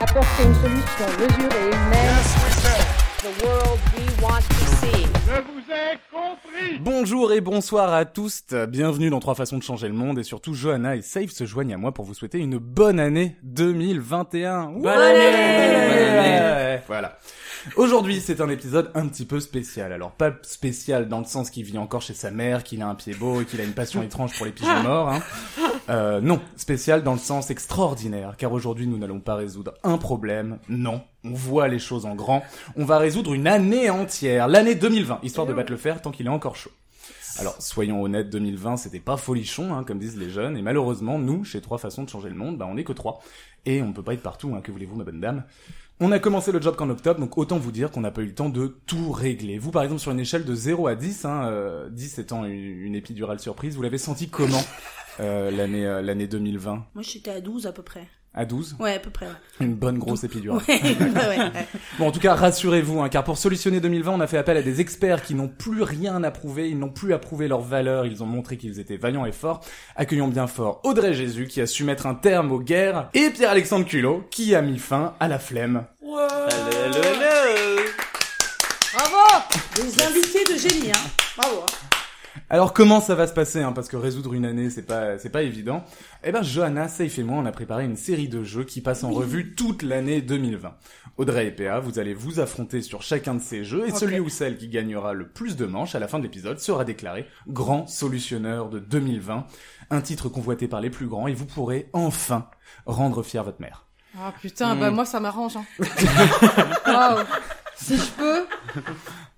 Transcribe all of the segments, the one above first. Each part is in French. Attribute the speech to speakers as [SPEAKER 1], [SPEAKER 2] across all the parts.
[SPEAKER 1] d'apporter une solution mesurée, mais...
[SPEAKER 2] The world we want to see.
[SPEAKER 3] Je vous ai compris
[SPEAKER 4] Bonjour et bonsoir à tous, bienvenue dans Trois façons de changer le monde et surtout Johanna et Safe se joignent à moi pour vous souhaiter une bonne année 2021. Bonne
[SPEAKER 5] année
[SPEAKER 4] Voilà. Aujourd'hui c'est un épisode un petit peu spécial, alors pas spécial dans le sens qu'il vit encore chez sa mère, qu'il a un pied beau et qu'il a une passion étrange pour les pigeons morts, hein. Euh, non, spécial dans le sens extraordinaire, car aujourd'hui nous n'allons pas résoudre un problème, non, on voit les choses en grand, on va résoudre une année entière, l'année 2020, histoire de battre le fer tant qu'il est encore chaud. Alors, soyons honnêtes, 2020, c'était pas folichon, hein, comme disent les jeunes, et malheureusement, nous, chez Trois Façons de Changer le Monde, bah, on est que trois, et on ne peut pas être partout, hein, que voulez-vous, ma bonne dame on a commencé le job qu'en octobre, donc autant vous dire qu'on n'a pas eu le temps de tout régler. Vous, par exemple, sur une échelle de 0 à 10, hein, euh, 10 étant une, une épidurale surprise, vous l'avez senti comment euh, l'année euh, l'année 2020
[SPEAKER 5] Moi, j'étais à 12 à peu près.
[SPEAKER 4] À 12
[SPEAKER 5] Ouais, à peu près. ouais.
[SPEAKER 4] Une bonne grosse épidurale.
[SPEAKER 5] Ouais, ouais, ouais.
[SPEAKER 4] Bon, en tout cas, rassurez-vous, hein, car pour solutionner 2020, on a fait appel à des experts qui n'ont plus rien à prouver, ils n'ont plus à prouver leurs valeurs, ils ont montré qu'ils étaient vaillants et forts. Accueillons bien fort Audrey Jésus, qui a su mettre un terme aux guerres, et Pierre-Alexandre Culot, qui a mis fin à la flemme.
[SPEAKER 5] Des invités de génie, hein. Bravo.
[SPEAKER 4] Alors comment ça va se passer hein, Parce que résoudre une année, c'est pas, c'est pas évident. Eh ben, Johanna, Safe et moi, on a préparé une série de jeux qui passent en revue toute l'année 2020. Audrey et PA, vous allez vous affronter sur chacun de ces jeux et celui ou celle qui gagnera le plus de manches à la fin de l'épisode sera déclaré grand solutionneur de 2020, un titre convoité par les plus grands et vous pourrez enfin rendre fier votre mère.
[SPEAKER 6] Ah putain, bah moi ça m'arrange. Hein. Waouh. Si je peux.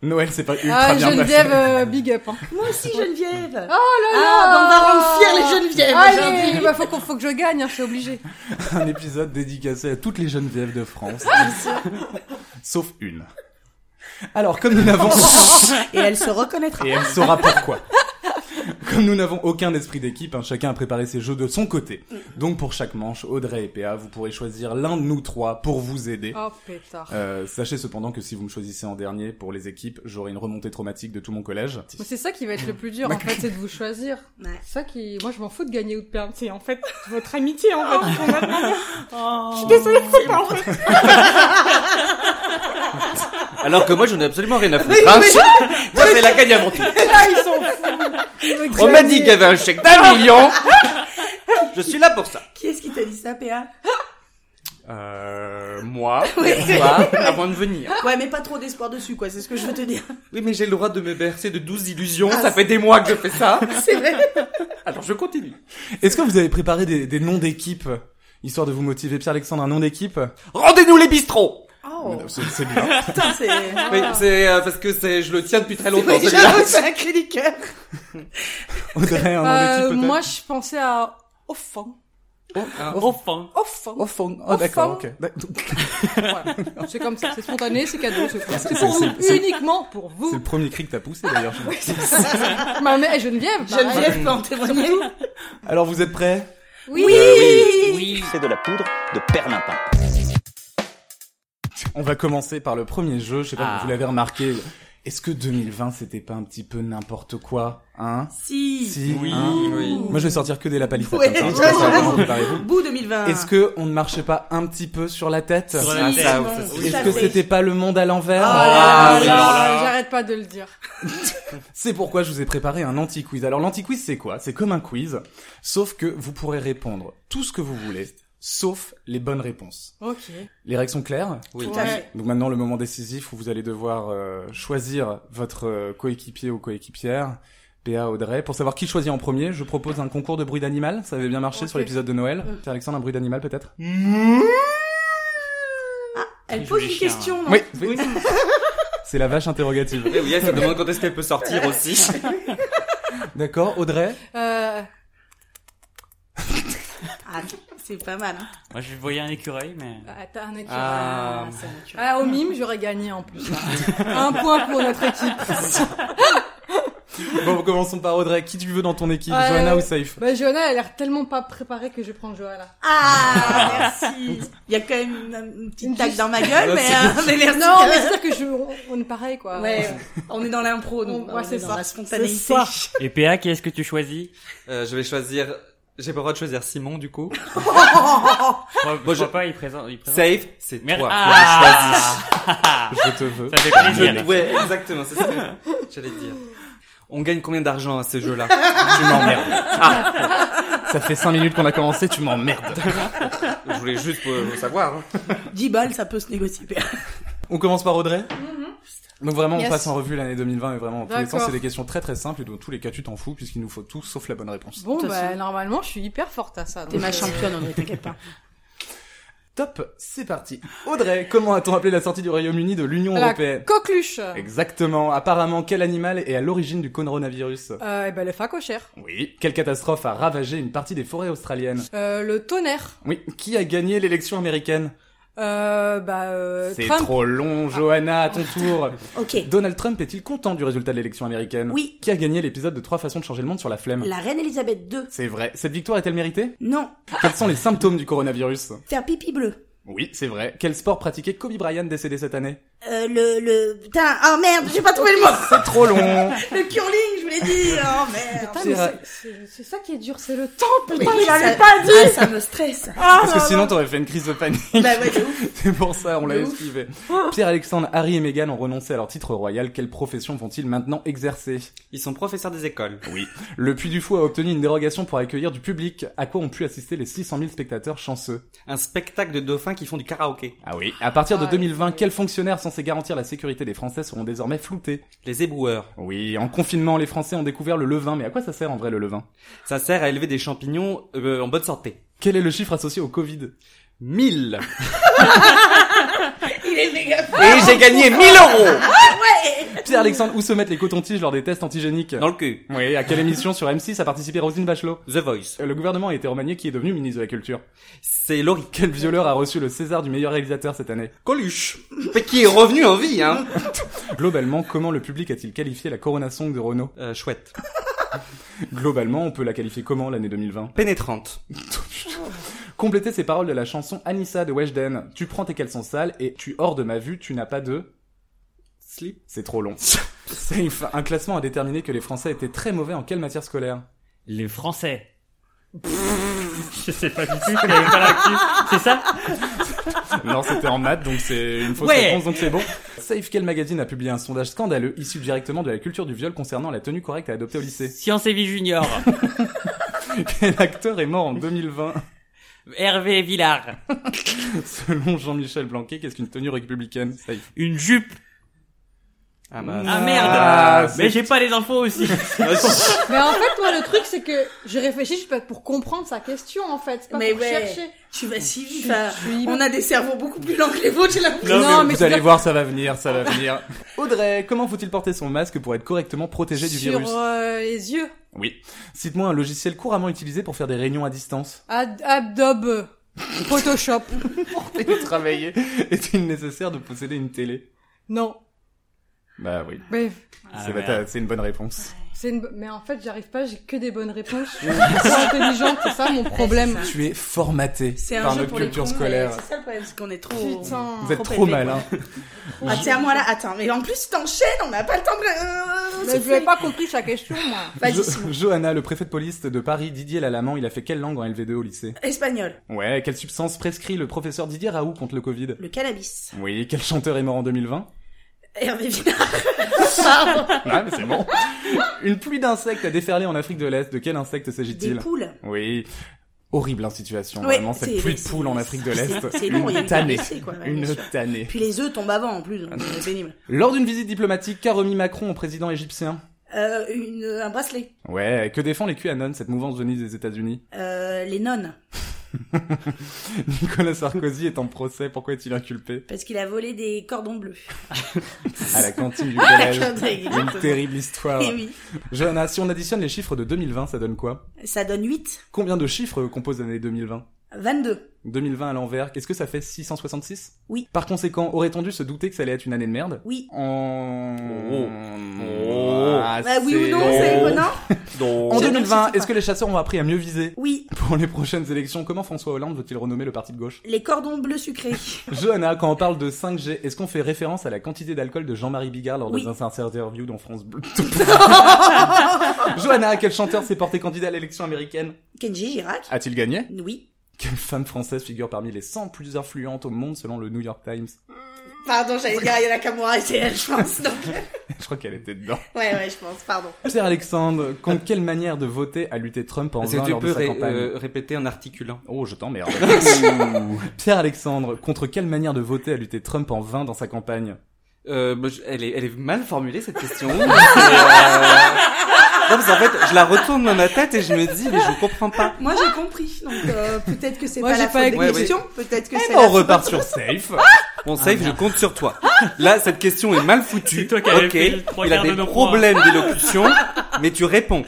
[SPEAKER 4] Noël, c'est pas ultra
[SPEAKER 6] Ah,
[SPEAKER 4] bien passé.
[SPEAKER 6] Geneviève, euh, big up. Hein.
[SPEAKER 5] Moi aussi, Geneviève.
[SPEAKER 6] Ah,
[SPEAKER 5] Ah, bah, on va rendre fiers les Genevièves
[SPEAKER 6] Allez,
[SPEAKER 5] aujourd'hui.
[SPEAKER 6] bah, faut, qu'on- faut que je gagne, hein, je suis obligée.
[SPEAKER 4] un épisode dédicacé à toutes les jeunes veuves de France, sauf une. Alors, comme nous n'avons
[SPEAKER 5] Et elle se reconnaîtra.
[SPEAKER 4] et elle saura pourquoi. Comme nous n'avons aucun esprit d'équipe, hein, chacun a préparé ses jeux de son côté. Donc pour chaque manche, Audrey et PA, vous pourrez choisir l'un de nous trois pour vous aider.
[SPEAKER 6] Oh pétard.
[SPEAKER 4] Euh, sachez cependant que si vous me choisissez en dernier pour les équipes, j'aurai une remontée traumatique de tout mon collège.
[SPEAKER 6] Mais c'est ça qui va être le plus
[SPEAKER 4] Bah,
[SPEAKER 6] dur, en fait, c'est de vous choisir.
[SPEAKER 5] Ouais.
[SPEAKER 6] C'est ça qui... Moi, je m'en fous de gagner ou de perdre. C'est en fait votre amitié, en fait. qu'on va demander. Je suis désolée, c'est pas en fait.
[SPEAKER 7] Alors que moi, j'en ai absolument rien à foutre. Hein, Moi, c'est la gagne avant tout.
[SPEAKER 6] Là, Ah, ils sont fous. Ils me
[SPEAKER 7] On m'a
[SPEAKER 6] craignent.
[SPEAKER 7] dit qu'il y avait un chèque d'un million. Je suis là pour ça.
[SPEAKER 5] Qui est-ce qui t'a dit ça, PA
[SPEAKER 7] Euh, moi,
[SPEAKER 5] Oui.
[SPEAKER 7] toi, avant de venir.
[SPEAKER 5] Ouais, mais pas trop d'espoir dessus, quoi. C'est ce que je veux te dire.
[SPEAKER 7] Oui, mais j'ai le droit de me bercer de 12 illusions. Ah, Ça fait des mois que je fais ça.
[SPEAKER 5] C'est vrai.
[SPEAKER 7] Alors, je continue.
[SPEAKER 4] Est-ce que vous avez préparé des, des noms d'équipes Histoire de vous motiver, Pierre-Alexandre, un nom d'équipe
[SPEAKER 7] Rendez-nous les bistrots.
[SPEAKER 5] Oh,
[SPEAKER 4] C'est c'est bien.
[SPEAKER 5] putain, c'est...
[SPEAKER 7] Oui,
[SPEAKER 6] Ah.
[SPEAKER 7] c'est euh, parce que c'est, je le tiens depuis très longtemps.
[SPEAKER 5] Oui,
[SPEAKER 7] celui-là.
[SPEAKER 5] j'avoue, c'est un cri du cœur.
[SPEAKER 4] Audrey, un nom
[SPEAKER 6] Euh,
[SPEAKER 4] d'équipe peut-être
[SPEAKER 6] moi, je pensais à... Offang.
[SPEAKER 7] Ah, Enfin.
[SPEAKER 6] Offang.
[SPEAKER 4] Oh, fond. Oh, d'accord, ok. D'accord.
[SPEAKER 6] Voilà. C'est comme ça, c'est spontané, c'est cadeau, c'est
[SPEAKER 4] Parce que
[SPEAKER 6] C'est pour
[SPEAKER 4] c'est-
[SPEAKER 6] vous,
[SPEAKER 4] c'est-
[SPEAKER 6] uniquement pour
[SPEAKER 4] C'est le
[SPEAKER 6] vous.
[SPEAKER 4] premier cri que t'as poussé d'ailleurs. je crois.
[SPEAKER 6] Ma mère, Geneviève, pareil.
[SPEAKER 5] Geneviève peut en témoigner.
[SPEAKER 4] Alors vous êtes prêts
[SPEAKER 6] Bah Euh,
[SPEAKER 5] Oui.
[SPEAKER 7] Bah
[SPEAKER 8] Oui, c'est de la poudre de perlimpin.
[SPEAKER 4] On va commencer par le premier jeu. Je sais pas
[SPEAKER 7] Ah.
[SPEAKER 4] si vous l'avez remarqué. Est-ce que 2020 c'était pas un petit peu n'importe quoi, hein
[SPEAKER 5] Si.
[SPEAKER 7] Oui,
[SPEAKER 4] hein
[SPEAKER 7] oui.
[SPEAKER 4] Moi, je vais sortir que des la palissade.
[SPEAKER 5] Ouais, Ah.
[SPEAKER 4] comme ça,
[SPEAKER 5] ouais,
[SPEAKER 4] je vais
[SPEAKER 5] vraiment.
[SPEAKER 4] vous préparer vous.
[SPEAKER 5] Bout 2020.
[SPEAKER 4] Est-ce que on ne marchait pas un petit peu sur la tête
[SPEAKER 7] Sur
[SPEAKER 8] la
[SPEAKER 7] Ah,
[SPEAKER 8] tête.
[SPEAKER 7] ça,
[SPEAKER 5] Bon,
[SPEAKER 7] ça, c'est-
[SPEAKER 5] tout
[SPEAKER 4] Est-ce
[SPEAKER 5] à
[SPEAKER 4] que
[SPEAKER 5] fait.
[SPEAKER 4] c'était pas le monde à l'envers
[SPEAKER 5] Ah,
[SPEAKER 6] Ah,
[SPEAKER 5] oui, alors
[SPEAKER 6] là, J'arrête pas de le dire.
[SPEAKER 4] C'est pourquoi je vous ai préparé un anti-quiz. Alors l'anti-quiz c'est quoi C'est comme un quiz, sauf que vous pourrez répondre tout ce que vous voulez, sauf les bonnes réponses.
[SPEAKER 6] Ok.
[SPEAKER 4] Les règles sont claires
[SPEAKER 7] Oui.
[SPEAKER 5] Tout à fait.
[SPEAKER 4] Donc maintenant, le moment décisif où vous allez devoir euh, choisir votre euh, coéquipier ou coéquipière, PA Audrey, pour savoir qui choisit en premier, je propose un concours de bruit d'animal. Ça avait bien marché sur l'épisode de Noël.
[SPEAKER 9] Mm.
[SPEAKER 4] Pierre-Alexandre, un bruit d'animal peut-être
[SPEAKER 5] Elle pose une
[SPEAKER 7] hein.
[SPEAKER 5] question, non
[SPEAKER 4] Oui, oui. C'est la vache interrogative.
[SPEAKER 7] Eh oui, elle se demande quand est-ce qu'elle peut sortir aussi.
[SPEAKER 4] D'accord, Audrey
[SPEAKER 6] Euh,
[SPEAKER 5] Ah, c'est pas mal. hein.
[SPEAKER 10] Moi, je voyais un écureuil, mais.
[SPEAKER 6] attends, un écureuil.
[SPEAKER 7] Ah.
[SPEAKER 5] c'est naturel.
[SPEAKER 6] Ah, au mime, j'aurais gagné en plus. un point pour notre équipe.
[SPEAKER 4] Bon, commençons par Audrey. Qui tu veux dans ton équipe,
[SPEAKER 6] Ouais.
[SPEAKER 4] Johanna ou Safe
[SPEAKER 6] Bah, Johanna, elle a l'air tellement pas préparée que je vais prendre Johanna.
[SPEAKER 5] Ah, merci. Il y a quand même une, une petite taque dans ma gueule, mais, euh, mais merci.
[SPEAKER 6] Non, mais c'est-à-dire que je, on, on est pareil, quoi.
[SPEAKER 5] Ouais, euh, on est dans l'impro, donc
[SPEAKER 6] Ouais,
[SPEAKER 5] on est
[SPEAKER 6] c'est
[SPEAKER 5] dans
[SPEAKER 6] ça.
[SPEAKER 5] la spontanéité.
[SPEAKER 6] C'est ça.
[SPEAKER 10] Et PA, qui est-ce que tu choisis
[SPEAKER 7] Euh, je vais choisir J'ai pas le droit de choisir Simon du coup.
[SPEAKER 10] Moi, je crois pas, il présente. Il présente.
[SPEAKER 7] Safe, c'est
[SPEAKER 10] Merde.
[SPEAKER 7] toi.
[SPEAKER 10] Ah
[SPEAKER 4] Je te veux.
[SPEAKER 10] Ça fait plaisir.
[SPEAKER 7] Je- Ouais, exactement, c'est ça. que J'allais te dire. On gagne combien d'argent à ces jeux-là
[SPEAKER 4] Tu m'emmerdes. Ah. Ça fait 5 minutes qu'on a commencé, tu m'emmerdes.
[SPEAKER 7] Je voulais juste pour, pour savoir. hein.
[SPEAKER 5] 10 balles, ça peut se négocier.
[SPEAKER 4] On commence par Audrey Donc vraiment,
[SPEAKER 2] Yes.
[SPEAKER 4] on passe en revue l'année 2020 et vraiment, en tous les sens,
[SPEAKER 9] Mm-hmm. D'accord.
[SPEAKER 4] c'est des questions très très simples et dans tous les cas, tu t'en fous puisqu'il nous faut tout sauf la bonne réponse.
[SPEAKER 9] Bon,
[SPEAKER 5] Tout à
[SPEAKER 9] bah,
[SPEAKER 5] fait.
[SPEAKER 9] normalement, je suis hyper forte à ça.
[SPEAKER 5] T'es
[SPEAKER 9] donc,
[SPEAKER 5] ma
[SPEAKER 9] euh,
[SPEAKER 5] championne, Audrey, t'inquiète pas.
[SPEAKER 4] Top, c'est parti. Audrey, comment a-t-on appelé la sortie du Royaume-Uni de l'Union
[SPEAKER 9] La
[SPEAKER 4] Européenne
[SPEAKER 9] coqueluche.
[SPEAKER 4] Exactement. Apparemment, quel animal est à l'origine du coronavirus
[SPEAKER 9] Euh, eh
[SPEAKER 6] bah,
[SPEAKER 9] ben, le facochère.
[SPEAKER 4] Oui. Quelle catastrophe a ravagé une partie des forêts australiennes
[SPEAKER 9] Euh, le tonnerre.
[SPEAKER 4] Oui. Qui a gagné l'élection américaine
[SPEAKER 9] Euh, bah, euh,
[SPEAKER 4] C'est
[SPEAKER 9] Trump.
[SPEAKER 4] trop long, Johanna, à ton tour.
[SPEAKER 5] Ok.
[SPEAKER 4] Donald Trump est-il content du résultat de l'élection américaine
[SPEAKER 5] Oui.
[SPEAKER 4] Qui a gagné l'épisode de 3 façons de changer le monde sur la flemme
[SPEAKER 5] La reine Elisabeth II.
[SPEAKER 4] C'est vrai. Cette victoire est-elle méritée
[SPEAKER 5] Non.
[SPEAKER 4] Quels sont les symptômes du coronavirus
[SPEAKER 5] Faire pipi bleu.
[SPEAKER 4] Oui, c'est vrai. Quel sport pratiquait Kobe Bryant décédé cette année
[SPEAKER 5] Euh, le, le, putain, oh merde, j'ai pas trouvé le mot.
[SPEAKER 4] C'est trop long
[SPEAKER 5] Le curling, je voulais dire. Oh merde.
[SPEAKER 9] Putain,
[SPEAKER 4] C'est
[SPEAKER 9] mais
[SPEAKER 4] vrai.
[SPEAKER 9] c'est- c'est ça qui est dur, c'est le temps,
[SPEAKER 5] Mais
[SPEAKER 9] putain,
[SPEAKER 5] ça-
[SPEAKER 9] il l'avait pas dit
[SPEAKER 5] Ah, ça me stresse.
[SPEAKER 4] Parce que sinon, t'aurais fait une crise de panique.
[SPEAKER 5] Ah. bah ouais, de ouf.
[SPEAKER 4] C'est pour ça, on l'a
[SPEAKER 5] De ouf.
[SPEAKER 4] esquivé. Pierre-Alexandre, Harry et Meghan ont renoncé à leur titre royal. Quelle profession vont-ils maintenant exercer
[SPEAKER 7] Ils sont professeurs des écoles.
[SPEAKER 4] Oui. Le Puy du Fou a obtenu une dérogation pour accueillir du public. À quoi ont pu assister les 600 000 spectateurs chanceux
[SPEAKER 7] Un spectacle de dauphins qui font du karaoké.
[SPEAKER 4] Ah oui. À partir de
[SPEAKER 9] Ah,
[SPEAKER 4] 2020, quels fonctionnaires censés garantir la sécurité des Français seront désormais floutés
[SPEAKER 7] Les éboueurs.
[SPEAKER 4] Oui. En confinement, les Français ont découvert le levain. Mais à quoi ça sert en vrai le levain
[SPEAKER 7] Ça sert à élever des champignons euh, en bonne santé.
[SPEAKER 4] Quel est le chiffre associé au Covid
[SPEAKER 7] 1000
[SPEAKER 5] Il est méga fort.
[SPEAKER 11] Et j'ai gagné 1000 euros
[SPEAKER 5] Ouais.
[SPEAKER 4] Pierre-Alexandre, où se mettent les cotons-tiges lors des tests antigéniques
[SPEAKER 7] dans le cul.
[SPEAKER 4] Oui. À quelle émission sur M6 a participé Rosine Bachelot
[SPEAKER 7] The Voice.
[SPEAKER 4] Euh, Le gouvernement a été remanié. Qui est devenu ministre de la Culture
[SPEAKER 7] C'est Laurie.
[SPEAKER 4] Quel violeur a reçu le César du meilleur réalisateur cette année
[SPEAKER 7] Coluche. Mais qui est revenu en vie, hein.
[SPEAKER 4] Globalement, comment le public a-t-il qualifié la coronation de Renault
[SPEAKER 7] Euh, chouette.
[SPEAKER 4] Globalement, on peut la qualifier comment l'année 2020
[SPEAKER 7] Pénétrante.
[SPEAKER 4] Complétez ces paroles de la chanson Anissa de Weshden. Tu prends tes caleçons sales et tu hors de ma vue, tu n'as pas de...
[SPEAKER 7] Slip.
[SPEAKER 4] C'est trop long. Safe. Un classement a déterminé que les Français étaient très mauvais en quelle matière scolaire
[SPEAKER 10] Les Français. Je sais pas du tout, je connais même pas l'actu. C'est ça
[SPEAKER 4] Non, c'était en maths, donc c'est une fausse
[SPEAKER 10] Ouais.
[SPEAKER 4] réponse, donc c'est bon. Safe, quel magazine a publié un sondage scandaleux issu directement de la culture du viol concernant la tenue correcte à adopter au lycée
[SPEAKER 10] Science et vie junior.
[SPEAKER 4] Quel acteur est mort en 2020
[SPEAKER 10] Hervé Villard.
[SPEAKER 4] Selon Jean-Michel Blanquet, qu'est-ce qu'une tenue républicaine Safe.
[SPEAKER 10] Une jupe.
[SPEAKER 7] Ah, bah.
[SPEAKER 10] Ah merde.
[SPEAKER 4] Ah,
[SPEAKER 10] Mais j'ai pas les infos aussi.
[SPEAKER 9] Mais en fait, moi, le truc, c'est que je réfléchis, je suis pas pour comprendre sa question, en fait. C'est pas
[SPEAKER 5] Mais
[SPEAKER 9] pour
[SPEAKER 5] ouais.
[SPEAKER 9] chercher.
[SPEAKER 5] Tu vas si vite.
[SPEAKER 9] Je
[SPEAKER 5] hein.
[SPEAKER 9] suis-
[SPEAKER 5] On a des cerveaux beaucoup plus lents que les vôtres, j'ai l'impression.
[SPEAKER 10] Non,
[SPEAKER 9] Non, mais
[SPEAKER 4] vous
[SPEAKER 9] c'est
[SPEAKER 4] allez
[SPEAKER 9] pas-
[SPEAKER 4] voir, ça va venir, ça va venir. Audrey, comment faut-il porter son masque pour être correctement protégé du
[SPEAKER 9] sur
[SPEAKER 4] virus
[SPEAKER 9] euh, les yeux.
[SPEAKER 4] Oui. Cite-moi un logiciel couramment utilisé pour faire des réunions à distance.
[SPEAKER 9] Ad- Adobe. Photoshop.
[SPEAKER 4] Travailler. Est-il nécessaire de posséder une télé
[SPEAKER 9] non.
[SPEAKER 4] Bah oui.
[SPEAKER 9] Mais,
[SPEAKER 10] Ah,
[SPEAKER 4] c'est,
[SPEAKER 10] merde.
[SPEAKER 4] bah, c'est une bonne réponse.
[SPEAKER 9] c'est une... mais en fait, j'arrive pas, j'ai que des bonnes réponses. Je suis pas intelligente, c'est ça mon problème.
[SPEAKER 4] Tu es formaté
[SPEAKER 5] C'est
[SPEAKER 4] par
[SPEAKER 5] un jeu
[SPEAKER 4] notre
[SPEAKER 5] pour les
[SPEAKER 4] culture
[SPEAKER 5] cons,
[SPEAKER 4] scolaire.
[SPEAKER 5] mais C'est ça le problème, c'est qu'on est trop.
[SPEAKER 9] Putain.
[SPEAKER 4] Vous êtes
[SPEAKER 5] Trop
[SPEAKER 4] trop
[SPEAKER 5] élevé,
[SPEAKER 4] malin.
[SPEAKER 5] Ah, tiens, moi là, attends, mais en plus, t'enchaînes, on n'a pas le temps de. euh,
[SPEAKER 9] Mais je n'avais pas compris sa question, moi.
[SPEAKER 5] Vas-y,
[SPEAKER 4] Jo-
[SPEAKER 5] Simon.
[SPEAKER 4] Johanna, le préfet de police de Paris, Didier Lallemand, il a fait quelle langue en LV2 au lycée
[SPEAKER 5] Espagnol.
[SPEAKER 4] Ouais, quelle substance prescrit le professeur Didier Raoult contre le Covid
[SPEAKER 5] Le cannabis.
[SPEAKER 4] Oui, quel chanteur est mort en 2020
[SPEAKER 5] Hervé Villard. Pardon.
[SPEAKER 4] Ah, mais c'est bon. Une pluie d'insectes a déferlé en Afrique de l'Est. De quel insecte
[SPEAKER 5] Des
[SPEAKER 4] s'agit-il
[SPEAKER 5] poules.
[SPEAKER 4] Oui. Horrible hein, situation,
[SPEAKER 5] Oui,
[SPEAKER 4] vraiment,
[SPEAKER 5] c'est-
[SPEAKER 4] cette pluie de
[SPEAKER 5] c'est-
[SPEAKER 4] poules en Afrique de l'Est.
[SPEAKER 5] c'est- c'est lourd, il y a
[SPEAKER 4] Une
[SPEAKER 5] eu
[SPEAKER 4] tannée.
[SPEAKER 5] des blessés, quoi, ouais, bien
[SPEAKER 4] Une
[SPEAKER 5] sûr.
[SPEAKER 4] tannée.
[SPEAKER 5] Puis les œufs tombent avant en plus, donc c'est pénible.
[SPEAKER 4] Lors d'une visite diplomatique, qu'a remis Macron au président égyptien
[SPEAKER 5] Euh, une, un bracelet.
[SPEAKER 4] Ouais, que défend les QAnon, cette mouvance venue des États-Unis
[SPEAKER 5] Euh, les nonnes.
[SPEAKER 4] Nicolas Sarkozy est en procès, pourquoi est-il inculpé
[SPEAKER 5] Parce qu'il a volé des cordons bleus.
[SPEAKER 4] À la cantine du
[SPEAKER 5] Ah, la
[SPEAKER 4] collège.
[SPEAKER 5] cantine,
[SPEAKER 4] Une terrible histoire.
[SPEAKER 5] Et oui.
[SPEAKER 4] Johanna, si on additionne les chiffres de 2020, ça donne quoi
[SPEAKER 5] Ça donne 8.
[SPEAKER 4] Combien de chiffres composent l'année 2020
[SPEAKER 5] 22.
[SPEAKER 4] 2020 à l'envers, est-ce que ça fait 666
[SPEAKER 5] Oui.
[SPEAKER 4] Par conséquent, aurait-on dû se douter que ça allait être une année de merde
[SPEAKER 5] Oui.
[SPEAKER 4] En...
[SPEAKER 11] Oh. Oh.
[SPEAKER 4] Ah,
[SPEAKER 5] Bah oui ou non,
[SPEAKER 4] c'est-
[SPEAKER 5] c'est non
[SPEAKER 11] Donc,
[SPEAKER 4] En
[SPEAKER 5] Je ne
[SPEAKER 4] 2020,
[SPEAKER 5] sais
[SPEAKER 4] est-ce que les chasseurs ont appris à mieux viser
[SPEAKER 5] Oui,
[SPEAKER 4] Pour les prochaines élections, comment François Hollande veut-il renommer le parti de gauche
[SPEAKER 5] les cordons bleus sucrés.
[SPEAKER 4] Johanna, quand on parle de 5G, est-ce qu'on fait référence à la quantité d'alcool de Jean-Marie Bigard lors
[SPEAKER 5] Oui.
[SPEAKER 4] de un interview dans France Bleu Johanna, quel chanteur s'est porté candidat à l'élection américaine
[SPEAKER 5] Kenji Girac
[SPEAKER 4] A-t-il gagné
[SPEAKER 5] Oui.
[SPEAKER 4] Quelle femme française figure parmi les 100 plus influentes au monde selon le New York Times
[SPEAKER 5] Pardon, j'allais dire Ayana Kamura et c'est elle, je pense. Donc,
[SPEAKER 4] Je crois qu'elle était dedans.
[SPEAKER 5] ouais, ouais, je pense, pardon.
[SPEAKER 4] Pierre-Alexandre, contre quelle manière de voter a lutté Trump en
[SPEAKER 7] Est-ce que
[SPEAKER 4] vain
[SPEAKER 7] tu
[SPEAKER 4] lors
[SPEAKER 7] peux
[SPEAKER 4] de sa
[SPEAKER 7] ré-
[SPEAKER 4] campagne
[SPEAKER 7] euh, répéter en articulant
[SPEAKER 4] Oh, je t'emmerde. Pierre-Alexandre, contre quelle manière de voter a lutté Trump en vain dans sa campagne
[SPEAKER 7] Euh, moi, je- elle, est, elle est mal formulée cette question. C'est, euh, Non, parce qu'en fait, je la retourne dans ma tête et je me dis, mais je comprends pas.
[SPEAKER 5] Moi, j'ai compris. Donc, euh, peut-être que c'est
[SPEAKER 9] Moi,
[SPEAKER 5] pas
[SPEAKER 9] j'ai
[SPEAKER 5] la
[SPEAKER 9] pas
[SPEAKER 5] faute des
[SPEAKER 7] compris.
[SPEAKER 5] questions. Peut-être que c'est
[SPEAKER 4] On
[SPEAKER 5] la
[SPEAKER 4] repart sur safe.
[SPEAKER 7] Bon, Safe, je compte sur toi. Là, cette question est mal foutue.
[SPEAKER 10] Ah, C'est toi qui avais
[SPEAKER 7] Ok,
[SPEAKER 10] fait le trois
[SPEAKER 7] il a
[SPEAKER 10] quarts de
[SPEAKER 7] des
[SPEAKER 10] nos
[SPEAKER 7] problèmes d'élocution, mais tu réponds.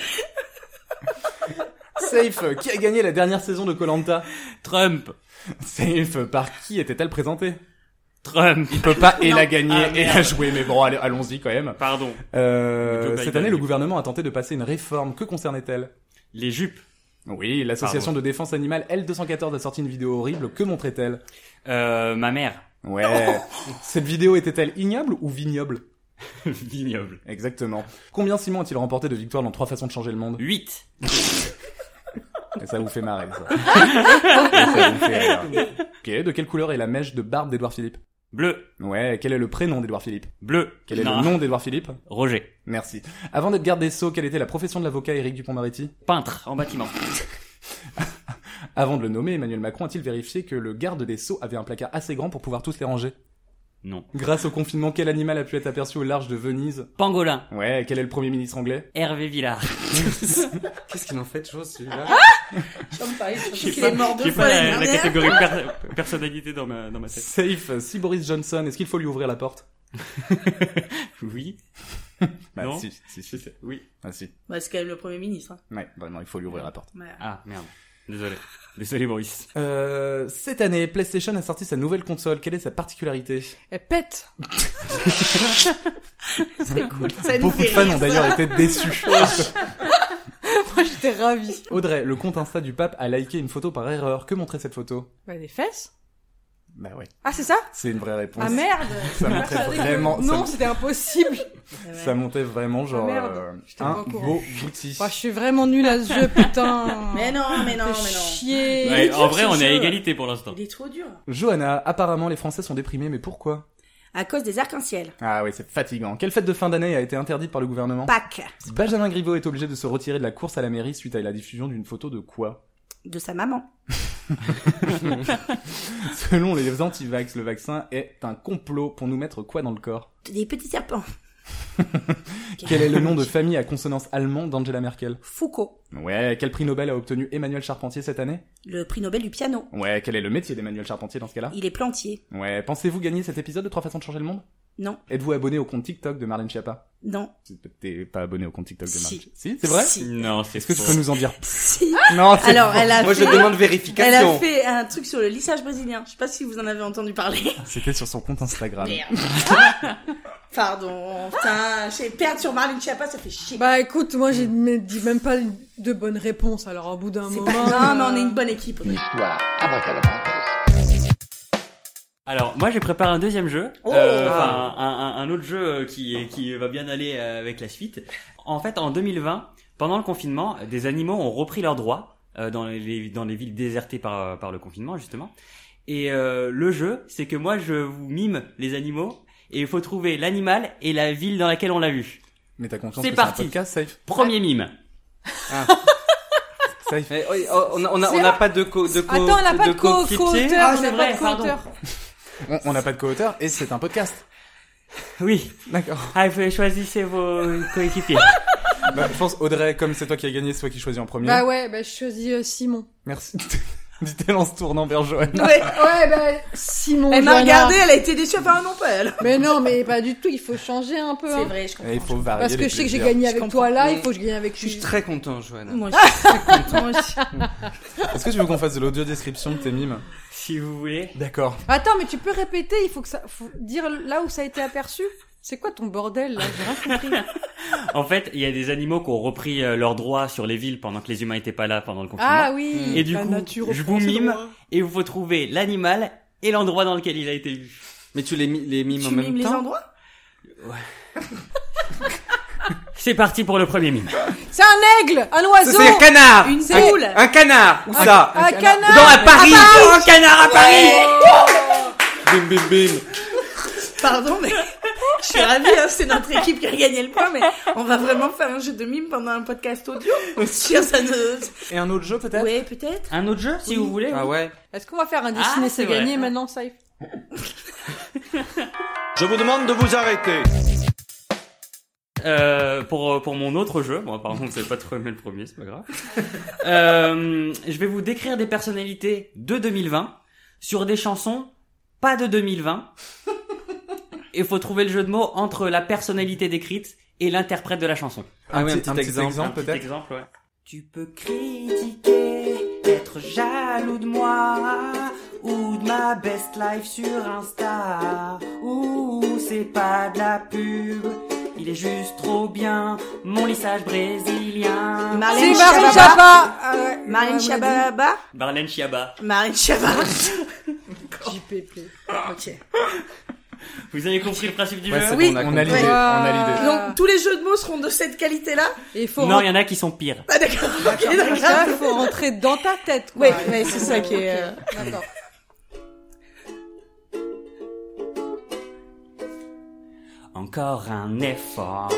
[SPEAKER 4] Safe, qui a gagné la dernière saison de Colanta
[SPEAKER 10] Trump.
[SPEAKER 4] Safe, par qui était-elle présentée
[SPEAKER 10] Trump.
[SPEAKER 4] Il peut pas et la gagner
[SPEAKER 10] Ah,
[SPEAKER 4] et
[SPEAKER 10] merde.
[SPEAKER 4] la jouer, mais bon, allez, allons-y quand même.
[SPEAKER 10] Pardon. Joe
[SPEAKER 4] Euh,
[SPEAKER 10] Biden,
[SPEAKER 4] cette année, le
[SPEAKER 10] du
[SPEAKER 4] gouvernement a tenté de passer une réforme. Que concernait-elle
[SPEAKER 10] Les jupes.
[SPEAKER 4] Oui, l'association de défense animale L214 a sorti une vidéo horrible. Que montrait-elle
[SPEAKER 10] Euh, ma mère.
[SPEAKER 4] Ouais. Cette vidéo était-elle ignoble ou vignoble
[SPEAKER 10] Vignoble.
[SPEAKER 4] Exactement. Combien Simon a-t-il remporté de victoires dans Trois façons de changer le monde
[SPEAKER 10] 8.
[SPEAKER 4] Et ça vous fait marrer, ça. Et ça vous fait rire. ok, de quelle couleur est la mèche de barbe d'Edouard Philippe
[SPEAKER 10] Bleu.
[SPEAKER 4] Ouais, quel est le prénom d'Edouard Philippe
[SPEAKER 10] Bleu.
[SPEAKER 4] Quel est
[SPEAKER 10] Non.
[SPEAKER 4] le nom d'Edouard Philippe
[SPEAKER 10] Roger.
[SPEAKER 4] Merci. Avant d'être garde des Sceaux, quelle était la profession de l'avocat Éric Dupont-Moretti
[SPEAKER 10] Peintre en bâtiment.
[SPEAKER 4] Avant de le nommer, Emmanuel Macron a-t-il vérifié que le garde des Sceaux avait un placard assez grand pour pouvoir tous les ranger
[SPEAKER 10] Non.
[SPEAKER 4] Grâce au confinement, quel animal a pu être aperçu au large de Venise
[SPEAKER 10] Pangolin.
[SPEAKER 4] Ouais, quel est le premier ministre anglais
[SPEAKER 10] Hervé Villard.
[SPEAKER 7] Qu'est-ce qu'il en fait de chose, celui-là
[SPEAKER 5] faute qu'il est mort deux
[SPEAKER 10] j'ai
[SPEAKER 5] fois
[SPEAKER 10] pas
[SPEAKER 5] l'année
[SPEAKER 10] la, la
[SPEAKER 5] dernière.
[SPEAKER 10] catégorie per- personnalité dans ma, dans ma tête.
[SPEAKER 4] Safe, si Boris Johnson, est-ce qu'il faut lui ouvrir la porte
[SPEAKER 10] Oui.
[SPEAKER 4] Bah
[SPEAKER 10] Non.
[SPEAKER 4] si, si, si.
[SPEAKER 10] Oui.
[SPEAKER 4] Ah si.
[SPEAKER 5] Bah, c'est quand même le Premier ministre. Hein.
[SPEAKER 4] Ouais, vraiment, il faut lui ouvrir la porte.
[SPEAKER 5] Ouais.
[SPEAKER 10] Ah, merde. Désolé. Désolé, Boris.
[SPEAKER 4] Euh, cette année, PlayStation a sorti sa nouvelle console. Quelle est sa particularité
[SPEAKER 9] Elle pète.
[SPEAKER 5] C'est cool. Ça nous
[SPEAKER 4] Beaucoup de
[SPEAKER 5] fait
[SPEAKER 4] fans
[SPEAKER 5] rire,
[SPEAKER 4] ont
[SPEAKER 5] ça.
[SPEAKER 4] d'ailleurs été déçus.
[SPEAKER 9] Moi, j'étais ravie.
[SPEAKER 4] Audrey, le compte Insta du pape a liké une photo par erreur. Que montrait cette photo
[SPEAKER 9] Bah, des fesses.
[SPEAKER 4] Bah ouais,
[SPEAKER 9] Ah, c'est ça
[SPEAKER 4] c'est une vraie réponse.
[SPEAKER 9] Ah, merde. Ah,
[SPEAKER 4] Ça montrait vraiment, ça,
[SPEAKER 9] Non, c'était impossible.
[SPEAKER 4] ça montait vraiment genre
[SPEAKER 9] Ah, merde.
[SPEAKER 4] euh,
[SPEAKER 9] J'étais pas
[SPEAKER 4] un
[SPEAKER 9] au courant.
[SPEAKER 4] beau bouti.
[SPEAKER 9] Bah, je suis vraiment nulle à ce jeu, putain.
[SPEAKER 5] Mais non, mais non, mais
[SPEAKER 9] Fais
[SPEAKER 5] non.
[SPEAKER 9] Chier.
[SPEAKER 10] Ouais, en vrai,
[SPEAKER 5] ce
[SPEAKER 10] on est à
[SPEAKER 5] jeu.
[SPEAKER 10] égalité pour l'instant.
[SPEAKER 5] Il est trop dur.
[SPEAKER 4] Johanna, apparemment les Français sont déprimés, mais pourquoi
[SPEAKER 5] À cause des arcs-en-ciel.
[SPEAKER 4] Ah ouais, c'est fatigant. Quelle fête de fin d'année a été interdite par le gouvernement
[SPEAKER 5] Pâques.
[SPEAKER 4] Benjamin Griveaux est obligé de se retirer de la course à la mairie suite à la diffusion d'une photo de quoi
[SPEAKER 5] De sa maman.
[SPEAKER 4] Selon les anti-vax, le vaccin est un complot pour nous mettre quoi dans le corps
[SPEAKER 5] Des petits serpents.
[SPEAKER 4] Quel est le nom de famille à consonance allemande d'Angela Merkel
[SPEAKER 5] Foucault.
[SPEAKER 4] Ouais, quel prix Nobel a obtenu Emmanuel Charpentier cette année
[SPEAKER 5] Le prix Nobel du piano.
[SPEAKER 4] Ouais, quel est le métier d'Emmanuel Charpentier dans ce cas-là
[SPEAKER 5] Il est plantier.
[SPEAKER 4] Ouais, pensez-vous gagner cet épisode de 3 façons de changer le monde
[SPEAKER 5] Non.
[SPEAKER 4] Êtes-vous abonné au compte TikTok de Marlène Schiappa
[SPEAKER 5] Non.
[SPEAKER 4] T'es pas abonné au compte TikTok de
[SPEAKER 5] Si.
[SPEAKER 4] Marlène Schiappa Si, c'est vrai
[SPEAKER 5] Si.
[SPEAKER 10] Non, c'est
[SPEAKER 4] Est-ce que tu
[SPEAKER 10] faux.
[SPEAKER 4] peux nous en dire
[SPEAKER 5] Si.
[SPEAKER 4] Non, c'est
[SPEAKER 5] Alors, elle a
[SPEAKER 7] Ah, Moi,
[SPEAKER 5] fait...
[SPEAKER 7] je demande
[SPEAKER 5] Elle a
[SPEAKER 7] vérification.
[SPEAKER 5] fait un truc sur le lissage brésilien. Je sais pas si vous en avez entendu parler.
[SPEAKER 4] C'était sur son compte Instagram.
[SPEAKER 5] Pardon. Putain, j'ai perdu sur Marlene Chiappa, ça fait chier.
[SPEAKER 9] Bah, écoute, moi, j'ai m- dit même pas de bonnes réponses, alors au bout d'un
[SPEAKER 5] C'est
[SPEAKER 9] moment.
[SPEAKER 5] pas... Non, mais on est
[SPEAKER 9] euh,
[SPEAKER 5] une bonne équipe.
[SPEAKER 10] Alors, moi, j'ai préparé un deuxième jeu.
[SPEAKER 5] Oh
[SPEAKER 10] Euh, enfin, un, un- un autre jeu euh, qui, est- qui va bien aller euh, avec la suite. En fait, en 2020, pendant le confinement, des animaux ont repris leurs droits euh, dans, les, dans les villes désertées par, euh, par le confinement, justement. Et euh, le jeu, c'est que moi, je vous mime les animaux et il faut trouver l'animal et la ville dans laquelle on l'a vu.
[SPEAKER 4] Mais t'as confiance
[SPEAKER 10] C'est
[SPEAKER 4] que c'est un
[SPEAKER 10] parti.
[SPEAKER 4] podcast safe
[SPEAKER 10] Premier mime.
[SPEAKER 4] Safe.
[SPEAKER 7] Mais, oui, oh, on a- on a- on n'a pas de co, de co,
[SPEAKER 9] Attends, on n'a pas de co-
[SPEAKER 7] coéquipier.
[SPEAKER 9] co-auteur.
[SPEAKER 10] Ah,
[SPEAKER 9] on
[SPEAKER 10] c'est
[SPEAKER 9] n'a
[SPEAKER 10] vrai,
[SPEAKER 9] pas de
[SPEAKER 10] pardon.
[SPEAKER 9] co-auteur.
[SPEAKER 4] On- On n'a pas de co-auteur et c'est un podcast.
[SPEAKER 10] Oui.
[SPEAKER 4] D'accord.
[SPEAKER 10] Ah, vous choisissez vos coéquipiers.
[SPEAKER 4] Bah, je pense Audrey, comme c'est toi qui as gagné, c'est toi qui choisis en premier.
[SPEAKER 9] Bah ouais, bah je choisis euh, Simon.
[SPEAKER 4] Merci. Dit-elle en se tournant vers Johanna.
[SPEAKER 5] Ouais. bah,
[SPEAKER 6] Ouais, ben, Simon.
[SPEAKER 5] Elle m'a
[SPEAKER 6] Johanna.
[SPEAKER 5] regardé, elle a été déçue. Enfin, non, pas elle.
[SPEAKER 6] Mais non, mais pas du tout, il faut changer un peu.
[SPEAKER 5] C'est
[SPEAKER 6] hein.
[SPEAKER 5] vrai, je comprends.
[SPEAKER 4] Et Eh, Ah, il faut varier
[SPEAKER 6] Parce que
[SPEAKER 4] les
[SPEAKER 6] je sais que j'ai
[SPEAKER 4] plaisirs.
[SPEAKER 6] gagné
[SPEAKER 5] Je
[SPEAKER 6] avec
[SPEAKER 5] comprends.
[SPEAKER 6] toi là, il
[SPEAKER 5] Mais-
[SPEAKER 6] faut que je gagne avec
[SPEAKER 7] Je suis
[SPEAKER 6] lui.
[SPEAKER 7] très content, Johanna.
[SPEAKER 5] Moi aussi, je suis contente, moi aussi.
[SPEAKER 4] Est-ce que tu veux qu'on fasse de l'audio description de tes mimes
[SPEAKER 10] Si vous voulez.
[SPEAKER 4] D'accord.
[SPEAKER 6] Attends, mais tu peux répéter, il faut que ça, faut dire là où ça a été aperçu. C'est quoi ton bordel là J'ai rien compris.
[SPEAKER 10] En fait, il y a des animaux qui ont repris euh, leurs droits sur les villes pendant que les humains étaient pas là pendant le confinement.
[SPEAKER 6] Ah oui.
[SPEAKER 10] Et du
[SPEAKER 6] la
[SPEAKER 10] coup,
[SPEAKER 6] nature
[SPEAKER 10] je
[SPEAKER 6] reprend
[SPEAKER 10] vous
[SPEAKER 6] ses
[SPEAKER 10] mime
[SPEAKER 6] droits.
[SPEAKER 10] et vous faut trouver l'animal et l'endroit dans lequel il a été vu.
[SPEAKER 7] Mais tu les, mi- les mimes en
[SPEAKER 5] Tu
[SPEAKER 7] même
[SPEAKER 5] mimes les
[SPEAKER 7] temps
[SPEAKER 5] endroits
[SPEAKER 10] C'est parti pour le premier mime.
[SPEAKER 6] C'est un aigle, un
[SPEAKER 7] Ça,
[SPEAKER 6] oiseau,
[SPEAKER 7] c'est un canard
[SPEAKER 5] Une
[SPEAKER 7] Un-
[SPEAKER 5] poule
[SPEAKER 7] Un canard Où ça
[SPEAKER 6] un canard.
[SPEAKER 7] Dans à Paris Un canard à Paris Bim bim bim
[SPEAKER 5] Pardon, mais je suis ravie, hein, c'est notre équipe qui a gagné le point, mais on va vraiment faire un jeu de mime pendant un podcast audio. Je suis sûre, ça ne...
[SPEAKER 4] Et un autre jeu peut-être
[SPEAKER 5] Ouais, peut-être.
[SPEAKER 10] Un autre jeu, si vous voulez.
[SPEAKER 7] Ah ouais
[SPEAKER 6] Est-ce qu'on va faire un
[SPEAKER 10] Ah,
[SPEAKER 6] dessiné
[SPEAKER 10] c'est
[SPEAKER 6] c'est
[SPEAKER 10] vrai.
[SPEAKER 6] gagné maintenant, Saif
[SPEAKER 8] Je vous demande de vous arrêter.
[SPEAKER 10] Euh, pour euh, pour mon autre jeu, bon par contre c'est pas trop aimé le premier, c'est pas grave. Euh, je vais vous décrire des personnalités de 2020 sur des chansons pas de 2020. Et faut trouver le jeu de mots entre la personnalité décrite et l'interprète de la chanson.
[SPEAKER 7] Ah ouais, un petit exemple.
[SPEAKER 10] Un petit
[SPEAKER 4] peut-être
[SPEAKER 10] exemple, ouais. Tu peux critiquer, être jaloux de moi, ou de ma best life sur Insta, ou c'est pas de la pub, il est juste trop bien, mon lissage brésilien.
[SPEAKER 5] Marlène
[SPEAKER 6] C'est Marine
[SPEAKER 5] Schiappa.
[SPEAKER 6] Chapa euh,
[SPEAKER 5] Marlène Chababa.
[SPEAKER 10] Marlène Chiaba.
[SPEAKER 5] Marlène Chababa.
[SPEAKER 6] JPP.
[SPEAKER 5] ok.
[SPEAKER 10] Vous avez compris le principe du
[SPEAKER 4] Ouais,
[SPEAKER 10] jeu
[SPEAKER 4] c'est
[SPEAKER 5] Oui.
[SPEAKER 4] bon, on a l'idée.
[SPEAKER 5] Ouais.
[SPEAKER 4] On a l'idée.
[SPEAKER 5] Donc, tous les jeux de mots seront de cette qualité-là
[SPEAKER 6] Et il faut,
[SPEAKER 10] Non,
[SPEAKER 6] rentrer,
[SPEAKER 10] il y en a qui sont pires.
[SPEAKER 5] Ah, d'accord. Ok, d'accord.
[SPEAKER 6] ça, faut rentrer dans ta tête. Quoi.
[SPEAKER 5] Ouais, ouais, c'est ça qui est, euh,
[SPEAKER 6] Ok, D'accord.
[SPEAKER 10] Encore un effort.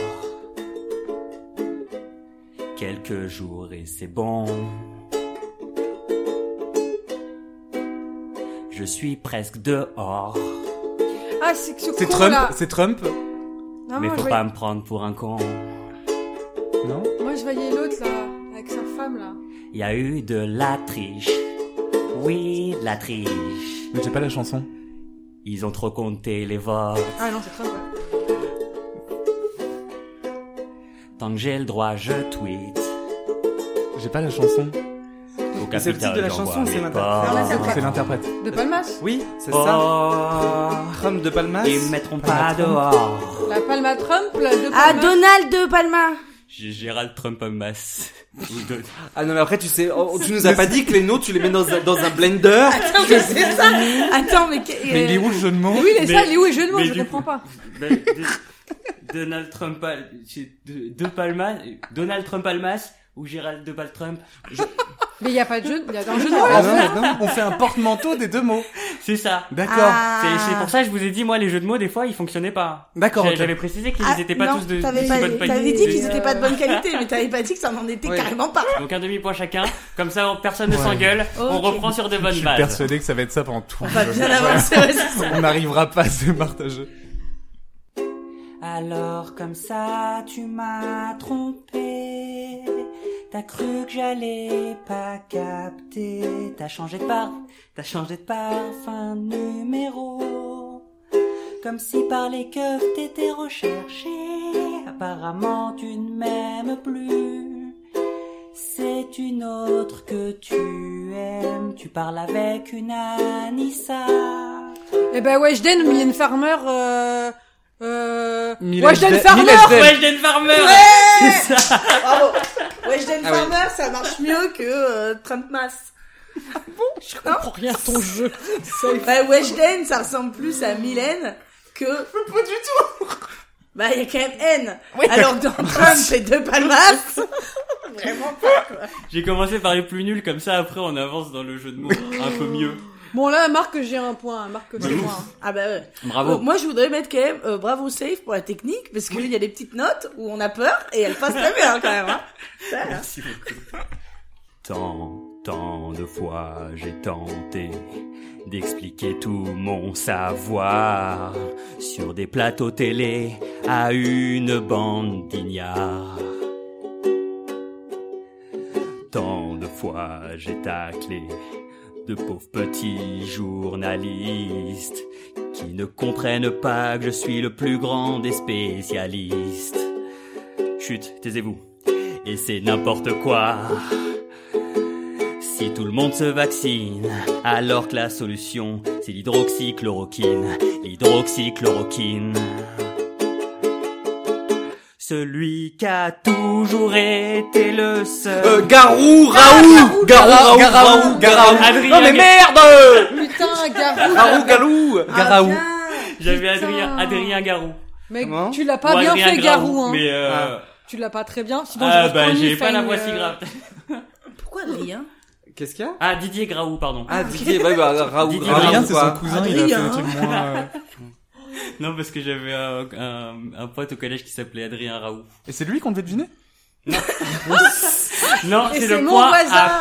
[SPEAKER 10] Quelques jours et c'est bon. Je suis presque dehors.
[SPEAKER 6] Ah, c'est que ce
[SPEAKER 4] C'est
[SPEAKER 6] con,
[SPEAKER 4] Trump,
[SPEAKER 6] là.
[SPEAKER 4] c'est Trump.
[SPEAKER 6] Non,
[SPEAKER 7] Ah,
[SPEAKER 10] mais
[SPEAKER 6] moi,
[SPEAKER 10] faut
[SPEAKER 6] je
[SPEAKER 10] pas me prendre pour un con.
[SPEAKER 4] Non
[SPEAKER 6] voyais- moi, je voyais l'autre là, avec sa femme là.
[SPEAKER 10] Il y a eu de la triche. Oui, de la triche.
[SPEAKER 4] Mais j'ai pas la chanson.
[SPEAKER 10] Ils ont trop compté les votes.
[SPEAKER 6] Ah non, c'est Trump. là.
[SPEAKER 10] Tant que j'ai le droit, je tweet.
[SPEAKER 4] J'ai pas la chanson.
[SPEAKER 10] Au
[SPEAKER 7] Mais c'est le titre de la
[SPEAKER 10] capital,
[SPEAKER 7] chanson,
[SPEAKER 10] j'envoie
[SPEAKER 7] c'est Ah,
[SPEAKER 10] mes
[SPEAKER 7] l'interprète.
[SPEAKER 10] porcs.
[SPEAKER 4] C'est l'interprète.
[SPEAKER 6] De Palmas.
[SPEAKER 7] Oui, c'est ça.
[SPEAKER 10] Porcs.
[SPEAKER 7] Rhum de Palmas
[SPEAKER 10] Ils me mettront pas dehors.
[SPEAKER 6] La Palma Trump, là, de
[SPEAKER 5] Ah,
[SPEAKER 6] Palmas.
[SPEAKER 5] Donald de Palma.
[SPEAKER 10] J'ai Gérald Trump en masse. Ou de-
[SPEAKER 7] Ah non mais après tu sais, oh, tu nous as pas dit que les noms tu les mets dans, un- dans un blender
[SPEAKER 5] Attends, mais c'est ça. Attends, mais... que-
[SPEAKER 4] Mais il est où le jeu de mots
[SPEAKER 6] Oui, les
[SPEAKER 10] Mais-
[SPEAKER 6] ça, les où et jeux de mots,
[SPEAKER 10] mais
[SPEAKER 6] je
[SPEAKER 10] du
[SPEAKER 6] comprends
[SPEAKER 10] coup-
[SPEAKER 6] pas.
[SPEAKER 10] Ben, de- de- Donald Trump, Al- c'est de, de Palma, Donald Trump Almas ou Gérald de Pal Trump. Je-
[SPEAKER 6] Mais il y a pas de jeu, il y a un jeu de mots
[SPEAKER 4] Ah
[SPEAKER 6] là.
[SPEAKER 4] non, non, on fait un porte-manteau des deux mots.
[SPEAKER 10] C'est ça.
[SPEAKER 4] D'accord.
[SPEAKER 5] Ah.
[SPEAKER 10] C'est c'est pour ça que je vous ai dit, moi, les jeux de mots, des fois, ils fonctionnaient pas.
[SPEAKER 4] D'accord.
[SPEAKER 10] J'ai-
[SPEAKER 4] ok.
[SPEAKER 10] J'avais précisé qu'ils
[SPEAKER 5] Ah,
[SPEAKER 10] n'étaient pas
[SPEAKER 5] non,
[SPEAKER 10] tous de, de
[SPEAKER 5] T'avais
[SPEAKER 10] si
[SPEAKER 5] pas-
[SPEAKER 10] bonne
[SPEAKER 5] t'avais
[SPEAKER 10] qualité.
[SPEAKER 5] dit qu'ils étaient pas de bonne qualité, mais t'avais pas dit que ça n'en était
[SPEAKER 7] Ouais.
[SPEAKER 5] carrément pas.
[SPEAKER 10] Donc un demi-point chacun, comme ça personne ne
[SPEAKER 4] Ouais.
[SPEAKER 10] s'engueule, on
[SPEAKER 6] Ok.
[SPEAKER 10] reprend sur de
[SPEAKER 4] Je
[SPEAKER 10] bonnes
[SPEAKER 4] suis
[SPEAKER 10] bases.
[SPEAKER 4] persuadé que ça va être ça pendant tout.
[SPEAKER 5] On
[SPEAKER 4] le
[SPEAKER 5] va
[SPEAKER 4] jeu.
[SPEAKER 5] bien avancer, ouais, c'est ça.
[SPEAKER 4] On n'arrivera pas à se partager.
[SPEAKER 10] Alors comme ça tu m'as trompé, t'as cru que j'allais pas capter, t'as changé de par, t'as changé de parfum de numéro, comme si par les keufs t'étais recherché, apparemment tu ne m'aimes plus. C'est une autre que tu aimes, tu parles avec une Anissa.
[SPEAKER 6] Eh ben, Weshden, Mylène Farmer, euh, euh,
[SPEAKER 4] Mylène
[SPEAKER 6] Weshden
[SPEAKER 4] Farmer.
[SPEAKER 6] Farmer!
[SPEAKER 10] Weshden Farmer C'est ça
[SPEAKER 5] Bravo. Weshden
[SPEAKER 7] Ah ouais.
[SPEAKER 5] Farmer, ça marche mieux que euh, Trump Mass.
[SPEAKER 6] Je comprends rien à ton jeu.
[SPEAKER 5] Bah, Weshden, ça ressemble plus à Mylène que... Pas du tout. Bah, il y a quand même N. Alors, dans Trump et De Palmas. Vraiment pas, quoi.
[SPEAKER 10] J'ai commencé par les plus nuls, comme ça après on avance dans le jeu de mots un peu mieux.
[SPEAKER 6] Bon, là, Marc, j'ai un point. Marc, hein. j'ai un point.
[SPEAKER 5] Ah bah ouais. Euh,
[SPEAKER 10] Bravo.
[SPEAKER 5] moi, je voudrais mettre quand même euh, bravo safe pour la technique, parce qu'il y a des petites notes où on a peur et elles passent très bien quand même. Hein. Ça, là.
[SPEAKER 10] Tant, tant de fois j'ai tenté d'expliquer tout mon savoir sur des plateaux télé à une bande d'ignares. Tant de fois j'ai taclé de pauvres petits journalistes qui ne comprennent pas que je suis le plus grand des spécialistes. Chut, taisez-vous. Et c'est n'importe quoi. Si tout le monde se vaccine, alors que la solution, c'est l'hydroxychloroquine. L'hydroxychloroquine. Celui qui a toujours été le seul.
[SPEAKER 11] Euh, Garou, Raoult Garou, Raoult, Garou, Garaou.
[SPEAKER 10] Adrien
[SPEAKER 11] Non
[SPEAKER 10] Gar-
[SPEAKER 11] mais merde
[SPEAKER 6] Putain, Garou.
[SPEAKER 7] Ah,
[SPEAKER 11] Garou, Galou
[SPEAKER 5] Garaou.
[SPEAKER 10] J'avais
[SPEAKER 6] Putain.
[SPEAKER 10] Adrien, Adrien Garou.
[SPEAKER 6] Mec,
[SPEAKER 7] Comment
[SPEAKER 6] tu l'as pas
[SPEAKER 10] Ou
[SPEAKER 6] bien
[SPEAKER 10] Adrien
[SPEAKER 6] fait,
[SPEAKER 10] Graou,
[SPEAKER 6] Garou. Hein.
[SPEAKER 10] Mais euh...
[SPEAKER 6] Tu l'as pas très bien. Sinon,
[SPEAKER 10] Ah
[SPEAKER 6] j'aurais
[SPEAKER 10] bah
[SPEAKER 6] reconnu,
[SPEAKER 10] j'ai pas la
[SPEAKER 6] Fine,
[SPEAKER 10] voix
[SPEAKER 6] euh,
[SPEAKER 10] si grave.
[SPEAKER 5] Pourquoi Adrien
[SPEAKER 7] Qu'est-ce qu'il y a
[SPEAKER 10] Ah Didier Graou, pardon.
[SPEAKER 7] Ah, Didier, bah, bah, Raoult,
[SPEAKER 10] Didier,
[SPEAKER 7] Raoult,
[SPEAKER 4] Adrien, c'est
[SPEAKER 7] quoi.
[SPEAKER 4] son cousin, il a fait
[SPEAKER 5] Adrien.
[SPEAKER 4] un truc moins... euh,
[SPEAKER 10] Non parce que j'avais euh, un, un pote au collège qui s'appelait Adrien Raoult.
[SPEAKER 4] Et c'est lui qu'on devait deviner
[SPEAKER 10] Non,
[SPEAKER 5] Et c'est
[SPEAKER 10] c'est le
[SPEAKER 5] mon
[SPEAKER 10] point
[SPEAKER 5] voisin.
[SPEAKER 10] à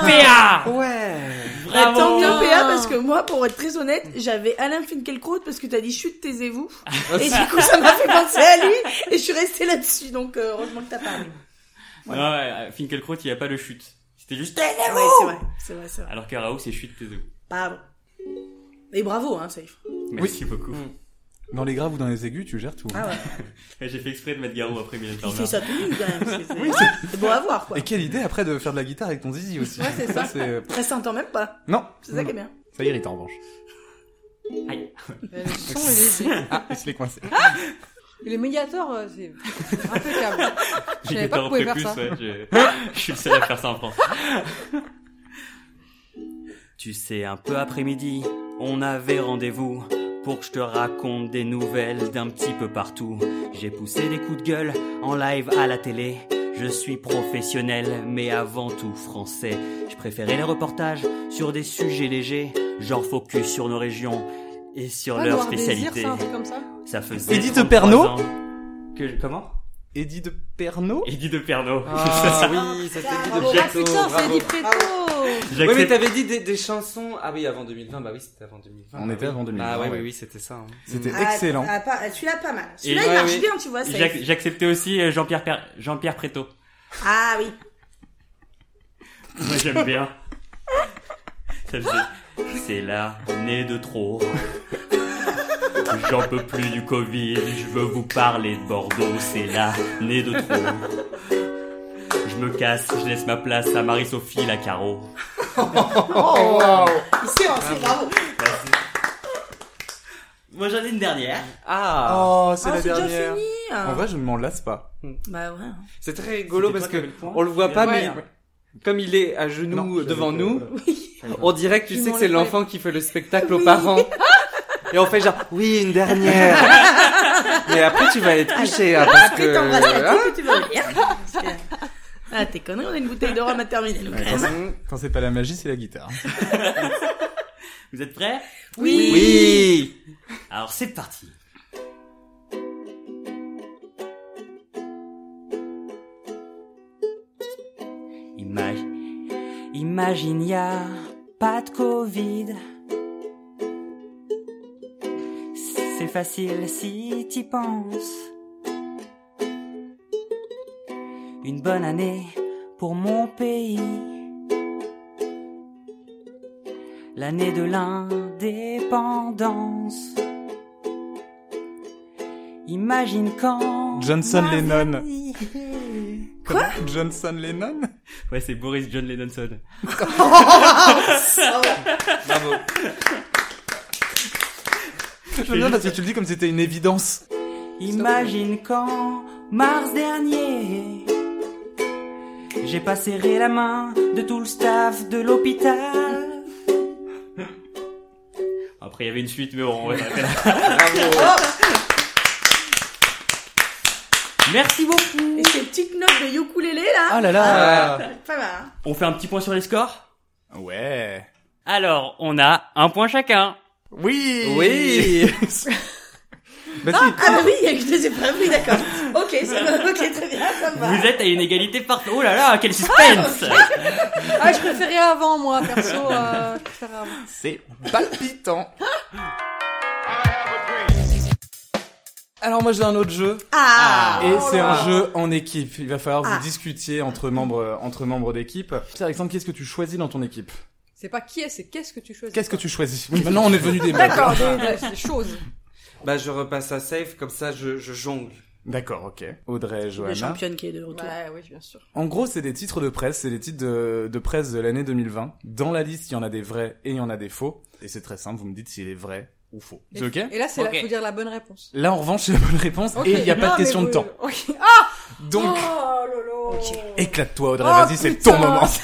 [SPEAKER 10] PA.
[SPEAKER 7] Ouais.
[SPEAKER 10] Bravo.
[SPEAKER 5] Tant mieux PA parce que moi, pour être très honnête, j'avais Alain Finkielkraut parce que t'as dit chute, taisez-vous. et du coup, ça m'a fait penser à lui et je suis restée là-dessus. Donc, euh, heureusement que t'as parlé.
[SPEAKER 10] Ouais, ouais, Finkelkraut, il y a pas le chute. C'était juste.
[SPEAKER 5] Oui, c'est vrai, c'est vrai, c'est vrai.
[SPEAKER 10] Alors que Raoult, c'est chute taisez-vous.
[SPEAKER 5] Pardon. Et bravo, hein, Safe.
[SPEAKER 10] Merci beaucoup.
[SPEAKER 11] Mm.
[SPEAKER 4] Dans les graves ou dans les aigus, tu gères tout.
[SPEAKER 5] Ah ouais.
[SPEAKER 10] J'ai fait exprès de mettre Garou après Mylène
[SPEAKER 5] Il
[SPEAKER 10] Farmer.
[SPEAKER 5] fait ça tout nu, quand même. parce que c'est- C'est bon à voir, quoi.
[SPEAKER 4] Et quelle idée après de faire de la guitare avec ton zizi aussi.
[SPEAKER 5] Ouais, c'est ça.
[SPEAKER 4] c'est- euh,
[SPEAKER 5] Ça s'entend même pas.
[SPEAKER 4] Non.
[SPEAKER 5] C'est ça qui est bien.
[SPEAKER 4] Ça irrite en revanche.
[SPEAKER 10] Aïe.
[SPEAKER 6] Le son est léger.
[SPEAKER 4] Ah, il se l'est coincé.
[SPEAKER 6] Et Les médiateurs, euh, c'est impeccable. Je
[SPEAKER 10] J'ai
[SPEAKER 6] savais
[SPEAKER 10] été
[SPEAKER 6] pas que vous
[SPEAKER 10] repris
[SPEAKER 6] pouviez
[SPEAKER 10] plus,
[SPEAKER 6] faire ça.
[SPEAKER 10] ouais, je... je suis le seul à faire ça en France. tu sais, un peu après-midi, on avait rendez-vous pour que je te raconte des nouvelles d'un petit peu partout. J'ai poussé des coups de gueule en live à la télé. Je suis professionnel, mais avant tout français. Je préférais les reportages sur des sujets légers, genre focus sur nos régions et sur
[SPEAKER 6] Pas
[SPEAKER 10] leurs
[SPEAKER 6] Noir Désir,
[SPEAKER 10] spécialités.
[SPEAKER 6] c'est un truc comme ça.
[SPEAKER 10] Ça faisait.
[SPEAKER 7] Edith
[SPEAKER 10] 33
[SPEAKER 7] Pernaut
[SPEAKER 10] ans que, Comment
[SPEAKER 4] Eddie de Pernod
[SPEAKER 10] Edith de Pernaud.
[SPEAKER 7] Ah oui, ça c'était Guy
[SPEAKER 6] Bravo.
[SPEAKER 7] de
[SPEAKER 6] Ah
[SPEAKER 7] Pietro,
[SPEAKER 6] putain, c'est
[SPEAKER 7] bravo.
[SPEAKER 6] Eddie Preto.
[SPEAKER 7] Oui, mais t'avais dit des, des chansons. Ah oui, avant 2020, bah oui, c'était avant 2020.
[SPEAKER 4] On
[SPEAKER 7] bah
[SPEAKER 4] était
[SPEAKER 7] oui.
[SPEAKER 4] avant 2020,
[SPEAKER 7] Ah oui,
[SPEAKER 4] ouais.
[SPEAKER 7] oui, oui, c'était ça. hein.
[SPEAKER 4] C'était excellent.
[SPEAKER 5] Ah, pas- celui-là, pas mal. Celui-là,
[SPEAKER 10] Et-
[SPEAKER 5] il
[SPEAKER 7] ouais,
[SPEAKER 5] marche
[SPEAKER 7] oui.
[SPEAKER 5] bien,
[SPEAKER 10] Ah,
[SPEAKER 5] tu vois, Safe.
[SPEAKER 10] J'ac- J'acceptais aussi euh, Jean-Pierre Per- Jean-Pierre Préto.
[SPEAKER 5] Ah oui.
[SPEAKER 10] Moi j'aime bien. Ça faisait- C'est l'année de trop. J'en peux plus du Covid, je veux vous parler de Bordeaux, c'est l'année de trop. Je me casse, je laisse ma place à Marie-Sophie Lacaro.
[SPEAKER 5] Il s'est lancé, bravo.
[SPEAKER 10] Merci. Moi j'en ai une dernière.
[SPEAKER 7] Ah,
[SPEAKER 4] Oh, c'est
[SPEAKER 5] Ah,
[SPEAKER 4] la
[SPEAKER 5] c'est déjà
[SPEAKER 4] dernière.
[SPEAKER 5] fini.
[SPEAKER 4] En vrai, je ne m'en lasse pas.
[SPEAKER 5] Bah ouais.
[SPEAKER 7] c'est très rigolo
[SPEAKER 10] C'était
[SPEAKER 7] parce
[SPEAKER 10] toi qui avais
[SPEAKER 7] que
[SPEAKER 10] le point
[SPEAKER 7] on le voit pas, mais
[SPEAKER 6] Ouais.
[SPEAKER 7] comme il est à genoux
[SPEAKER 4] Non,
[SPEAKER 7] devant
[SPEAKER 4] j'avais-
[SPEAKER 7] nous,
[SPEAKER 4] voilà.
[SPEAKER 7] on dirait que tu
[SPEAKER 6] Ils
[SPEAKER 7] sais
[SPEAKER 6] m'ont
[SPEAKER 7] que c'est
[SPEAKER 6] le
[SPEAKER 7] l'enfant qui fait le spectacle aux parents. Et on fait genre, oui, une dernière. mais après, tu vas être couché, hein, parce
[SPEAKER 5] Après, t'embrasses la
[SPEAKER 7] que.
[SPEAKER 5] tête que tu veux. Parce que- Ah, t'es connerie, on a une bouteille de rhum à terminer. nous.
[SPEAKER 4] Ouais, quand- Quand c'est pas la magie, c'est la guitare.
[SPEAKER 10] Vous êtes prêts
[SPEAKER 5] Oui.
[SPEAKER 7] Oui.
[SPEAKER 10] Alors c'est parti. Imagine, imagine y a pas de Covid. C'est facile si t'y penses. Une bonne année pour mon pays. l'année de l'indépendance. Imagine quand.
[SPEAKER 4] Johnson
[SPEAKER 10] ma
[SPEAKER 4] Lennon.
[SPEAKER 10] vie-
[SPEAKER 4] Quoi Johnson Lennon
[SPEAKER 10] Ouais, c'est Boris John Lennonson.
[SPEAKER 7] Bravo.
[SPEAKER 4] J'aime bien parce que tu le dis comme si c'était une évidence.
[SPEAKER 10] Imagine quand, mars dernier, j'ai pas serré la main de tout le staff de l'hôpital. Après, il y avait une suite, mais bon, ouais.
[SPEAKER 7] Bravo.
[SPEAKER 10] Merci beaucoup.
[SPEAKER 5] Et ces petites notes de ukulélé, là.
[SPEAKER 4] Ah là là
[SPEAKER 5] Pas mal. hein.
[SPEAKER 10] On fait un petit point sur les scores
[SPEAKER 4] Ouais
[SPEAKER 10] Alors, on a un point chacun.
[SPEAKER 4] Oui
[SPEAKER 7] Oui.
[SPEAKER 4] Bah si,
[SPEAKER 5] Ah bah oui, il y a que je les ai pas oui, d'accord. Ok, ça va, ok, très bien, ça va.
[SPEAKER 10] Vous êtes à une égalité partout. Oh là là, quel suspense
[SPEAKER 6] Ah, je préférais avant, moi, perso. Euh, je préférais avant.
[SPEAKER 4] c'est palpitant
[SPEAKER 3] I have a dream.
[SPEAKER 4] Alors moi j'ai un autre jeu,
[SPEAKER 5] Ah,
[SPEAKER 4] et c'est
[SPEAKER 5] là.
[SPEAKER 4] un jeu en équipe. Il va falloir
[SPEAKER 5] Ah.
[SPEAKER 4] vous discutier entre membres, entre membres d'équipe. Pierre-Alexandre, qu'est-ce que tu choisis dans ton équipe
[SPEAKER 6] C'est pas qui est, c'est qu'est-ce que tu choisis.
[SPEAKER 4] Qu'est-ce que tu choisis Oui, maintenant on est venu des mecs.
[SPEAKER 6] D'accord, des, des- des choses.
[SPEAKER 7] Bah, je repasse à safe, comme ça, je, je jongle.
[SPEAKER 4] D'accord, ok. Audrey,
[SPEAKER 5] Le
[SPEAKER 4] Johanna.
[SPEAKER 5] championne qui est de retour.
[SPEAKER 6] Ouais, oui, bien sûr.
[SPEAKER 4] En gros, c'est des titres de presse, c'est des titres de, de presse de l'année 2020. Dans la liste, il y en a des vrais et il y en a des faux. Et c'est très simple, vous me dites s'il est vrai ou faux. C'est ok
[SPEAKER 6] Et là, c'est
[SPEAKER 10] Ok.
[SPEAKER 6] la, faut dire la bonne réponse.
[SPEAKER 4] Là, en revanche, c'est la bonne réponse
[SPEAKER 6] Ok.
[SPEAKER 4] et il n'y a pas
[SPEAKER 6] Non,
[SPEAKER 4] de question
[SPEAKER 6] mais
[SPEAKER 4] de
[SPEAKER 6] vous-
[SPEAKER 4] temps.
[SPEAKER 6] ok.
[SPEAKER 4] Donc,
[SPEAKER 6] Oh, lolo.
[SPEAKER 4] éclate-toi, Audrey,
[SPEAKER 6] Oh,
[SPEAKER 4] vas-y, c'est
[SPEAKER 6] putain.
[SPEAKER 4] ton moment.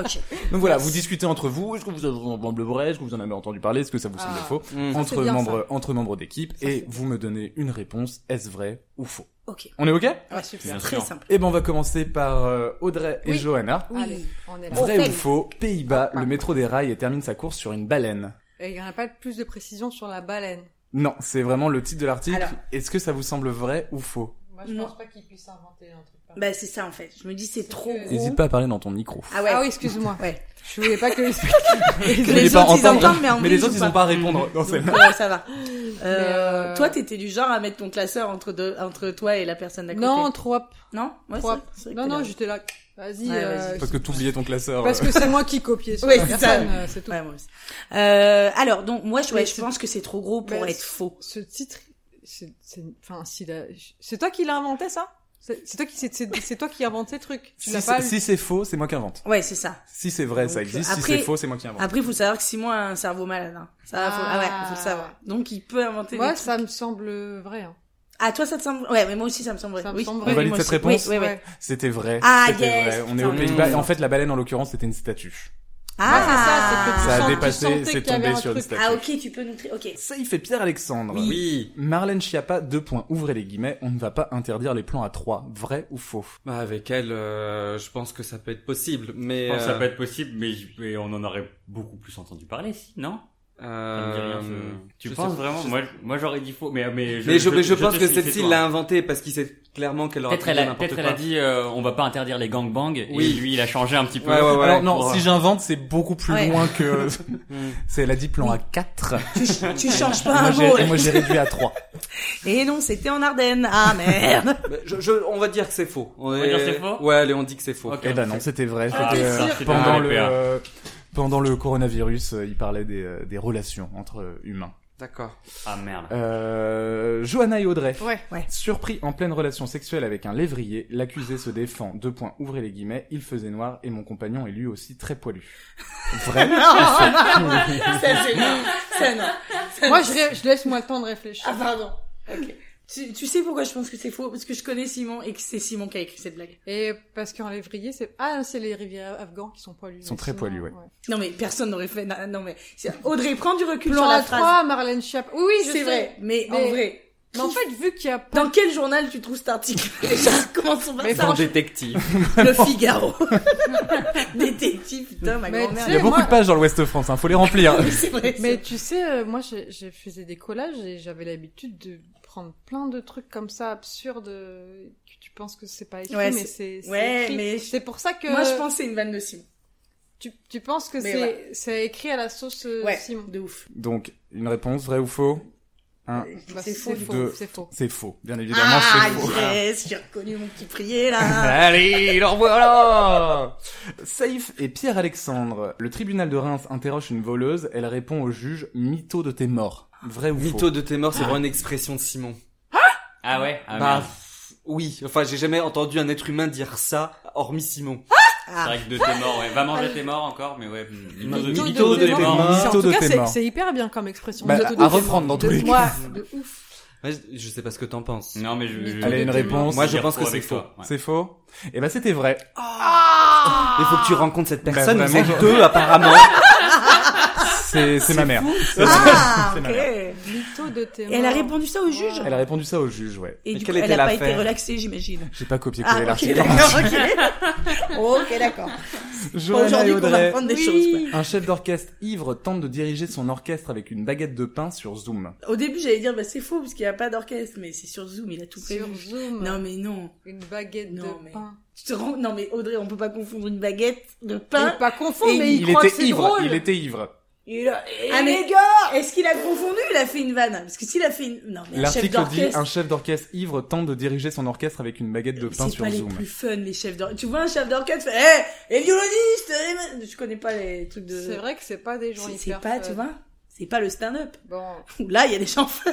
[SPEAKER 5] Ok.
[SPEAKER 4] Donc voilà, vous discutez entre vous, est-ce que vous avez entendu parler, est-ce que vous en avez entendu parler, est-ce que ça vous semble
[SPEAKER 6] Ah.
[SPEAKER 4] faux
[SPEAKER 7] Mm.
[SPEAKER 6] Ça, c'est
[SPEAKER 4] entre,
[SPEAKER 6] bien,
[SPEAKER 4] membres, entre membres d'équipe, et vous me donnez une réponse, est-ce vrai ou faux
[SPEAKER 5] Ok.
[SPEAKER 4] On est ok
[SPEAKER 6] Ah, super.
[SPEAKER 5] Très simple.
[SPEAKER 4] Eh ben, on va commencer par euh, Audrey et
[SPEAKER 6] Oui.
[SPEAKER 4] Johanna.
[SPEAKER 6] Oui, Allez, on est là.
[SPEAKER 4] Vrai ou faux, Pays-Bas, le métro déraille et termine sa course sur une baleine.
[SPEAKER 6] Et il n'y a pas plus de précision sur la baleine.
[SPEAKER 4] Non, c'est vraiment le titre de l'article.
[SPEAKER 5] Alors.
[SPEAKER 4] Est-ce que ça vous semble vrai ou faux
[SPEAKER 6] Moi,
[SPEAKER 5] je pense
[SPEAKER 6] pas qu'ils puissent inventer un truc pareil.
[SPEAKER 5] Bah, c'est ça, en fait. Je me dis, c'est trop
[SPEAKER 6] que-
[SPEAKER 5] gros.
[SPEAKER 4] N'hésite pas à parler dans ton micro.
[SPEAKER 5] Ah ouais.
[SPEAKER 6] Ah oui, excuse-moi.
[SPEAKER 5] Ouais.
[SPEAKER 6] Je voulais pas que les
[SPEAKER 5] Que
[SPEAKER 4] Mais
[SPEAKER 5] les
[SPEAKER 4] pas
[SPEAKER 5] autres, ils
[SPEAKER 4] entendre,
[SPEAKER 5] entendent, mais en
[SPEAKER 4] les
[SPEAKER 5] bouge
[SPEAKER 4] autres, ils
[SPEAKER 5] pas. Mmh.
[SPEAKER 4] ont pas à répondre. Non, c'est-
[SPEAKER 5] Donc, ouais, ça va. Euh,
[SPEAKER 6] euh,
[SPEAKER 5] Toi, t'étais du genre à mettre ton classeur entre deux, entre toi et la personne d'à côté.
[SPEAKER 6] Non, trop.
[SPEAKER 5] non, ouais,
[SPEAKER 6] Trop-
[SPEAKER 5] c'est- c'est vrai que
[SPEAKER 6] Non,
[SPEAKER 5] t'as
[SPEAKER 6] non,
[SPEAKER 5] l'air-
[SPEAKER 6] j'étais là. Vas-y.
[SPEAKER 5] Ouais,
[SPEAKER 6] euh,
[SPEAKER 5] vas-y.
[SPEAKER 4] Parce que t'oubliais ton classeur.
[SPEAKER 6] parce que c'est moi qui copiais.
[SPEAKER 5] Ouais,
[SPEAKER 6] la
[SPEAKER 5] c'est
[SPEAKER 6] personne,
[SPEAKER 5] ça.
[SPEAKER 6] euh, C'est tout.
[SPEAKER 5] Ouais, moi aussi. Euh, alors, donc, moi, je, ouais,
[SPEAKER 6] Mais
[SPEAKER 5] je
[SPEAKER 6] c'est-
[SPEAKER 5] pense que c'est trop gros pour
[SPEAKER 6] Mais
[SPEAKER 5] être faux.
[SPEAKER 6] Ce titre, c'est, c'est- enfin, s'il a- c'est toi qui l'as inventé ça c'est, c'est toi qui, c'est, c'est- c'est toi qui as inventé le truc. Tu
[SPEAKER 4] Si
[SPEAKER 6] l'as pas
[SPEAKER 4] c'est si c'est faux, c'est moi qui invente.
[SPEAKER 5] Ouais, c'est ça.
[SPEAKER 4] Si c'est vrai,
[SPEAKER 5] Donc,
[SPEAKER 4] ça existe. Si
[SPEAKER 5] après- Ah.
[SPEAKER 4] c'est faux, c'est moi qui invente.
[SPEAKER 5] Après, il faut savoir que Simon a un cerveau malade. hein. Ça, faut... ah ouais, faut le savoir. Donc, il peut inventer.
[SPEAKER 6] lu.
[SPEAKER 5] des
[SPEAKER 6] Moi,
[SPEAKER 5] trucs.
[SPEAKER 6] ça me semble vrai. hein.
[SPEAKER 5] Ah, toi, ça te semble. Ouais, mais moi aussi, ça me semble vrai.
[SPEAKER 6] Ça me
[SPEAKER 5] oui.
[SPEAKER 6] semble
[SPEAKER 4] On
[SPEAKER 6] vrai.
[SPEAKER 4] valide
[SPEAKER 6] moi
[SPEAKER 4] cette
[SPEAKER 6] aussi.
[SPEAKER 4] réponse
[SPEAKER 5] Oui, oui, oui.
[SPEAKER 6] Ouais.
[SPEAKER 4] C'était vrai.
[SPEAKER 5] Ah,
[SPEAKER 4] c'était
[SPEAKER 5] yes,
[SPEAKER 4] vrai. On est
[SPEAKER 5] putain.
[SPEAKER 4] aux Pays-Bas. Et En fait, la baleine, en l'occurrence, c'était une statue.
[SPEAKER 6] Ah,
[SPEAKER 5] Ah,
[SPEAKER 6] c'est ça, c'est que tu
[SPEAKER 4] Ça a
[SPEAKER 6] sens- tu
[SPEAKER 4] dépassé,
[SPEAKER 6] sentais
[SPEAKER 4] c'est
[SPEAKER 6] qu'il y avait
[SPEAKER 4] tombé
[SPEAKER 6] un
[SPEAKER 4] sur une
[SPEAKER 6] truc.
[SPEAKER 4] statue.
[SPEAKER 5] Ah, ok, tu peux nous. tri- Ok.
[SPEAKER 4] Safe et Pierre-Alexandre.
[SPEAKER 7] Oui.
[SPEAKER 4] Marlène Schiappa, deux points, ouvrez les guillemets, on ne va pas interdire les plans à trois, vrai ou faux
[SPEAKER 7] Bah, avec elle, euh, je pense que ça peut être possible, mais...
[SPEAKER 10] Je pense que ça
[SPEAKER 7] euh,
[SPEAKER 10] peut être possible, mais, je- mais on en aurait beaucoup plus entendu parler, si, non Ça me dit rien, ce-
[SPEAKER 7] euh,
[SPEAKER 10] Tu
[SPEAKER 7] je
[SPEAKER 10] penses
[SPEAKER 7] sais-
[SPEAKER 10] vraiment
[SPEAKER 7] je-
[SPEAKER 10] Moi, moi j'aurais dit faux, mais, mais
[SPEAKER 7] Mais je, mais je
[SPEAKER 10] te
[SPEAKER 7] pense que
[SPEAKER 10] suis, c'est
[SPEAKER 7] celle-ci
[SPEAKER 10] toi.
[SPEAKER 7] l'a inventée parce qu'il sait clairement qu'elle aura
[SPEAKER 10] Peut-être
[SPEAKER 7] pris
[SPEAKER 10] elle, a-
[SPEAKER 7] n'importe
[SPEAKER 10] peut-être
[SPEAKER 7] quoi.
[SPEAKER 10] elle a dit euh, on va pas interdire les gangbangs
[SPEAKER 7] Oui.
[SPEAKER 10] et lui il a changé un petit peu.
[SPEAKER 7] Ouais, ouais, ouais.
[SPEAKER 4] Alors non,
[SPEAKER 7] pour-
[SPEAKER 4] si j'invente, c'est beaucoup plus
[SPEAKER 5] Ouais.
[SPEAKER 4] loin que...
[SPEAKER 7] Hmm.
[SPEAKER 4] c'est Elle a dit plan à quatre,
[SPEAKER 5] Tu, ch- tu changes pas
[SPEAKER 4] et
[SPEAKER 5] un
[SPEAKER 4] moi,
[SPEAKER 5] mot.
[SPEAKER 4] j'ai- et moi j'ai réduit à trois.
[SPEAKER 5] Et non, c'était en Ardennes. Ah, merde.
[SPEAKER 7] Bah, je, je- on va dire que c'est faux. On,
[SPEAKER 10] va
[SPEAKER 7] est-
[SPEAKER 10] dire que c'est faux
[SPEAKER 7] Ouais, allez, on dit que c'est faux.
[SPEAKER 10] Ok.
[SPEAKER 4] Eh ben non, c'était vrai.
[SPEAKER 10] Ah,
[SPEAKER 4] C'était,
[SPEAKER 10] bien
[SPEAKER 4] euh,
[SPEAKER 10] sûr.
[SPEAKER 4] pendant,
[SPEAKER 10] Ah,
[SPEAKER 4] le,
[SPEAKER 10] les PA.
[SPEAKER 4] euh, pendant le coronavirus, euh, il parlait des, euh, des relations entre euh, humains.
[SPEAKER 7] D'accord.
[SPEAKER 10] Ah merde.
[SPEAKER 4] Euh, Johanna et Audrey.
[SPEAKER 6] Ouais.
[SPEAKER 4] Surpris en pleine relation sexuelle avec un lévrier, l'accusé se défend. Deux points, ouvrez les guillemets, il faisait noir et mon compagnon est lui aussi très poilu. Vrai
[SPEAKER 5] Non, ça, c'est non. Ça, non.
[SPEAKER 6] Moi, je, ré- je laisse moi le temps de réfléchir.
[SPEAKER 5] Ah, pardon. Ok. Tu, tu sais pourquoi je pense que c'est faux Parce que je connais Simon et que c'est Simon qui a écrit cette blague.
[SPEAKER 6] Et parce qu'en lévrier, c'est ah c'est les rivières afghans qui sont poilus.
[SPEAKER 4] sont très poilus, ouais.
[SPEAKER 5] Non mais personne n'aurait fait. Non, non, mais c'est- Audrey, prends du recul
[SPEAKER 6] Plan
[SPEAKER 5] sur la
[SPEAKER 6] à
[SPEAKER 5] phrase.
[SPEAKER 6] 3, Marlène Schiappa. Oui, je
[SPEAKER 5] c'est
[SPEAKER 6] sais.
[SPEAKER 5] vrai, mais, en
[SPEAKER 6] Mais-
[SPEAKER 5] vrai.
[SPEAKER 6] Mais en fait, vu qu'il y a pas
[SPEAKER 5] Dans quel journal tu trouves cet article Déjà, commençons par
[SPEAKER 6] Mais
[SPEAKER 5] ça.
[SPEAKER 7] Sans détective.
[SPEAKER 5] Le Figaro. Détective, putain, ma
[SPEAKER 6] Mais
[SPEAKER 5] grand-mère.
[SPEAKER 4] Il y a
[SPEAKER 6] Et
[SPEAKER 4] beaucoup
[SPEAKER 6] moi-
[SPEAKER 4] de pages dans l'Ouest de France, hein, faut les remplir.
[SPEAKER 5] Oui, c'est vrai.
[SPEAKER 6] Mais tu sais, euh, moi, j'ai j'ai faisais des collages et j'avais l'habitude de prendre plein de trucs comme ça absurdes euh, que tu penses que c'est pas écrit,
[SPEAKER 5] Ouais,
[SPEAKER 6] mais
[SPEAKER 5] c'est-
[SPEAKER 6] c'est c'est
[SPEAKER 5] ouais,
[SPEAKER 6] écrit.
[SPEAKER 5] mais je-
[SPEAKER 6] c'est pour ça que
[SPEAKER 5] Moi, je pense que c'est une vanne de Simon.
[SPEAKER 6] tu, tu penses que
[SPEAKER 5] Mais
[SPEAKER 6] c'est
[SPEAKER 5] ouais.
[SPEAKER 6] c'est écrit à la sauce euh,
[SPEAKER 5] Ouais,
[SPEAKER 6] Simon.
[SPEAKER 5] de ouf.
[SPEAKER 4] Donc, une réponse, vrai ou faux Un,
[SPEAKER 6] Bah,
[SPEAKER 5] c'est faux.
[SPEAKER 4] Deux.
[SPEAKER 6] c'est faux.
[SPEAKER 4] c'est faux. Bien évidemment,
[SPEAKER 5] Ah,
[SPEAKER 4] c'est faux.
[SPEAKER 5] yes, j'ai reconnu mon petit prier, là.
[SPEAKER 4] Allez, leur voilà Safe et Pierre-Alexandre. Le tribunal de Reims interroge une voleuse, elle répond au juge « mytho de tes morts ». Vrai ou faux
[SPEAKER 7] Mytho de tes morts, c'est vraiment une expression de Simon.
[SPEAKER 10] Ah ouais. Ah,
[SPEAKER 7] bah,
[SPEAKER 10] merde.
[SPEAKER 7] pff, oui. Enfin, j'ai jamais entendu un être humain dire ça, hormis Simon.
[SPEAKER 10] C'est vrai que de tes morts, ouais. Va manger tes morts encore, mais ouais. hmm, mytho de-
[SPEAKER 6] Mytho
[SPEAKER 10] mytho
[SPEAKER 6] de tes morts.
[SPEAKER 4] morts.
[SPEAKER 6] C'est- En
[SPEAKER 4] Mytho
[SPEAKER 6] tout
[SPEAKER 4] de
[SPEAKER 6] cas,
[SPEAKER 4] tes
[SPEAKER 6] c'est-
[SPEAKER 4] morts.
[SPEAKER 6] c'est hyper bien comme expression.
[SPEAKER 4] Bah,
[SPEAKER 6] Mytho de
[SPEAKER 4] à
[SPEAKER 6] tes
[SPEAKER 4] reprendre
[SPEAKER 6] morts.
[SPEAKER 4] dans tous
[SPEAKER 6] De-
[SPEAKER 4] les cas.
[SPEAKER 6] moi, de ouf.
[SPEAKER 7] Ouais, je- je sais pas ce que t'en penses.
[SPEAKER 10] Non mais je. je-
[SPEAKER 4] Allez, une réponse.
[SPEAKER 7] Moi, je
[SPEAKER 10] Dire
[SPEAKER 7] pense
[SPEAKER 10] faux
[SPEAKER 7] que c'est
[SPEAKER 10] avec
[SPEAKER 7] faux.
[SPEAKER 10] toi, ouais.
[SPEAKER 4] C'est faux Eh ben, c'était vrai.
[SPEAKER 5] Oh.
[SPEAKER 7] Il faut que tu rencontres cette
[SPEAKER 4] Bah,
[SPEAKER 7] personne.
[SPEAKER 4] vraiment,
[SPEAKER 7] vous êtes
[SPEAKER 4] je-
[SPEAKER 7] deux, apparemment.
[SPEAKER 4] C'est c'est ma mère. C'est ma mère.
[SPEAKER 5] Ah,
[SPEAKER 4] C'est
[SPEAKER 5] ok.
[SPEAKER 4] ma mère.
[SPEAKER 5] Et
[SPEAKER 6] Mytho de tes morts.
[SPEAKER 5] elle a répondu ça au juge
[SPEAKER 4] Elle a répondu ça au juge, ouais.
[SPEAKER 5] Et
[SPEAKER 7] Mais
[SPEAKER 5] du coup,
[SPEAKER 7] quelle
[SPEAKER 5] elle
[SPEAKER 7] était
[SPEAKER 5] a pas
[SPEAKER 7] l'affaire
[SPEAKER 5] été relaxée, j'imagine.
[SPEAKER 4] J'ai pas copié-collé
[SPEAKER 5] Ah, ok,
[SPEAKER 4] l'article.
[SPEAKER 5] d'accord, ok. ok, d'accord.
[SPEAKER 4] Johanna
[SPEAKER 5] Aujourd'hui,
[SPEAKER 4] et
[SPEAKER 5] qu'on va
[SPEAKER 4] Audrey.
[SPEAKER 5] apprendre des choses. quoi.
[SPEAKER 4] Un chef d'orchestre ivre tente de diriger son orchestre avec une baguette de pain sur Zoom.
[SPEAKER 5] Au début, j'allais dire, bah, c'est faux, parce qu'il n'y a pas d'orchestre, mais c'est sur Zoom, il a tout
[SPEAKER 6] Sur
[SPEAKER 5] prévu.
[SPEAKER 6] Zoom,
[SPEAKER 5] Non, mais non.
[SPEAKER 6] une baguette
[SPEAKER 5] Non,
[SPEAKER 6] de
[SPEAKER 5] mais-
[SPEAKER 6] pain.
[SPEAKER 5] Tu te rends, non, mais Audrey, on peut pas confondre une baguette de
[SPEAKER 6] Pas,
[SPEAKER 5] pain.
[SPEAKER 6] pas confondre,
[SPEAKER 5] Et
[SPEAKER 6] mais il,
[SPEAKER 4] il
[SPEAKER 6] croit que
[SPEAKER 4] était
[SPEAKER 6] c'est
[SPEAKER 4] ivre.
[SPEAKER 6] drôle.
[SPEAKER 4] Il était ivre.
[SPEAKER 5] Il a-
[SPEAKER 2] Ah, mais-
[SPEAKER 5] les gars Est-ce qu'il a confondu ou il a fait une vanne Parce que s'il a fait une... Non, mais un chef
[SPEAKER 4] L'article dit
[SPEAKER 5] d'orchestre...
[SPEAKER 4] un chef d'orchestre ivre tente de diriger son orchestre avec une baguette de pain
[SPEAKER 5] C'est
[SPEAKER 4] sur
[SPEAKER 5] pas les
[SPEAKER 4] Zoom.
[SPEAKER 5] plus fun, les chefs d'orchestre. Tu vois un chef d'orchestre, tu fais « Hé, les violonistes eh, ma- Je connais pas les trucs de...
[SPEAKER 6] C'est vrai que c'est pas des gens
[SPEAKER 5] C'est-
[SPEAKER 6] hyper.
[SPEAKER 5] C'est pas, tu
[SPEAKER 6] fun.
[SPEAKER 5] vois C'est pas le stand-up.
[SPEAKER 6] Bon,
[SPEAKER 5] Ouh, Là, il y a des gens fun.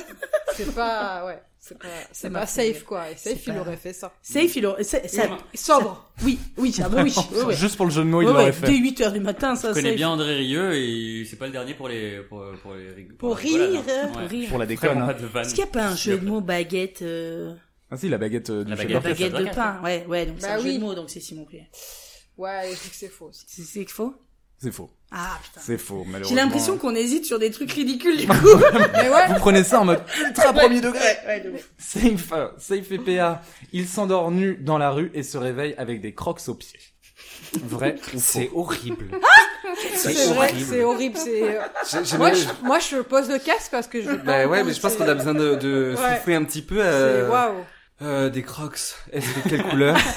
[SPEAKER 6] c'est pas. Ouais. C'est pas, c'est
[SPEAKER 5] m'a
[SPEAKER 6] pas
[SPEAKER 5] fait
[SPEAKER 6] safe, quoi. Et safe,
[SPEAKER 5] C'est
[SPEAKER 6] il
[SPEAKER 5] pas-
[SPEAKER 6] aurait fait ça.
[SPEAKER 5] Safe, il aurait... c'est- ça-
[SPEAKER 6] Sobre.
[SPEAKER 5] Oui, oui, ah bah oui. oui, oui.
[SPEAKER 4] Juste pour le jeu de mots, il
[SPEAKER 5] Ouais,
[SPEAKER 4] l'aurait
[SPEAKER 5] ouais,
[SPEAKER 4] fait.
[SPEAKER 5] Dès 8h du matin, ça,
[SPEAKER 10] Je connais
[SPEAKER 5] safe.
[SPEAKER 10] bien André Rieu et c'est pas le dernier pour les pour pour les rig-
[SPEAKER 5] Pour
[SPEAKER 10] la rigolade,
[SPEAKER 5] rire,
[SPEAKER 10] hein.
[SPEAKER 5] pour
[SPEAKER 10] Ouais.
[SPEAKER 5] rire.
[SPEAKER 4] Pour la déconne.
[SPEAKER 10] Vraiment pas
[SPEAKER 4] Hein.
[SPEAKER 10] de vanne.
[SPEAKER 5] Est-ce qu'il n'y a pas un jeu de mots baguette, euh,
[SPEAKER 4] Ah si, la baguette euh, du
[SPEAKER 10] La
[SPEAKER 4] chef
[SPEAKER 10] baguette.
[SPEAKER 4] d'orchestre.
[SPEAKER 5] baguette de
[SPEAKER 10] baguette.
[SPEAKER 5] pain Ouais, ouais, donc c'est
[SPEAKER 6] Bah
[SPEAKER 5] un jeu
[SPEAKER 6] oui.
[SPEAKER 5] de mots, donc c'est Simon Cluet.
[SPEAKER 6] Ouais, je dis que c'est faux aussi.
[SPEAKER 5] C'est c'est faux
[SPEAKER 4] C'est faux.
[SPEAKER 5] Ah, putain.
[SPEAKER 4] C'est faux, malheureusement.
[SPEAKER 5] J'ai l'impression qu'on hésite sur des trucs ridicules, du coup.
[SPEAKER 6] Mais ouais,
[SPEAKER 4] Vous prenez ça en mode ultra premier degré.
[SPEAKER 5] ouais, ouais, de ouf.
[SPEAKER 4] Safe, euh, safe et PA. Il s'endort nu dans la rue et se réveille avec des crocs aux pieds. Vrai ou faux
[SPEAKER 7] C'est horrible.
[SPEAKER 6] c'est vrai que c'est horrible. C'est... euh,
[SPEAKER 7] J'ai- j'ai
[SPEAKER 6] Moi,
[SPEAKER 7] mal-
[SPEAKER 6] je, moi, je pose le casque parce que je. veux pas
[SPEAKER 7] Bah ouais,
[SPEAKER 6] entendre
[SPEAKER 7] mais je pense
[SPEAKER 6] ces-
[SPEAKER 7] qu'on a besoin de, de
[SPEAKER 6] Ouais.
[SPEAKER 7] souffler un petit peu.
[SPEAKER 6] C'est
[SPEAKER 7] Euh,
[SPEAKER 6] waouh.
[SPEAKER 7] euh, des crocs. Est-ce de quelle couleur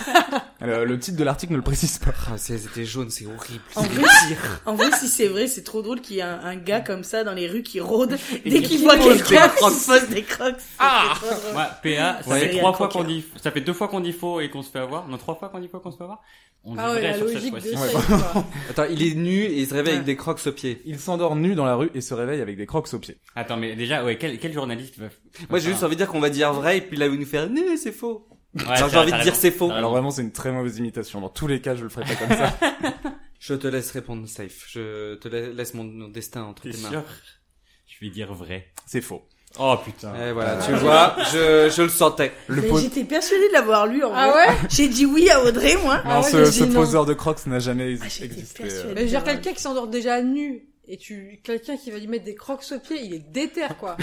[SPEAKER 4] Euh, Le titre de l'article ne le précise pas.
[SPEAKER 7] Ah, c'est- C'était jaune, c'est horrible.
[SPEAKER 5] En
[SPEAKER 7] C'est
[SPEAKER 5] vrai,
[SPEAKER 7] le pire.
[SPEAKER 5] En vrai, si c'est vrai, c'est trop drôle qu'il y ait un, un gars comme ça dans les rues qui rôde dès
[SPEAKER 10] qui
[SPEAKER 5] qu'il voit
[SPEAKER 7] pose
[SPEAKER 5] quelqu'un
[SPEAKER 7] des
[SPEAKER 5] qui
[SPEAKER 7] crocs.
[SPEAKER 5] se pose des crocs.
[SPEAKER 10] Ah ouais, PA, ça
[SPEAKER 5] Ouais.
[SPEAKER 10] fait
[SPEAKER 5] Serial
[SPEAKER 10] trois fois
[SPEAKER 5] killer.
[SPEAKER 10] qu'on dit, ça fait deux fois qu'on dit faux et qu'on se fait avoir. Non, trois fois qu'on dit faux et qu'on se fait avoir. On dit
[SPEAKER 6] Ah ouais,
[SPEAKER 10] vrai
[SPEAKER 6] la
[SPEAKER 10] sur cette
[SPEAKER 6] logique de
[SPEAKER 10] fois-ci.
[SPEAKER 6] ça.
[SPEAKER 4] Ouais.
[SPEAKER 6] quoi.
[SPEAKER 7] Attends, il est nu et il se réveille
[SPEAKER 5] Ouais.
[SPEAKER 7] avec des crocs aux pieds.
[SPEAKER 4] Il s'endort nu dans la rue et se réveille avec des crocs aux pieds.
[SPEAKER 10] Attends, mais déjà, ouais, quel, quel journaliste va.
[SPEAKER 7] Moi, j'ai juste envie de dire qu'on va dire vrai et puis là, il va nous faire non, c'est faux. Genre, j'ai
[SPEAKER 10] t'as
[SPEAKER 7] envie de
[SPEAKER 10] raison.
[SPEAKER 7] dire c'est faux.
[SPEAKER 4] Alors vraiment, c'est une très mauvaise imitation. Dans tous les cas, je le ferai pas comme ça.
[SPEAKER 7] Je te laisse répondre, safe. Je te la- laisse mon, mon destin entre
[SPEAKER 10] T'es
[SPEAKER 7] tes
[SPEAKER 10] sûr
[SPEAKER 7] mains.
[SPEAKER 10] Je vais dire vrai.
[SPEAKER 4] C'est faux.
[SPEAKER 10] Oh putain.
[SPEAKER 7] Et voilà, tu vois, je, je le sentais.
[SPEAKER 4] Le
[SPEAKER 5] Mais
[SPEAKER 4] pos-
[SPEAKER 5] J'étais persuadée de l'avoir lu, en
[SPEAKER 6] Ah
[SPEAKER 5] vrai.
[SPEAKER 6] ouais
[SPEAKER 5] J'ai dit oui à Audrey, moi.
[SPEAKER 4] Non,
[SPEAKER 6] Ah ouais,
[SPEAKER 4] ce,
[SPEAKER 6] j'ai
[SPEAKER 4] ce
[SPEAKER 6] dit non.
[SPEAKER 4] poseur de crocs n'a jamais
[SPEAKER 5] Ah, j'étais
[SPEAKER 4] existé. euh.
[SPEAKER 5] persuadée.
[SPEAKER 6] Mais je veux dire, quelqu'un qui s'endort déjà nu et tu. Quelqu'un qui va lui mettre des crocs aux pieds, il est déter, quoi.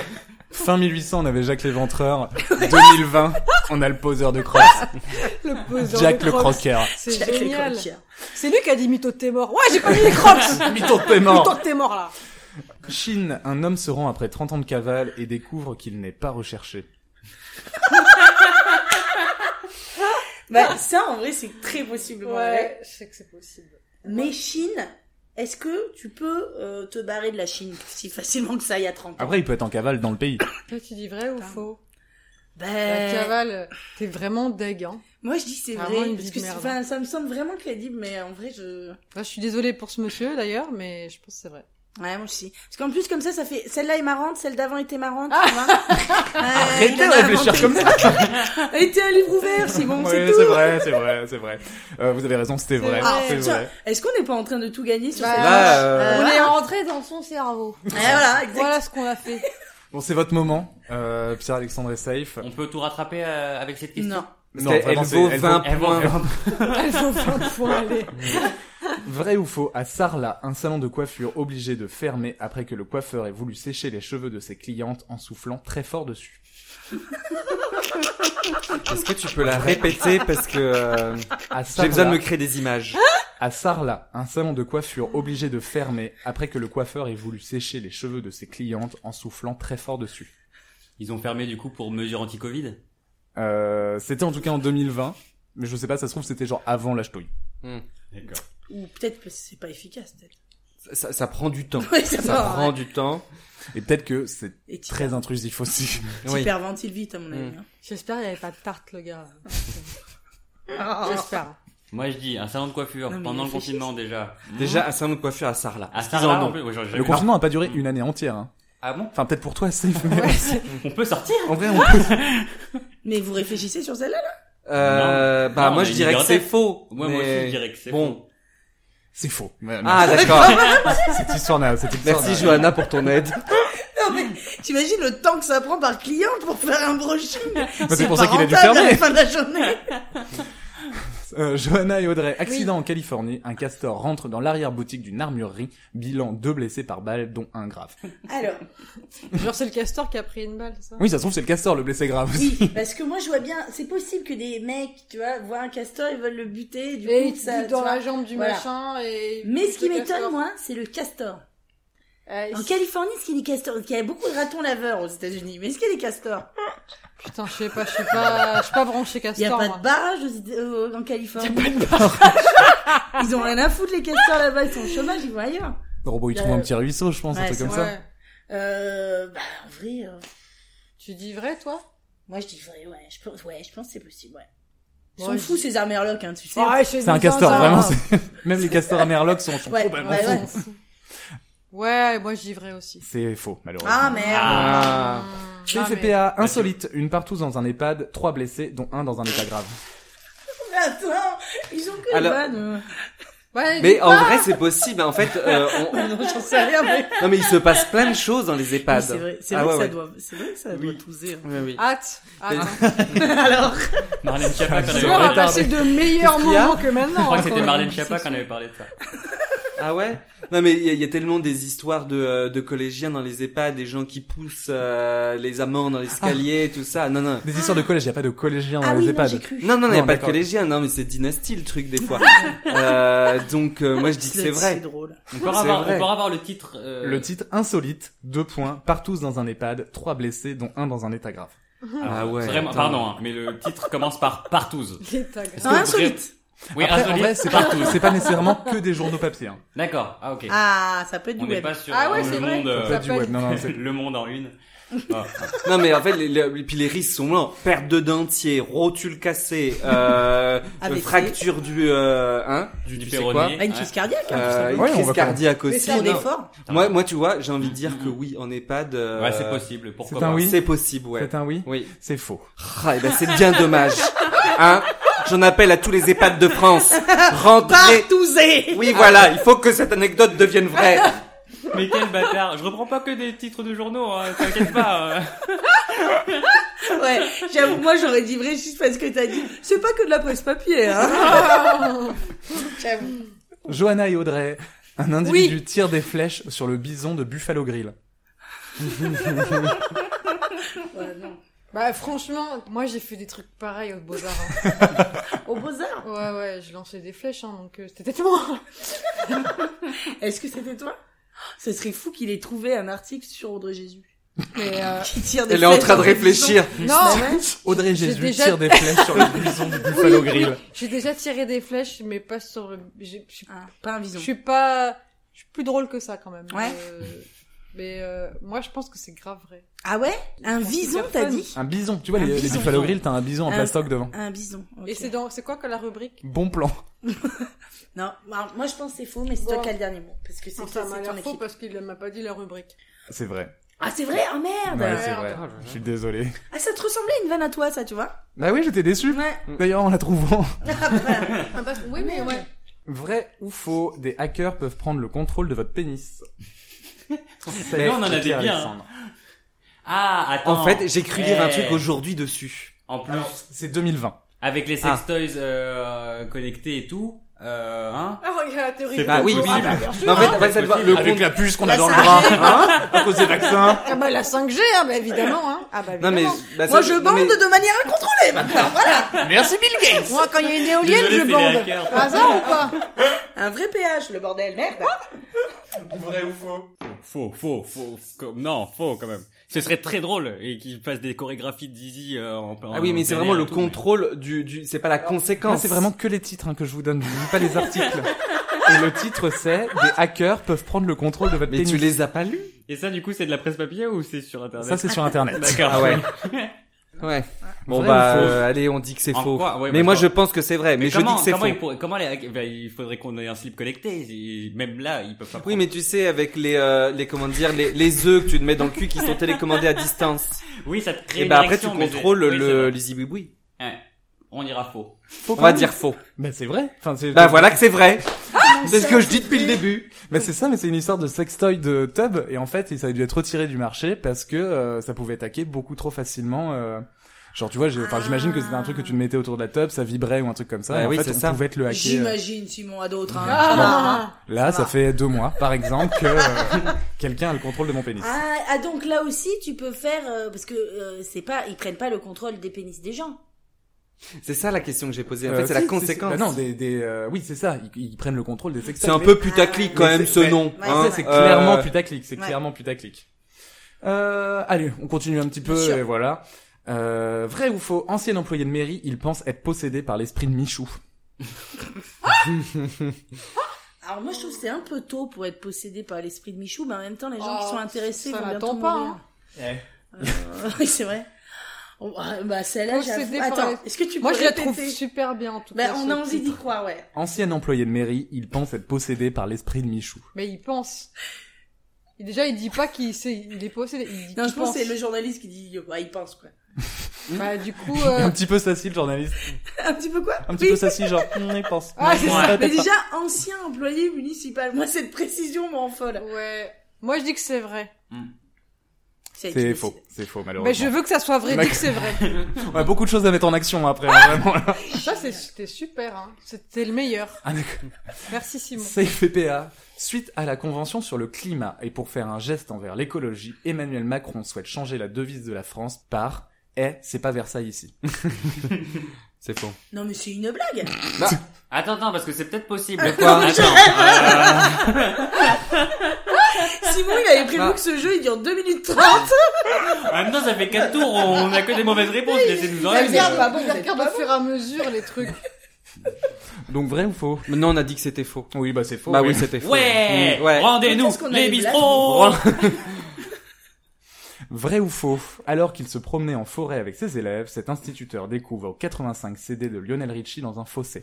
[SPEAKER 4] Fin 1800, on avait Jacques l'Éventreur. 2020, on a le poseur de crocs.
[SPEAKER 6] Le poseur.
[SPEAKER 4] Jack
[SPEAKER 6] de
[SPEAKER 4] le
[SPEAKER 6] crocs.
[SPEAKER 4] croqueur.
[SPEAKER 6] C'est
[SPEAKER 5] Jack le
[SPEAKER 6] génial.
[SPEAKER 5] croqueur.
[SPEAKER 6] C'est lui qui a dit mytho de t'es mort. Ouais, j'ai pas mis les crocs.
[SPEAKER 4] Mytho de paiement.
[SPEAKER 6] mytho de t'es mort, là.
[SPEAKER 4] Chine, un homme se rend après 30 ans de cavale et découvre qu'il n'est pas recherché.
[SPEAKER 5] Bah, ça, en vrai, c'est très possiblement vrai.
[SPEAKER 6] Ouais, je sais que c'est possible.
[SPEAKER 5] Mais Chine, est-ce que tu peux euh, te barrer de la Chine si facilement que ça il y a 30 ans
[SPEAKER 4] Après, il peut être en cavale dans le pays.
[SPEAKER 6] Toi, tu dis vrai ou faux
[SPEAKER 5] Bah,
[SPEAKER 6] La cavale, t'es vraiment deg, hein.
[SPEAKER 5] moi je dis c'est
[SPEAKER 6] Vraiment
[SPEAKER 5] vrai
[SPEAKER 6] une
[SPEAKER 5] parce
[SPEAKER 6] vie
[SPEAKER 5] que
[SPEAKER 6] de
[SPEAKER 5] c'est-
[SPEAKER 6] merde. hein.
[SPEAKER 5] enfin, ça me semble vraiment crédible, mais en vrai je
[SPEAKER 6] Là, je suis désolée pour ce monsieur, d'ailleurs, mais je pense que c'est vrai.
[SPEAKER 5] ouais moi aussi parce qu'en plus comme ça ça fait celle-là est marrante, celle d'avant était marrante. tu vois.
[SPEAKER 6] Ah.
[SPEAKER 4] Arrêtez de réfléchir comme ça.
[SPEAKER 5] ça. Était un livre ouvert, c'est bon, c'est
[SPEAKER 4] Ouais,
[SPEAKER 5] tout.
[SPEAKER 4] c'est vrai, c'est vrai, c'est vrai. Euh, vous avez raison, c'était vrai.
[SPEAKER 5] Ah,
[SPEAKER 4] c'est
[SPEAKER 5] tiens,
[SPEAKER 4] vrai.
[SPEAKER 5] Est-ce qu'on n'est pas en train de tout gagner sur
[SPEAKER 6] Bah,
[SPEAKER 5] cette
[SPEAKER 7] Là,
[SPEAKER 5] manche
[SPEAKER 7] euh,
[SPEAKER 5] Euh,
[SPEAKER 6] On est rentré dans son cerveau.
[SPEAKER 4] euh,
[SPEAKER 5] ouais, voilà, exact.
[SPEAKER 6] Voilà ce qu'on a fait.
[SPEAKER 4] Bon, c'est votre moment. Euh, Pierre-Alexandre est safe.
[SPEAKER 10] On peut tout rattraper euh, avec cette question Eh,
[SPEAKER 5] Non.
[SPEAKER 7] Parce
[SPEAKER 4] Non,
[SPEAKER 7] qu'elle-
[SPEAKER 4] vraiment,
[SPEAKER 7] elle
[SPEAKER 4] c'est-
[SPEAKER 7] vaut
[SPEAKER 4] elle
[SPEAKER 7] 20
[SPEAKER 10] Elle vaut-
[SPEAKER 7] points.
[SPEAKER 10] elle
[SPEAKER 6] Elle faut 20 points, allez.
[SPEAKER 4] Vrai ou faux, à Sarlat, un salon de coiffure obligé de fermer après que le coiffeur ait voulu sécher les cheveux de ses clientes en soufflant très fort dessus.
[SPEAKER 5] Ah.
[SPEAKER 7] Est-ce que tu peux la répéter parce que euh,
[SPEAKER 4] À
[SPEAKER 7] j'ai besoin de me
[SPEAKER 4] Sarlat,
[SPEAKER 7] créer des images.
[SPEAKER 4] à Sarlat, un salon de coiffure obligé de fermer après que le coiffeur ait voulu sécher les cheveux de ses clientes en soufflant très fort dessus.
[SPEAKER 10] Ils ont fermé du coup pour mesure anti-Covid.
[SPEAKER 4] Euh, c'était en tout cas en 2020, mais je sais pas, ça se trouve c'était genre avant la ch'touille.
[SPEAKER 10] D'accord.
[SPEAKER 5] Ou peut-être parce que c'est pas efficace. peut-être.
[SPEAKER 7] Ça, ça prend du temps.
[SPEAKER 5] Ouais, ça
[SPEAKER 7] Ça
[SPEAKER 5] part,
[SPEAKER 7] prend
[SPEAKER 5] ouais.
[SPEAKER 7] du temps.
[SPEAKER 4] Et peut-être que c'est
[SPEAKER 5] Et tu
[SPEAKER 4] très intrusif aussi.
[SPEAKER 5] tu
[SPEAKER 7] Oui.
[SPEAKER 5] hyperventiles vite à mon avis.
[SPEAKER 7] Mm.
[SPEAKER 5] hein.
[SPEAKER 6] J'espère qu'il n'y avait pas de tarte, le gars. Ah. J'espère.
[SPEAKER 10] Moi je dis un salon de coiffure
[SPEAKER 5] Non, mais
[SPEAKER 10] pendant le
[SPEAKER 5] réfléchis.
[SPEAKER 10] confinement déjà.
[SPEAKER 7] Déjà, un salon de coiffure à Sarlat.
[SPEAKER 10] À
[SPEAKER 7] Est-ce qu'ils en
[SPEAKER 10] Sarlat,
[SPEAKER 7] ont
[SPEAKER 10] en plus, ouais, j'aurais
[SPEAKER 4] Le
[SPEAKER 10] jamais-
[SPEAKER 4] confinement a pas duré une année entière. Hein.
[SPEAKER 7] Ah bon
[SPEAKER 4] Enfin, peut-être pour toi, c'est...
[SPEAKER 6] Ouais, c'est-
[SPEAKER 10] On peut sortir
[SPEAKER 4] En vrai, on peut...
[SPEAKER 5] Mais vous réfléchissez sur celle-là là
[SPEAKER 7] euh,
[SPEAKER 10] Non.
[SPEAKER 7] Bah
[SPEAKER 10] Non,
[SPEAKER 7] moi
[SPEAKER 10] mais
[SPEAKER 7] je
[SPEAKER 10] il
[SPEAKER 7] dirais que
[SPEAKER 10] dirait-
[SPEAKER 7] c'est faux.
[SPEAKER 10] Moi,
[SPEAKER 7] mais-
[SPEAKER 10] moi aussi, je dirais que c'est
[SPEAKER 7] Bon.
[SPEAKER 4] c'est faux. Ouais, non,
[SPEAKER 7] Ah d'accord.
[SPEAKER 4] Cette histoire n'a... cette histoire
[SPEAKER 7] Merci
[SPEAKER 4] n'a-
[SPEAKER 7] Johanna pour ton aide.
[SPEAKER 5] Non mais t'imagines le temps que ça prend par client pour faire un brushing
[SPEAKER 4] Bah, c'est pour ça
[SPEAKER 5] pas
[SPEAKER 4] qu'il a dû
[SPEAKER 5] rentable à
[SPEAKER 4] fermer.
[SPEAKER 5] la fin de la journée.
[SPEAKER 4] Euh, Johanna et Audrey, accident en Californie, un castor rentre dans l'arrière-boutique d'une armurerie, bilan deux blessés par balle, dont un grave.
[SPEAKER 5] Alors,
[SPEAKER 6] Genre, c'est le castor qui a pris une balle, c'est ça
[SPEAKER 4] Oui, ça se trouve, c'est le castor, le blessé grave.
[SPEAKER 5] oui, parce que moi je vois bien, c'est possible que des mecs, tu vois, voient un castor, ils veulent le buter, du
[SPEAKER 6] Et
[SPEAKER 5] coup
[SPEAKER 6] il
[SPEAKER 5] ça.
[SPEAKER 6] se dit dans
[SPEAKER 5] tu vois.
[SPEAKER 6] la jambe du
[SPEAKER 5] Voilà.
[SPEAKER 6] machin et...
[SPEAKER 5] Mais ce qui
[SPEAKER 6] le
[SPEAKER 5] m'étonne,
[SPEAKER 6] castor.
[SPEAKER 5] moi, c'est le castor.
[SPEAKER 6] Euh,
[SPEAKER 5] En
[SPEAKER 6] il-
[SPEAKER 5] Californie, est-ce qu'il y a des castors Parce qu'il y a beaucoup de ratons laveurs aux États-Unis, mais est-ce qu'il y a des castors
[SPEAKER 6] Putain, je sais pas, je suis pas, je suis pas branché
[SPEAKER 5] Il n'y a
[SPEAKER 6] castor,
[SPEAKER 5] pas
[SPEAKER 6] moi.
[SPEAKER 5] de barrage aux- euh, en Californie. Ils ont rien à foutre les castors là-bas, ils sont au chômage, ils vont ailleurs.
[SPEAKER 4] Le robot, il
[SPEAKER 5] Là,
[SPEAKER 4] trouve un petit ruisseau, je pense, un
[SPEAKER 5] ouais,
[SPEAKER 4] truc
[SPEAKER 5] c'est
[SPEAKER 4] comme ça.
[SPEAKER 6] Ouais.
[SPEAKER 5] Euh, bah, en vrai, euh,
[SPEAKER 6] Tu dis vrai, toi
[SPEAKER 5] moi je dis vrai, ouais, je pense, ouais, je pense que c'est possible, ouais. Ils
[SPEAKER 6] Ouais,
[SPEAKER 5] sont
[SPEAKER 6] je
[SPEAKER 5] fous
[SPEAKER 6] dis-
[SPEAKER 5] ces Merloc, hein, tu sais.
[SPEAKER 6] Ouais, je sais
[SPEAKER 4] C'est un
[SPEAKER 6] pas,
[SPEAKER 4] castor,
[SPEAKER 6] ça.
[SPEAKER 4] vraiment. c'est- Même les castors à merloc sont sont
[SPEAKER 5] Ouais,
[SPEAKER 4] complètement
[SPEAKER 5] ouais,
[SPEAKER 4] fous.
[SPEAKER 5] ouais.
[SPEAKER 6] Ouais, moi je dis vrai aussi.
[SPEAKER 4] C'est faux, malheureusement.
[SPEAKER 5] Ah merde.
[SPEAKER 4] Ah.
[SPEAKER 6] Hum, non, mais-
[SPEAKER 4] PCPA insolite, une partouze dans un EHPAD, trois blessés, dont un dans un état grave.
[SPEAKER 5] Mais attends, ils ont que euh.
[SPEAKER 7] Alors-
[SPEAKER 5] Alors... vannes.
[SPEAKER 6] Ouais,
[SPEAKER 7] Mais oh. en vrai, c'est possible. En fait, euh, on-
[SPEAKER 5] euh. Non, j'en sais rien, mais.
[SPEAKER 7] non mais il se passe plein de choses dans les
[SPEAKER 5] Oui,
[SPEAKER 7] EHPAD.
[SPEAKER 5] c'est vrai, c'est
[SPEAKER 7] Ah
[SPEAKER 5] vrai, que
[SPEAKER 7] ouais,
[SPEAKER 5] ça
[SPEAKER 7] ouais.
[SPEAKER 5] doit, c'est vrai que ça doit touser. hein.
[SPEAKER 7] Oui, oui.
[SPEAKER 6] Hâte, hâte. hein.
[SPEAKER 5] Alors,
[SPEAKER 10] Marlène Schiappa, quand
[SPEAKER 6] Tu
[SPEAKER 10] elle
[SPEAKER 6] vois, Ah, on
[SPEAKER 10] avait
[SPEAKER 6] va passer
[SPEAKER 10] parlé.
[SPEAKER 6] de meilleurs
[SPEAKER 7] Qu'est-ce qu'il y a
[SPEAKER 6] moments que maintenant.
[SPEAKER 10] Je crois
[SPEAKER 6] hein,
[SPEAKER 10] que c'était
[SPEAKER 6] quand
[SPEAKER 10] Marlène
[SPEAKER 6] même.
[SPEAKER 10] Schiappa quand elle avait parlé de ça.
[SPEAKER 7] Ah ouais Non mais il y, a- il y a tellement des histoires de, euh, de collégiens dans les EHPAD, des gens qui poussent euh, les amants dans l'escalier, tout ça. Non non.
[SPEAKER 4] Des histoires de collège, il n'y a pas de collégiens dans
[SPEAKER 5] ah
[SPEAKER 4] les
[SPEAKER 5] oui, non,
[SPEAKER 4] EHPAD.
[SPEAKER 5] j'ai cru.
[SPEAKER 7] Non non, il y
[SPEAKER 4] Non,
[SPEAKER 7] a pas de
[SPEAKER 4] d'accord.
[SPEAKER 7] collégiens, non mais c'est dynastie le truc des fois. euh, donc euh, moi je dis que c'est
[SPEAKER 5] C'est
[SPEAKER 7] vrai.
[SPEAKER 5] drôle.
[SPEAKER 10] On pourra
[SPEAKER 7] C'est
[SPEAKER 10] avoir,
[SPEAKER 7] vrai.
[SPEAKER 10] on pourra avoir le titre. euh,
[SPEAKER 4] Le titre insolite, deux points, partouze dans un EHPAD, trois blessés, dont un dans un état grave.
[SPEAKER 7] Ah ouais.
[SPEAKER 10] Vraiment,
[SPEAKER 7] attends.
[SPEAKER 10] pardon, hein, mais le titre commence par partouze.
[SPEAKER 6] L'état grave.
[SPEAKER 5] Non, insolite.
[SPEAKER 10] Oui,
[SPEAKER 4] Après, en
[SPEAKER 10] insolite,
[SPEAKER 4] vrai, c'est pas,
[SPEAKER 10] partouze.
[SPEAKER 4] c'est pas nécessairement que des journaux papier. hein.
[SPEAKER 10] D'accord, ah ok.
[SPEAKER 5] Ah, ça peut être
[SPEAKER 10] on
[SPEAKER 5] du
[SPEAKER 10] n'est
[SPEAKER 5] web.
[SPEAKER 10] pas sur
[SPEAKER 6] Ah ouais,
[SPEAKER 10] euh,
[SPEAKER 6] c'est
[SPEAKER 10] le
[SPEAKER 6] vrai.
[SPEAKER 10] monde. euh,
[SPEAKER 4] Pas du web, non, non, c'est-
[SPEAKER 10] le monde en une. Ah.
[SPEAKER 7] Non mais en fait, les, les- puis les risques sont blancs. Perte de dentier, rotule cassée, euh,
[SPEAKER 5] AVC.
[SPEAKER 7] fracture du euh, hein, du,
[SPEAKER 10] Du
[SPEAKER 7] tu sais quoi,
[SPEAKER 10] péroné.
[SPEAKER 5] Ah, une crise cardiaque, hein, tout
[SPEAKER 7] euh, une
[SPEAKER 5] simplement.
[SPEAKER 4] Ouais, on
[SPEAKER 7] crise
[SPEAKER 4] va pas-
[SPEAKER 7] cardiaque
[SPEAKER 5] Mais
[SPEAKER 7] aussi.
[SPEAKER 5] c'est un
[SPEAKER 7] non.
[SPEAKER 5] effort.
[SPEAKER 7] Moi, moi, tu vois, j'ai envie de dire que oui, en EHPAD. euh,
[SPEAKER 10] Ouais, c'est possible. Pourquoi
[SPEAKER 4] Mm-hmm. c'est un
[SPEAKER 10] pas.
[SPEAKER 4] oui.
[SPEAKER 7] C'est possible, ouais.
[SPEAKER 4] C'est un oui
[SPEAKER 7] Oui.
[SPEAKER 4] C'est faux.
[SPEAKER 7] Ah, eh ben, c'est bien dommage. Hein J'en appelle à tous les EHPAD de France. Rentrez.
[SPEAKER 5] Partouser.
[SPEAKER 7] Oui, voilà, il faut que cette anecdote devienne vraie.
[SPEAKER 10] Mais quel bâtard Je reprends pas que des titres de journaux, hein, t'inquiète pas. euh.
[SPEAKER 5] Ouais, j'avoue, moi j'aurais dit vrai juste parce que t'as dit, c'est pas que de la presse papier, hein. j'avoue.
[SPEAKER 4] Johanna et Audrey, un individu tire des flèches sur le bison de Buffalo Grill.
[SPEAKER 5] Ouais, non.
[SPEAKER 6] Bah franchement, moi j'ai fait des trucs pareils au Beaux-Arts. hein.
[SPEAKER 5] Au Beaux-Arts,
[SPEAKER 6] Ouais, ouais, je lançais des flèches, hein, donc euh, c'était moi.
[SPEAKER 5] est-ce que c'était toi Ce serait fou qu'il ait trouvé un article sur Audrey Jésus.
[SPEAKER 6] Mais euh,
[SPEAKER 5] Qui tire des
[SPEAKER 7] Ah. Elle est en
[SPEAKER 5] flèches
[SPEAKER 7] train de
[SPEAKER 5] dans les Bah bisons.
[SPEAKER 7] réfléchir.
[SPEAKER 6] non,
[SPEAKER 4] Audrey
[SPEAKER 6] J'ai
[SPEAKER 4] Jésus
[SPEAKER 6] déjà-
[SPEAKER 4] tire des flèches sur le bison du Buffalo Grill.
[SPEAKER 6] j'ai déjà tiré des flèches, mais pas sur le. j'ai- Je suis-
[SPEAKER 5] Ah, pas un
[SPEAKER 6] je
[SPEAKER 5] vison.
[SPEAKER 6] suis pas. Je suis plus drôle que ça quand même.
[SPEAKER 5] Ouais.
[SPEAKER 6] Euh, mais euh, moi je pense que c'est grave vrai.
[SPEAKER 5] Ah ouais Un
[SPEAKER 6] pense
[SPEAKER 5] vison,
[SPEAKER 6] que
[SPEAKER 5] t'as
[SPEAKER 6] personne-
[SPEAKER 5] dit
[SPEAKER 4] Un bison, tu vois,
[SPEAKER 5] Un
[SPEAKER 4] les, les
[SPEAKER 5] bison.
[SPEAKER 4] Buffalo Grill, t'as un bison en
[SPEAKER 5] Un-
[SPEAKER 4] plastoc devant.
[SPEAKER 5] Un bison. ok.
[SPEAKER 6] Et c'est dans. C'est quoi que la rubrique
[SPEAKER 4] Bon plan.
[SPEAKER 5] Non, bah, moi je pense que c'est faux, mais c'est toi
[SPEAKER 6] Bon.
[SPEAKER 5] qui as le dernier mot. Parce que c'est
[SPEAKER 6] Non,
[SPEAKER 5] toi,
[SPEAKER 6] ça m'a
[SPEAKER 5] c'est ton
[SPEAKER 6] l'air faux
[SPEAKER 5] équipe.
[SPEAKER 6] parce qu'il m'a pas dit la rubrique.
[SPEAKER 4] C'est vrai.
[SPEAKER 5] Ah, c'est vrai Ah merde
[SPEAKER 4] Ouais, c'est vrai.
[SPEAKER 6] Merde.
[SPEAKER 4] Je suis désolé.
[SPEAKER 5] Ah, ça te ressemblait une vanne à toi, ça, tu vois
[SPEAKER 4] Bah oui, j'étais déçu.
[SPEAKER 5] Ouais.
[SPEAKER 4] D'ailleurs, en la trouvant.
[SPEAKER 6] Ah, parce- Oui, mais ouais.
[SPEAKER 4] Vrai ou faux, des hackers peuvent prendre le contrôle de votre pénis. Ça
[SPEAKER 10] Mais
[SPEAKER 4] y est,
[SPEAKER 10] on en a des
[SPEAKER 4] Pierre
[SPEAKER 10] biens.
[SPEAKER 4] Alexandre.
[SPEAKER 10] Ah, attends.
[SPEAKER 7] En
[SPEAKER 4] Oh,
[SPEAKER 7] fait, j'ai cru lire un truc
[SPEAKER 10] Eh.
[SPEAKER 7] aujourd'hui dessus.
[SPEAKER 10] En plus,
[SPEAKER 4] C'est 2020.
[SPEAKER 10] avec les
[SPEAKER 7] Ah.
[SPEAKER 10] sextoys euh, connectés et tout, euh, hein
[SPEAKER 6] Ah, regarde la théorie.
[SPEAKER 10] C'est
[SPEAKER 7] Bah oui,
[SPEAKER 10] possible.
[SPEAKER 7] oui. Non, en fait, en fait, ça doit- le compte-
[SPEAKER 4] la puce qu'on a dans le bras, hein, à cause des vaccins.
[SPEAKER 6] Ah bah la 5G, hein, bah, évidemment. Hein. Ah bah
[SPEAKER 7] Non
[SPEAKER 6] évidemment.
[SPEAKER 7] mais bah,
[SPEAKER 5] Moi
[SPEAKER 7] ça-
[SPEAKER 5] je
[SPEAKER 7] non,
[SPEAKER 5] bande
[SPEAKER 7] mais-
[SPEAKER 5] de manière incontrôlée maintenant, voilà
[SPEAKER 4] Merci Bill Gates.
[SPEAKER 6] Moi, quand il y a une éolienne,
[SPEAKER 10] Désolé,
[SPEAKER 6] je
[SPEAKER 10] c'est les
[SPEAKER 6] bande.
[SPEAKER 10] hackers.
[SPEAKER 6] Hasard ou pas
[SPEAKER 5] Un vrai péage, le bordel, merde
[SPEAKER 6] Oh,
[SPEAKER 10] Faux, faux, faux. comme- Non, faux quand même. Ce serait très drôle et qu'ils fassent des chorégraphies de Zizi euh, en
[SPEAKER 7] Ah oui, mais c'est vraiment le contrôle du, du c'est pas la
[SPEAKER 4] Moi,
[SPEAKER 7] conséquence.
[SPEAKER 4] c'est vraiment que les titres hein, que je vous donne, je vous dis pas les articles. Et le titre, c'est « Des hackers peuvent prendre le contrôle de votre
[SPEAKER 7] Mais
[SPEAKER 4] pénis
[SPEAKER 7] tu les as pas lus
[SPEAKER 10] Et ça, du coup, c'est de la presse papier ou c'est sur internet
[SPEAKER 4] Ça, c'est sur Internet.
[SPEAKER 10] D'accord.
[SPEAKER 7] Ah ouais. Ouais. Bon
[SPEAKER 4] Vrai
[SPEAKER 7] bah
[SPEAKER 4] ou faux
[SPEAKER 7] euh, allez, on dit que c'est
[SPEAKER 10] En
[SPEAKER 7] faux.
[SPEAKER 10] quoi Ouais,
[SPEAKER 7] mais
[SPEAKER 10] bah,
[SPEAKER 7] moi
[SPEAKER 10] attends.
[SPEAKER 7] je pense que c'est vrai, mais, je
[SPEAKER 10] comment,
[SPEAKER 7] dis que c'est
[SPEAKER 10] comment
[SPEAKER 7] faux.
[SPEAKER 10] ils pourraient- comment les hack- ben, il faudrait qu'on ait un slip connecté. et Même là, ils peuvent pas.
[SPEAKER 7] Oui,
[SPEAKER 10] prendre.
[SPEAKER 7] mais tu sais avec les euh, les comment dire les les œufs que tu te mets dans le cul qui sont télécommandés à distance.
[SPEAKER 10] oui, ça te crée.
[SPEAKER 7] Et
[SPEAKER 10] une
[SPEAKER 7] bah après tu
[SPEAKER 10] réaction, mais
[SPEAKER 7] contrôles
[SPEAKER 10] c'est- oui,
[SPEAKER 7] le
[SPEAKER 10] c'est
[SPEAKER 7] les ziboui.
[SPEAKER 10] vrai. Ouais. On dira faux.
[SPEAKER 4] Faut
[SPEAKER 7] On va dire faux.
[SPEAKER 4] Mais c'est vrai. Enfin, c'est...
[SPEAKER 7] Bah voilà que c'est vrai. C'est ce que je dis depuis le début.
[SPEAKER 4] Mais c'est ça, mais c'est une histoire de sextoy de tub. Et en fait, ça a dû être retiré du marché parce que euh, ça pouvait attaquer beaucoup trop facilement. euh, Genre tu vois, j'ai- enfin j'imagine que c'était un truc que tu mettais autour de la tub, ça vibrait ou un truc comme ça.
[SPEAKER 7] Bah
[SPEAKER 4] et en
[SPEAKER 7] oui,
[SPEAKER 4] fait,
[SPEAKER 7] c'est
[SPEAKER 4] on
[SPEAKER 7] ça.
[SPEAKER 4] pouvait te le hacker. euh,
[SPEAKER 5] J'imagine, Simon, à d'autres, hein.
[SPEAKER 6] Ah,
[SPEAKER 4] Là, ça
[SPEAKER 5] va.
[SPEAKER 4] fait deux mois, par exemple, que euh, quelqu'un a le contrôle de mon pénis.
[SPEAKER 5] Ah, ah, donc là aussi, tu peux faire... euh, parce que euh, c'est pas... Ils prennent pas le contrôle des pénis des gens.
[SPEAKER 7] C'est ça la question que j'ai posée. En
[SPEAKER 4] Euh,
[SPEAKER 7] fait, c'est
[SPEAKER 4] si,
[SPEAKER 7] la
[SPEAKER 4] si,
[SPEAKER 7] conséquence.
[SPEAKER 4] si. Bah non, des, des, euh, oui, c'est ça. Ils, ils prennent le contrôle des sextoys.
[SPEAKER 7] C'est un
[SPEAKER 4] mais-
[SPEAKER 7] peu putaclic quand
[SPEAKER 4] Mais
[SPEAKER 7] même
[SPEAKER 4] c'est-
[SPEAKER 7] ce
[SPEAKER 4] ouais.
[SPEAKER 7] nom.
[SPEAKER 5] Ouais,
[SPEAKER 7] hein.
[SPEAKER 4] C'est
[SPEAKER 7] Euh,
[SPEAKER 4] clairement putaclic. C'est
[SPEAKER 5] ouais.
[SPEAKER 4] clairement putaclic. Euh, allez, on continue un petit peu.
[SPEAKER 5] Bien sûr.
[SPEAKER 4] Et voilà. Euh, vrai ou faux Ancien employé de mairie, il pense être possédé par l'esprit de Michou.
[SPEAKER 5] Alors moi je trouve que c'est un peu tôt pour être possédé par l'esprit de Michou, mais en même temps les gens qui
[SPEAKER 6] Oh,
[SPEAKER 5] sont intéressés
[SPEAKER 6] ça
[SPEAKER 5] vont
[SPEAKER 6] n'attend
[SPEAKER 5] bientôt
[SPEAKER 6] pas, hein.
[SPEAKER 5] mourir.
[SPEAKER 4] Eh.
[SPEAKER 5] Euh, oui c'est vrai. Oh, ah, bah celle-là
[SPEAKER 6] Possédé
[SPEAKER 5] j'avoue.
[SPEAKER 6] par
[SPEAKER 5] Attends,
[SPEAKER 6] les-
[SPEAKER 5] est-ce que tu peux
[SPEAKER 6] Moi, je la
[SPEAKER 5] répéter
[SPEAKER 6] trouve super bien en tout
[SPEAKER 5] Bah,
[SPEAKER 6] cas.
[SPEAKER 5] on
[SPEAKER 6] ce
[SPEAKER 5] a envie
[SPEAKER 6] titre.
[SPEAKER 5] d'y croire ouais.
[SPEAKER 4] Ancien employé de mairie, il pense être possédé par l'esprit de Michou.
[SPEAKER 6] Mais il pense. Et déjà, il dit pas qu'il sait, il est possédé. Il dit
[SPEAKER 5] Non
[SPEAKER 6] qu'il
[SPEAKER 5] je pense
[SPEAKER 6] pense.
[SPEAKER 5] que c'est le journaliste qui dit bah il pense quoi.
[SPEAKER 6] Bah, du coup,
[SPEAKER 4] Un
[SPEAKER 6] euh,
[SPEAKER 4] petit peu sassy le journaliste.
[SPEAKER 5] un petit peu quoi
[SPEAKER 4] Un petit
[SPEAKER 5] Oui.
[SPEAKER 4] peu sassy genre, Hum, il pense.
[SPEAKER 6] Ah, c'est
[SPEAKER 4] Ouais.
[SPEAKER 6] ça.
[SPEAKER 5] Mais déjà ancien employé municipal. Moi cette précision m'en folle.
[SPEAKER 6] ouais. Moi, je dis que c'est vrai.
[SPEAKER 4] C'est faux, c'est
[SPEAKER 5] Bah,
[SPEAKER 4] faux malheureusement.
[SPEAKER 6] Mais je veux que ça soit vrai,
[SPEAKER 4] Mec.
[SPEAKER 6] dis que c'est vrai.
[SPEAKER 4] On a beaucoup de choses à mettre en action après,
[SPEAKER 5] Ah.
[SPEAKER 4] hein, vraiment. là.
[SPEAKER 6] Ça, c'est- c'était super, hein. C'était le meilleur.
[SPEAKER 4] Ah, d'accord.
[SPEAKER 6] Merci, Simon.
[SPEAKER 4] CFPA. Suite à la Convention sur le climat et pour faire un geste envers l'écologie, Emmanuel Macron souhaite changer la devise de la France par Eh, c'est pas Versailles ici.
[SPEAKER 7] C'est faux.
[SPEAKER 5] Non mais c'est une blague.
[SPEAKER 10] Attends, attends, parce que c'est peut-être possible.
[SPEAKER 7] quoi
[SPEAKER 10] Attends, euh,
[SPEAKER 5] Simon il avait
[SPEAKER 6] Ah.
[SPEAKER 5] prévu que ce jeu il dure 2 minutes 30.
[SPEAKER 10] en même temps, ça fait 4 tours, on a que des mauvaises réponses, laissez-nous en
[SPEAKER 6] Il
[SPEAKER 10] rêver.
[SPEAKER 6] regarde, il regarde au fur et à mesure les trucs.
[SPEAKER 4] Donc vrai ou faux
[SPEAKER 7] Non, on a dit que c'était faux.
[SPEAKER 4] Oui, bah c'est faux.
[SPEAKER 7] bah
[SPEAKER 4] oui.
[SPEAKER 7] oui, c'était faux.
[SPEAKER 10] Ouais,
[SPEAKER 7] Mmh, ouais.
[SPEAKER 10] Rendez-nous
[SPEAKER 5] Qu'est-ce qu'on a
[SPEAKER 10] les
[SPEAKER 5] les
[SPEAKER 10] bistrots
[SPEAKER 4] Vrai ou faux Alors qu'il se promenait en forêt avec ses élèves, cet instituteur découvre 85 CD de Lionel Richie dans un fossé.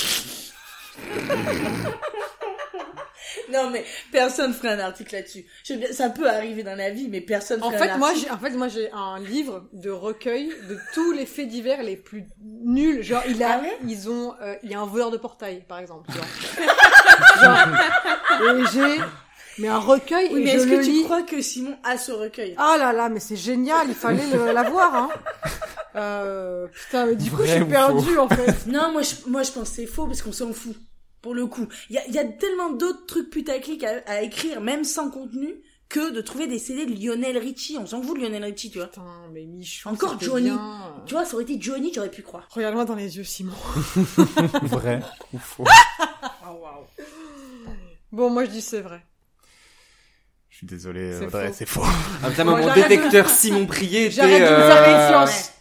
[SPEAKER 5] Non mais personne ferait un article là-dessus. Je veux bien- Ça peut arriver dans la vie mais personne.
[SPEAKER 6] En
[SPEAKER 5] ferait
[SPEAKER 6] fait,
[SPEAKER 5] un
[SPEAKER 6] moi,
[SPEAKER 5] article.
[SPEAKER 6] j'ai, en fait, moi, j'ai un livre de recueil de tous les faits divers les plus nuls. Genre, il a,
[SPEAKER 5] Ah ouais
[SPEAKER 6] ils ont, euh, il y a un voleur de portail, par exemple. tu vois. Genre, et j'ai, mais un recueil,
[SPEAKER 5] Oui,
[SPEAKER 6] et
[SPEAKER 5] mais
[SPEAKER 6] je
[SPEAKER 5] est-ce
[SPEAKER 6] le
[SPEAKER 5] que tu
[SPEAKER 6] lis.
[SPEAKER 5] crois que Simon a ce recueil
[SPEAKER 6] Ah là là, mais c'est génial, il fallait le- l'avoir, hein. Euh, putain, mais du coup,
[SPEAKER 4] Vrai
[SPEAKER 6] je suis
[SPEAKER 4] ou
[SPEAKER 6] perdue, en fait.
[SPEAKER 5] Non, moi je, moi je pense que c'est faux parce qu'on s'en fout. Pour le coup, il y a, il y a tellement d'autres trucs putaclic à, à écrire, même sans contenu, que de trouver des CD de Lionel Richie. On s'en fout de Lionel Richie, tu vois.
[SPEAKER 6] Putain, mais Michou.
[SPEAKER 5] Encore
[SPEAKER 6] c'était
[SPEAKER 5] Johnny.
[SPEAKER 6] bien.
[SPEAKER 5] Tu vois, ça aurait été Johnny, j'aurais pu croire.
[SPEAKER 6] Regarde-moi dans les yeux, Simon.
[SPEAKER 4] Vrai ou faux
[SPEAKER 6] Bon, moi, je dis c'est vrai.
[SPEAKER 4] Je suis désolé,
[SPEAKER 6] C'est
[SPEAKER 4] Audrey,
[SPEAKER 6] faux.
[SPEAKER 4] c'est faux.
[SPEAKER 7] Ah, putain,
[SPEAKER 6] Bon,
[SPEAKER 7] mais mon
[SPEAKER 6] j'arrête de-
[SPEAKER 7] détecteur Simon Prié était,
[SPEAKER 6] J'arrête de vous
[SPEAKER 7] euh,
[SPEAKER 6] influence.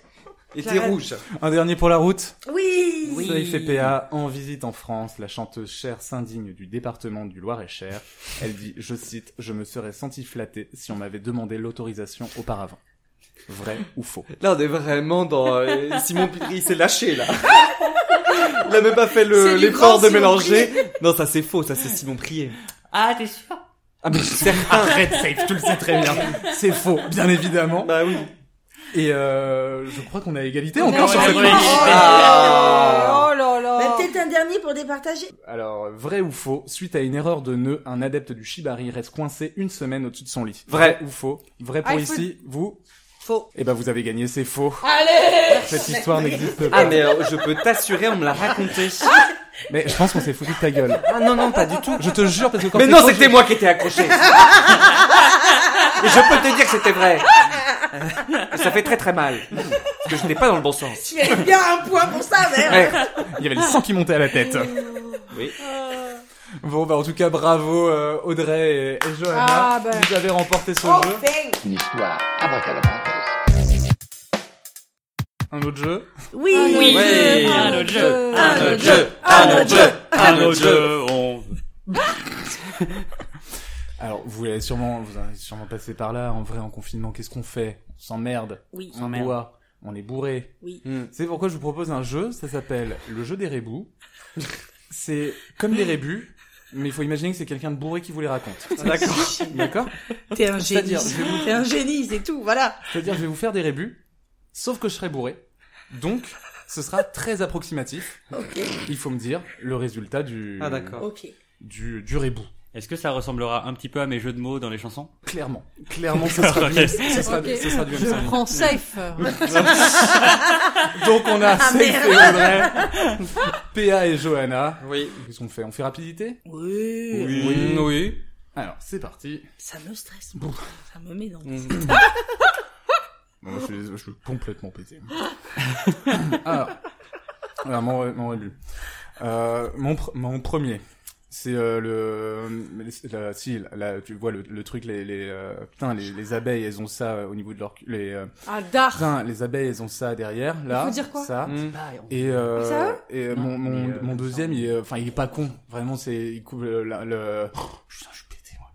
[SPEAKER 7] était
[SPEAKER 6] J'arrête.
[SPEAKER 7] rouge.
[SPEAKER 4] Un dernier pour la route.
[SPEAKER 5] Oui,
[SPEAKER 10] Oui.
[SPEAKER 4] CFPA en visite en France, la chanteuse Cher s'indigne du département du Loir-et-Cher. Elle dit, je cite, je me serais senti flattée si on m'avait demandé l'autorisation auparavant. Vrai ou faux
[SPEAKER 7] Là, on est vraiment dans euh, Simon Prié, il s'est lâché là. Il a même pas fait le-
[SPEAKER 5] C'est du
[SPEAKER 7] l'effort
[SPEAKER 5] grand
[SPEAKER 7] de
[SPEAKER 5] Simon
[SPEAKER 7] mélanger. Non, ça c'est faux, ça c'est Simon Prié.
[SPEAKER 10] Ah, t'es sûr
[SPEAKER 7] Ah mais je suis certain.
[SPEAKER 4] Arrête, safe, tu le sais très bien. C'est faux, bien évidemment.
[SPEAKER 7] bah oui.
[SPEAKER 4] Et euh, je crois qu'on a égalité
[SPEAKER 6] On a
[SPEAKER 4] encore sur cette
[SPEAKER 6] égalité.
[SPEAKER 7] Ah.
[SPEAKER 6] Oh là là.
[SPEAKER 5] Bah, peut-être un dernier pour départager.
[SPEAKER 4] Alors, vrai ou faux, suite à une erreur de nœud, un adepte du Shibari reste coincé une semaine au-dessus de son lit.
[SPEAKER 7] Vrai.
[SPEAKER 4] ou faux Vrai
[SPEAKER 6] Ah,
[SPEAKER 4] pour
[SPEAKER 6] il faut-
[SPEAKER 4] ici, vous
[SPEAKER 6] Faux.
[SPEAKER 4] Eh ben, vous avez gagné, c'est faux. Cette histoire n'existe pas.
[SPEAKER 7] Ah mais Ah, euh, je peux t'assurer, on me l'a raconté.
[SPEAKER 4] Mais je pense qu'on s'est foutu de ta gueule.
[SPEAKER 7] Ah non non, pas du tout.
[SPEAKER 4] Je te jure, parce que quand
[SPEAKER 7] Mais
[SPEAKER 4] c'est
[SPEAKER 7] non,
[SPEAKER 4] faux,
[SPEAKER 7] c'était
[SPEAKER 4] je-
[SPEAKER 7] moi qui étais accroché. Et je peux te dire que c'était vrai. Et ça fait très très mal. Parce que je n'étais pas dans le bon sens.
[SPEAKER 5] Tu mérites bien un point pour ça, merde.
[SPEAKER 7] Ouais.
[SPEAKER 4] Il y avait le sang qui montait à la tête.
[SPEAKER 7] Oui.
[SPEAKER 4] Bon, bah en tout cas, bravo euh, Audrey et, et Johanna.
[SPEAKER 6] Ah, bah.
[SPEAKER 4] Vous avez remporté ce
[SPEAKER 5] Oh,
[SPEAKER 4] jeu.
[SPEAKER 5] thank.
[SPEAKER 12] Une histoire abracadabrantesque.
[SPEAKER 4] Un autre jeu.
[SPEAKER 5] Oui.
[SPEAKER 10] Oui,
[SPEAKER 7] Ouais.
[SPEAKER 10] un autre jeu,
[SPEAKER 5] Un autre
[SPEAKER 10] jeu,
[SPEAKER 7] Ah,
[SPEAKER 5] un autre jeu,
[SPEAKER 10] un autre Ah, jeu, on...
[SPEAKER 4] Alors, vous avez sûrement, vous en avez sûrement passé par là. En vrai, en confinement, qu'est-ce qu'on fait On s'emmerde.
[SPEAKER 5] Oui.
[SPEAKER 4] On
[SPEAKER 10] S'emmerde.
[SPEAKER 4] boit. On est bourré.
[SPEAKER 5] Oui.
[SPEAKER 7] Mm.
[SPEAKER 4] C'est pourquoi je vous propose un jeu. Ça s'appelle le jeu des rébus. c'est comme des rébus, mais il faut imaginer que c'est quelqu'un de bourré qui vous les raconte. D'accord. D'accord.
[SPEAKER 5] T'es un génie.
[SPEAKER 4] C'est-à-dire, je vais
[SPEAKER 5] T'es un génie, c'est tout. Voilà.
[SPEAKER 4] C'est-à-dire, je vais vous faire des rébus, sauf que je serai bourré. Donc, ce sera très approximatif.
[SPEAKER 5] Ok.
[SPEAKER 4] Il faut me dire le résultat du
[SPEAKER 7] Ah, d'accord.
[SPEAKER 5] Ok.
[SPEAKER 4] du du rébus.
[SPEAKER 10] Est-ce que ça ressemblera un petit peu à mes jeux de mots dans les chansons
[SPEAKER 4] Clairement, clairement, ce sera du même, ce sera,
[SPEAKER 6] Ok.
[SPEAKER 4] ce sera du même
[SPEAKER 6] Je
[SPEAKER 4] sérieux.
[SPEAKER 6] prends safe.
[SPEAKER 4] Donc on a
[SPEAKER 5] Ah,
[SPEAKER 4] Seth et Audrey, PA et Johanna.
[SPEAKER 7] Oui.
[SPEAKER 4] Qu'est-ce qu'on fait On fait rapidité
[SPEAKER 5] Oui.
[SPEAKER 7] Oui. Oui.
[SPEAKER 4] Alors c'est parti.
[SPEAKER 5] Ça me stresse. Ça me met dans.
[SPEAKER 4] Bon, moi, je, suis, je suis complètement pété. Ah. Alors, alors, mon, mon rébus. Euh, mon, pr- mon premier. C'est euh, le, la- si là tu vois le, le truc les les euh, putain les, les abeilles elles ont ça euh, au niveau de leur cul- les euh,
[SPEAKER 6] Ah, dard.
[SPEAKER 4] putain les abeilles elles ont ça derrière là
[SPEAKER 6] faut dire quoi
[SPEAKER 4] ça
[SPEAKER 7] Mm.
[SPEAKER 4] et euh,
[SPEAKER 6] Ça va
[SPEAKER 4] et euh, mon mon, mon deuxième il est enfin il est pas con vraiment c'est il coupe le, la- le... Oh, putain je suis pété moi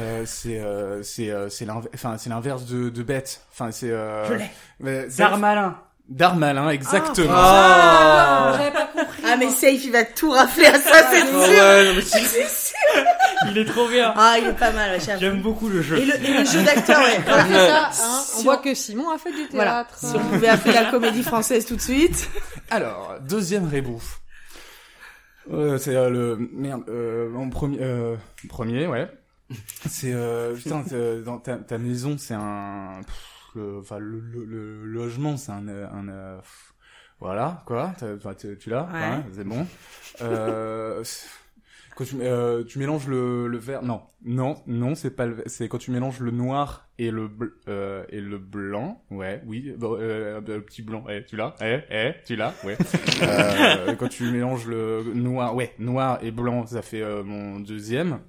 [SPEAKER 4] euh, c'est euh, c'est euh, c'est l'inverse enfin c'est l'inverse de de bête enfin c'est euh,
[SPEAKER 10] Je l'ai.
[SPEAKER 4] mais-
[SPEAKER 10] Darmalin. Ah.
[SPEAKER 4] Darmalin exactement
[SPEAKER 5] Ah,
[SPEAKER 6] J'avais pas compris.
[SPEAKER 5] Ah, mais Safe, il va tout rafler à ça, c'est
[SPEAKER 7] Oh
[SPEAKER 5] sûr.
[SPEAKER 7] ouais, non, mais c'est-
[SPEAKER 5] C'est sûr.
[SPEAKER 10] Il est trop bien.
[SPEAKER 5] Ah, il est pas mal, ouais, j'avoue.
[SPEAKER 10] J'aime beaucoup le jeu.
[SPEAKER 5] Et le, et le jeu d'acteur, ouais.
[SPEAKER 6] On a fait ça, hein. On
[SPEAKER 5] Si
[SPEAKER 6] voit que Simon a fait du
[SPEAKER 5] Voilà.
[SPEAKER 6] théâtre. Ah,
[SPEAKER 5] Si on pouvait appeler la comédie française tout de suite.
[SPEAKER 4] Alors, deuxième rebouf. Euh, c'est euh, le merde euh, en premier euh, premier ouais. C'est euh, putain c'est, euh, dans ta, ta maison c'est un pff, le, enfin le, le- le logement c'est un euh, un euh, pff, voilà quoi T'as- enfin, tu, tu l'as
[SPEAKER 5] Ouais.
[SPEAKER 4] hein, c'est bon. Euh, c'est- quand tu, euh, tu mélanges le, le vert non non non c'est pas le vert. c'est quand tu mélanges le noir et le bl- euh, et le blanc ouais oui bon, euh, le petit blanc eh tu l'as eh eh tu l'as ouais euh, quand tu mélanges le noir, ouais, noir et blanc, ça fait euh, mon deuxième.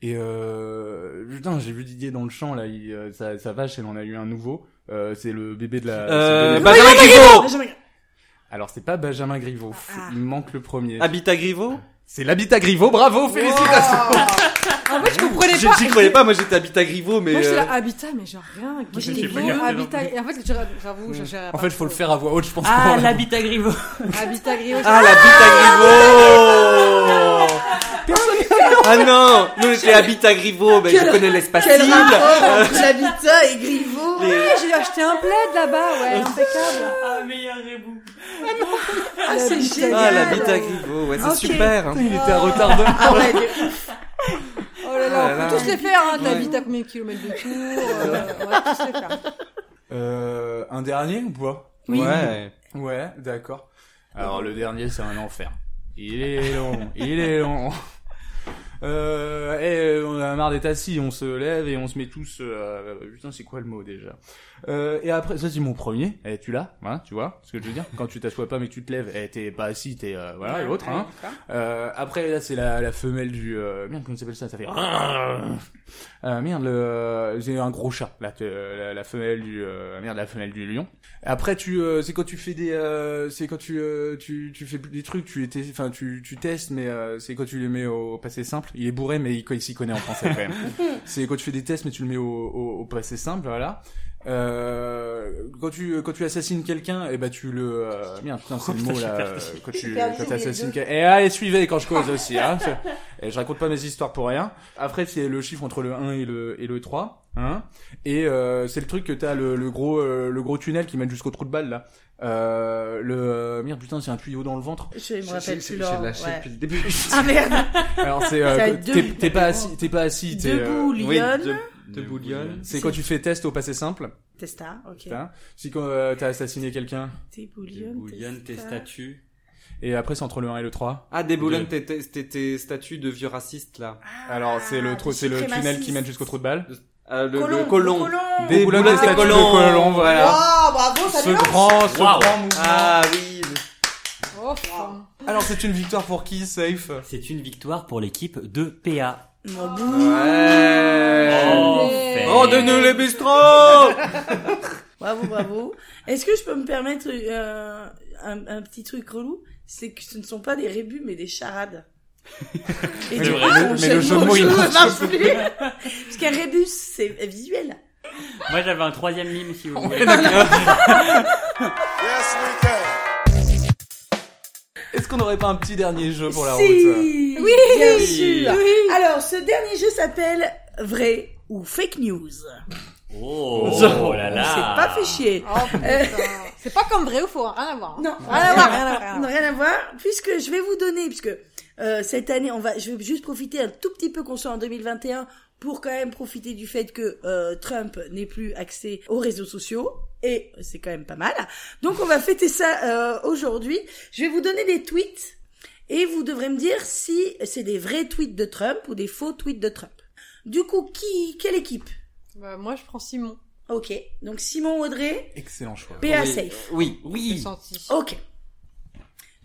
[SPEAKER 4] Et euh, putain, j'ai vu Didier dans le champ là, il, euh, sa, sa vache, elle en a eu un nouveau. Euh, c'est le bébé de la.
[SPEAKER 7] Euh,
[SPEAKER 4] c'est le bébé-
[SPEAKER 7] Benjamin Griveaux
[SPEAKER 4] Alors c'est pas Benjamin Griveaux, il manque le premier.
[SPEAKER 7] Habitat Griveaux
[SPEAKER 4] C'est l'habitat Griveaux, bravo, félicitations.
[SPEAKER 6] En fait, je comprenais
[SPEAKER 7] Je
[SPEAKER 6] pas.
[SPEAKER 7] j'y croyais pas, moi j'étais Habitat Griveaux, mais...
[SPEAKER 6] Moi, j'étais
[SPEAKER 7] euh,
[SPEAKER 6] là, Habitat, mais genre rien. Moi,
[SPEAKER 10] j'ai fait gaffe,
[SPEAKER 6] Habitat. Et en fait, je- j'avoue, je- j'avais
[SPEAKER 4] En
[SPEAKER 6] pas
[SPEAKER 4] fait, faut le
[SPEAKER 6] trop.
[SPEAKER 4] faire à voix haute, je pense.
[SPEAKER 10] Ah,
[SPEAKER 4] pour-
[SPEAKER 10] l'habitat grivo.
[SPEAKER 6] Habitat Griot.
[SPEAKER 7] Ah, l'Habitat Griveaux Ah non Nous j'étais Habitat Griveaux, mais je connais l'espace
[SPEAKER 5] Quel
[SPEAKER 7] libre.
[SPEAKER 5] rapport entre l'habitat et Griveaux.
[SPEAKER 6] Ouais, j'ai acheté un plaid là-bas, ouais, impeccable.
[SPEAKER 10] Ah, meilleur rebou.
[SPEAKER 5] Ah, c'est
[SPEAKER 6] l'habitat.
[SPEAKER 5] génial.
[SPEAKER 7] Ah, l'Habitat Griveaux, ouais, c'est
[SPEAKER 5] Ok.
[SPEAKER 7] super hein.
[SPEAKER 4] Il était à retard de.
[SPEAKER 5] Ah ouais, de-
[SPEAKER 6] Oh là là, on
[SPEAKER 7] Ah là
[SPEAKER 6] peut
[SPEAKER 7] là.
[SPEAKER 6] tous les faire, hein.
[SPEAKER 7] Ouais.
[SPEAKER 6] T'habites à combien de kilomètres de tour euh, On va tous les faire.
[SPEAKER 4] Euh, un dernier ou pas
[SPEAKER 7] Ouais.
[SPEAKER 4] Ouais, d'accord. Alors le dernier, c'est un enfer. Il est long, il est long. Euh, eh, on a marre d'être assis, on se lève et on se met tous. euh, putain, c'est quoi le mot déjà euh, Et après, ça c'est mon premier. Eh, tu l'as, hein, tu vois ce que je veux dire Quand tu t'assois pas mais que tu te lèves, eh, t'es pas assis, t'es euh, voilà l'autre. Hein. Euh, après là, c'est la, la femelle du euh, merde, comment ça s'appelle ça Ça fait. Euh, merde, le... j'ai un gros chat. Là, t'es, euh, la, la femelle du euh, merde, la femelle du lion. Après, tu, euh, c'est quand tu fais des, euh, c'est quand tu, euh, tu, tu fais des trucs, tu étais, enfin, tu, tu testes, mais euh, c'est quand tu les mets au passé simple. Il est bourré, mais il, il s'y connaît en français quand même. c'est quand tu fais des tests, mais tu le mets au, au, au passé simple, voilà. Euh, quand tu quand tu assassines quelqu'un, et ben tu le euh, merde, putain, c'est le mot là. euh, Quand tu
[SPEAKER 5] perdu
[SPEAKER 4] quand
[SPEAKER 5] les
[SPEAKER 4] assassines
[SPEAKER 5] deux.
[SPEAKER 4] quelqu'un. Et allez suivez quand je cause aussi, hein. Et je raconte pas mes histoires pour rien. Après, c'est le chiffre entre le 1 et le, et le 3. Hein et euh, c'est le truc que t'as le, le gros euh, le gros tunnel qui mène jusqu'au trou de balle là. Euh, le euh, merde putain c'est un tuyau dans le ventre.
[SPEAKER 5] Je me
[SPEAKER 7] J'ai-
[SPEAKER 5] rappelle plus
[SPEAKER 7] j'ai- j'ai
[SPEAKER 5] leur...
[SPEAKER 7] lâché
[SPEAKER 5] ouais.
[SPEAKER 7] depuis le début.
[SPEAKER 5] Ah merde
[SPEAKER 4] Alors c'est
[SPEAKER 5] Ça va
[SPEAKER 4] euh,
[SPEAKER 5] être deux
[SPEAKER 4] t'es
[SPEAKER 5] minutes,
[SPEAKER 4] t'es pas
[SPEAKER 5] d'accord.
[SPEAKER 4] assis t'es pas assis t'es euh,
[SPEAKER 5] Debout,
[SPEAKER 7] Oui,
[SPEAKER 5] Lyon.
[SPEAKER 7] de, de Bouillon.
[SPEAKER 4] c'est quand tu fais test au passé simple.
[SPEAKER 5] Testa, ok.
[SPEAKER 4] Putain. Si quand euh, t'as assassiné quelqu'un
[SPEAKER 5] Debout, Lyon,
[SPEAKER 10] Bouillonne tes
[SPEAKER 5] Testa.
[SPEAKER 10] statues.
[SPEAKER 4] et après c'est entre le 1 et le 3.
[SPEAKER 7] Ah, des Bouillon, t'es- t'es t'es- tes statues de vieux racistes, là.
[SPEAKER 4] Alors c'est le trou
[SPEAKER 5] Ah, des
[SPEAKER 4] c'est le tunnel
[SPEAKER 5] suprémacistes.
[SPEAKER 4] qui mène jusqu'au trou de balle.
[SPEAKER 7] Euh, le,
[SPEAKER 5] Colomb,
[SPEAKER 7] le colon.
[SPEAKER 5] colon.
[SPEAKER 4] Des
[SPEAKER 7] Bouillon,
[SPEAKER 4] boulons des
[SPEAKER 7] c'est
[SPEAKER 4] statues de
[SPEAKER 7] colon.
[SPEAKER 4] colons, voilà.
[SPEAKER 5] Oh, bravo, ça
[SPEAKER 4] Ce
[SPEAKER 5] démarre.
[SPEAKER 4] grand ce
[SPEAKER 10] Waouh.
[SPEAKER 4] grand mouvement.
[SPEAKER 7] Ah oui.
[SPEAKER 6] Oh, putain.
[SPEAKER 4] Alors c'est une victoire pour qui safe
[SPEAKER 10] C'est une victoire pour l'équipe de PA.
[SPEAKER 5] Mon bou-
[SPEAKER 7] Ouais.
[SPEAKER 6] Yeah.
[SPEAKER 7] Oh, donne-nous les bistrots
[SPEAKER 5] Bravo, bravo. Est-ce que je peux me permettre euh, un, un petit truc relou C'est que ce ne sont pas des rébus, mais des charades. Et
[SPEAKER 10] C'est
[SPEAKER 5] du
[SPEAKER 10] vrai,
[SPEAKER 5] coup,
[SPEAKER 4] mais-
[SPEAKER 5] mon
[SPEAKER 4] mais
[SPEAKER 5] jeu
[SPEAKER 4] le
[SPEAKER 5] de
[SPEAKER 4] jeu de
[SPEAKER 5] mots,
[SPEAKER 4] mots, il
[SPEAKER 5] je
[SPEAKER 4] marche.
[SPEAKER 5] ne marche plus. Parce qu'un rébus, c'est visuel.
[SPEAKER 10] Moi, j'avais un troisième mime, si vous voulez.
[SPEAKER 3] Yes, we can.
[SPEAKER 4] Est-ce qu'on n'aurait pas un petit dernier jeu pour la route
[SPEAKER 5] si Oui, bien sûr. Alors, ce dernier jeu s'appelle Vrai ou Fake News.
[SPEAKER 10] Oh, là
[SPEAKER 5] On s'est
[SPEAKER 10] là.
[SPEAKER 5] pas fait chier.
[SPEAKER 6] Oh, putain. C'est pas comme vrai ou faux, hein, rien à voir. hein.
[SPEAKER 5] Non,
[SPEAKER 6] Rien à voir, rien à voir, rien à
[SPEAKER 5] Non, rien à voir, puisque je vais vous donner, puisque euh, cette année, on va, je vais juste profiter un tout petit peu qu'on soit en 2021 pour quand même profiter du fait que euh, Trump n'est plus accès aux réseaux sociaux. Et c'est quand même pas mal. Donc on va fêter ça euh, aujourd'hui. Je vais vous donner des tweets et vous devrez me dire si c'est des vrais tweets de Trump ou des faux tweets de Trump. Du coup, qui, quelle équipe
[SPEAKER 6] Bah, moi, je prends Simon.
[SPEAKER 5] Ok, donc Simon Audrey,
[SPEAKER 4] Excellent choix.
[SPEAKER 5] PA
[SPEAKER 7] Oui.
[SPEAKER 5] Safe.
[SPEAKER 7] Oui,
[SPEAKER 6] J'ai
[SPEAKER 7] oui.
[SPEAKER 6] senti.
[SPEAKER 5] Ok.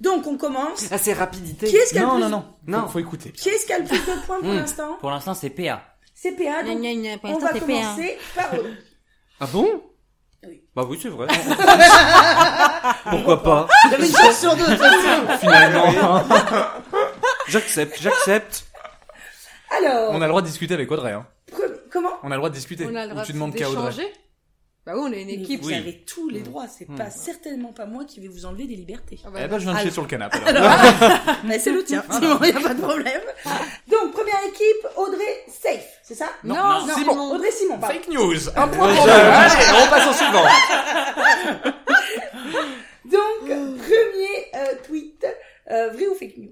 [SPEAKER 5] Donc, on commence.
[SPEAKER 7] Ah, c'est rapidité.
[SPEAKER 5] Qui est-ce qui a le
[SPEAKER 10] Non,
[SPEAKER 5] plus-
[SPEAKER 10] non, non.
[SPEAKER 7] Non.
[SPEAKER 4] Faut écouter.
[SPEAKER 5] Qui est-ce qui a le plus de points pour
[SPEAKER 7] Hmm.
[SPEAKER 5] l'instant
[SPEAKER 10] Pour l'instant, c'est PA.
[SPEAKER 5] C'est PA, bah, donc on va commencer par eux.
[SPEAKER 7] Ah bon
[SPEAKER 5] Oui.
[SPEAKER 7] Bah oui, c'est vrai. Pourquoi pas
[SPEAKER 5] Il y avait une chance sur deux. de toute façon.
[SPEAKER 4] Finalement,
[SPEAKER 7] J'accepte, j'accepte.
[SPEAKER 5] Alors,
[SPEAKER 4] on a le droit de discuter avec Audrey. Hein.
[SPEAKER 5] pre- comment
[SPEAKER 4] On a le droit de discuter.
[SPEAKER 6] On a le
[SPEAKER 4] Ou
[SPEAKER 6] droit
[SPEAKER 4] tu demandes qu'à Audrey.
[SPEAKER 6] d'échanger. Bah oui, on est une équipe.
[SPEAKER 5] Vous avez tous les droits. C'est
[SPEAKER 4] Hmm.
[SPEAKER 5] pas certainement pas moi qui vais vous enlever des libertés.
[SPEAKER 6] Ah bah,
[SPEAKER 4] Eh ben, je viens de chier sur le canapé. alors.
[SPEAKER 5] Ah, Mais c'est le tien. Il n'y a pas de problème. Donc, première équipe, Audrey Safe, c'est ça
[SPEAKER 6] Non,
[SPEAKER 4] non, Ah,
[SPEAKER 6] non,
[SPEAKER 4] Simon.
[SPEAKER 6] non.
[SPEAKER 5] Audrey Simon, pardon.
[SPEAKER 4] Fake news. Un point
[SPEAKER 7] Ouais,
[SPEAKER 4] pour
[SPEAKER 7] je-
[SPEAKER 4] Audrey.
[SPEAKER 7] Allez, on passe au suivant.
[SPEAKER 5] Donc, premier euh, tweet, euh, vrai ou fake news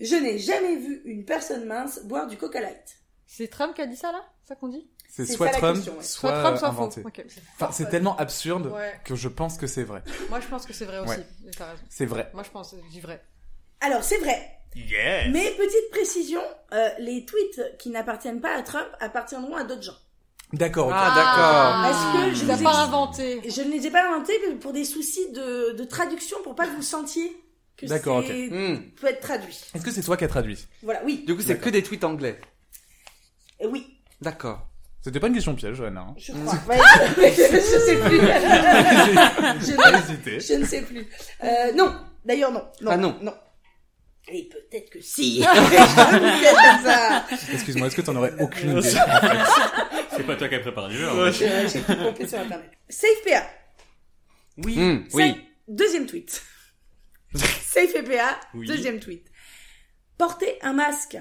[SPEAKER 5] Je n'ai jamais vu une personne mince boire du Coca Light.
[SPEAKER 6] C'est Trump qui a dit ça là C'est ça qu'on dit
[SPEAKER 4] C'est
[SPEAKER 5] C'est
[SPEAKER 4] soit
[SPEAKER 5] ça la
[SPEAKER 4] Trump,
[SPEAKER 5] question, ouais.
[SPEAKER 6] Soit
[SPEAKER 4] soit
[SPEAKER 6] Trump, soit
[SPEAKER 4] inventé.
[SPEAKER 6] faux. Ok.
[SPEAKER 4] Enfin, c'est tellement absurde
[SPEAKER 6] Ouais.
[SPEAKER 4] que je pense que c'est vrai.
[SPEAKER 6] Moi je pense que c'est vrai aussi.
[SPEAKER 4] Ouais.
[SPEAKER 6] Mais t'as raison.
[SPEAKER 4] C'est vrai.
[SPEAKER 6] Moi je pense, je dis vrai.
[SPEAKER 5] Alors, c'est vrai.
[SPEAKER 4] Yeah.
[SPEAKER 5] Mais petite précision, euh, les tweets qui n'appartiennent pas à Trump appartiendront à d'autres gens.
[SPEAKER 4] D'accord. ok.
[SPEAKER 7] Ah,
[SPEAKER 5] Est-ce que je
[SPEAKER 6] Tu
[SPEAKER 5] vous
[SPEAKER 6] l'as
[SPEAKER 5] ex-
[SPEAKER 6] pas inventé
[SPEAKER 5] Et Je ne les ai pas inventés pour des soucis de, de traduction, pour pas que vous sentiez que c'est
[SPEAKER 4] D'accord,
[SPEAKER 7] d'accord. Hmm.
[SPEAKER 5] peut être traduit.
[SPEAKER 4] Est-ce que c'est toi qui as traduit
[SPEAKER 5] Voilà, oui,
[SPEAKER 7] Du coup, c'est que des tweets anglais.
[SPEAKER 5] Euh, oui,
[SPEAKER 7] D'accord.
[SPEAKER 4] C'était pas une question piège, Johanna. hein.
[SPEAKER 5] je
[SPEAKER 7] Mm.
[SPEAKER 5] crois. Ouais, Ah, je sais plus.
[SPEAKER 4] J'ai pas hésité.
[SPEAKER 5] Je ne sais plus. Euh, non, d'ailleurs non. non.
[SPEAKER 7] Ah, non.
[SPEAKER 5] Non. Et peut-être que si. Je
[SPEAKER 4] Excuse-moi, est-ce que t'en aurais aucune idée
[SPEAKER 10] C'est pas toi qui as préparé le jeu.
[SPEAKER 5] J'ai tout compris sur internet. SafePA.
[SPEAKER 10] Oui.
[SPEAKER 7] Hmm,
[SPEAKER 5] Safe-
[SPEAKER 7] oui.
[SPEAKER 5] Deuxième tweet. SafePA.
[SPEAKER 10] Oui.
[SPEAKER 5] Deuxième tweet. Porter un masque.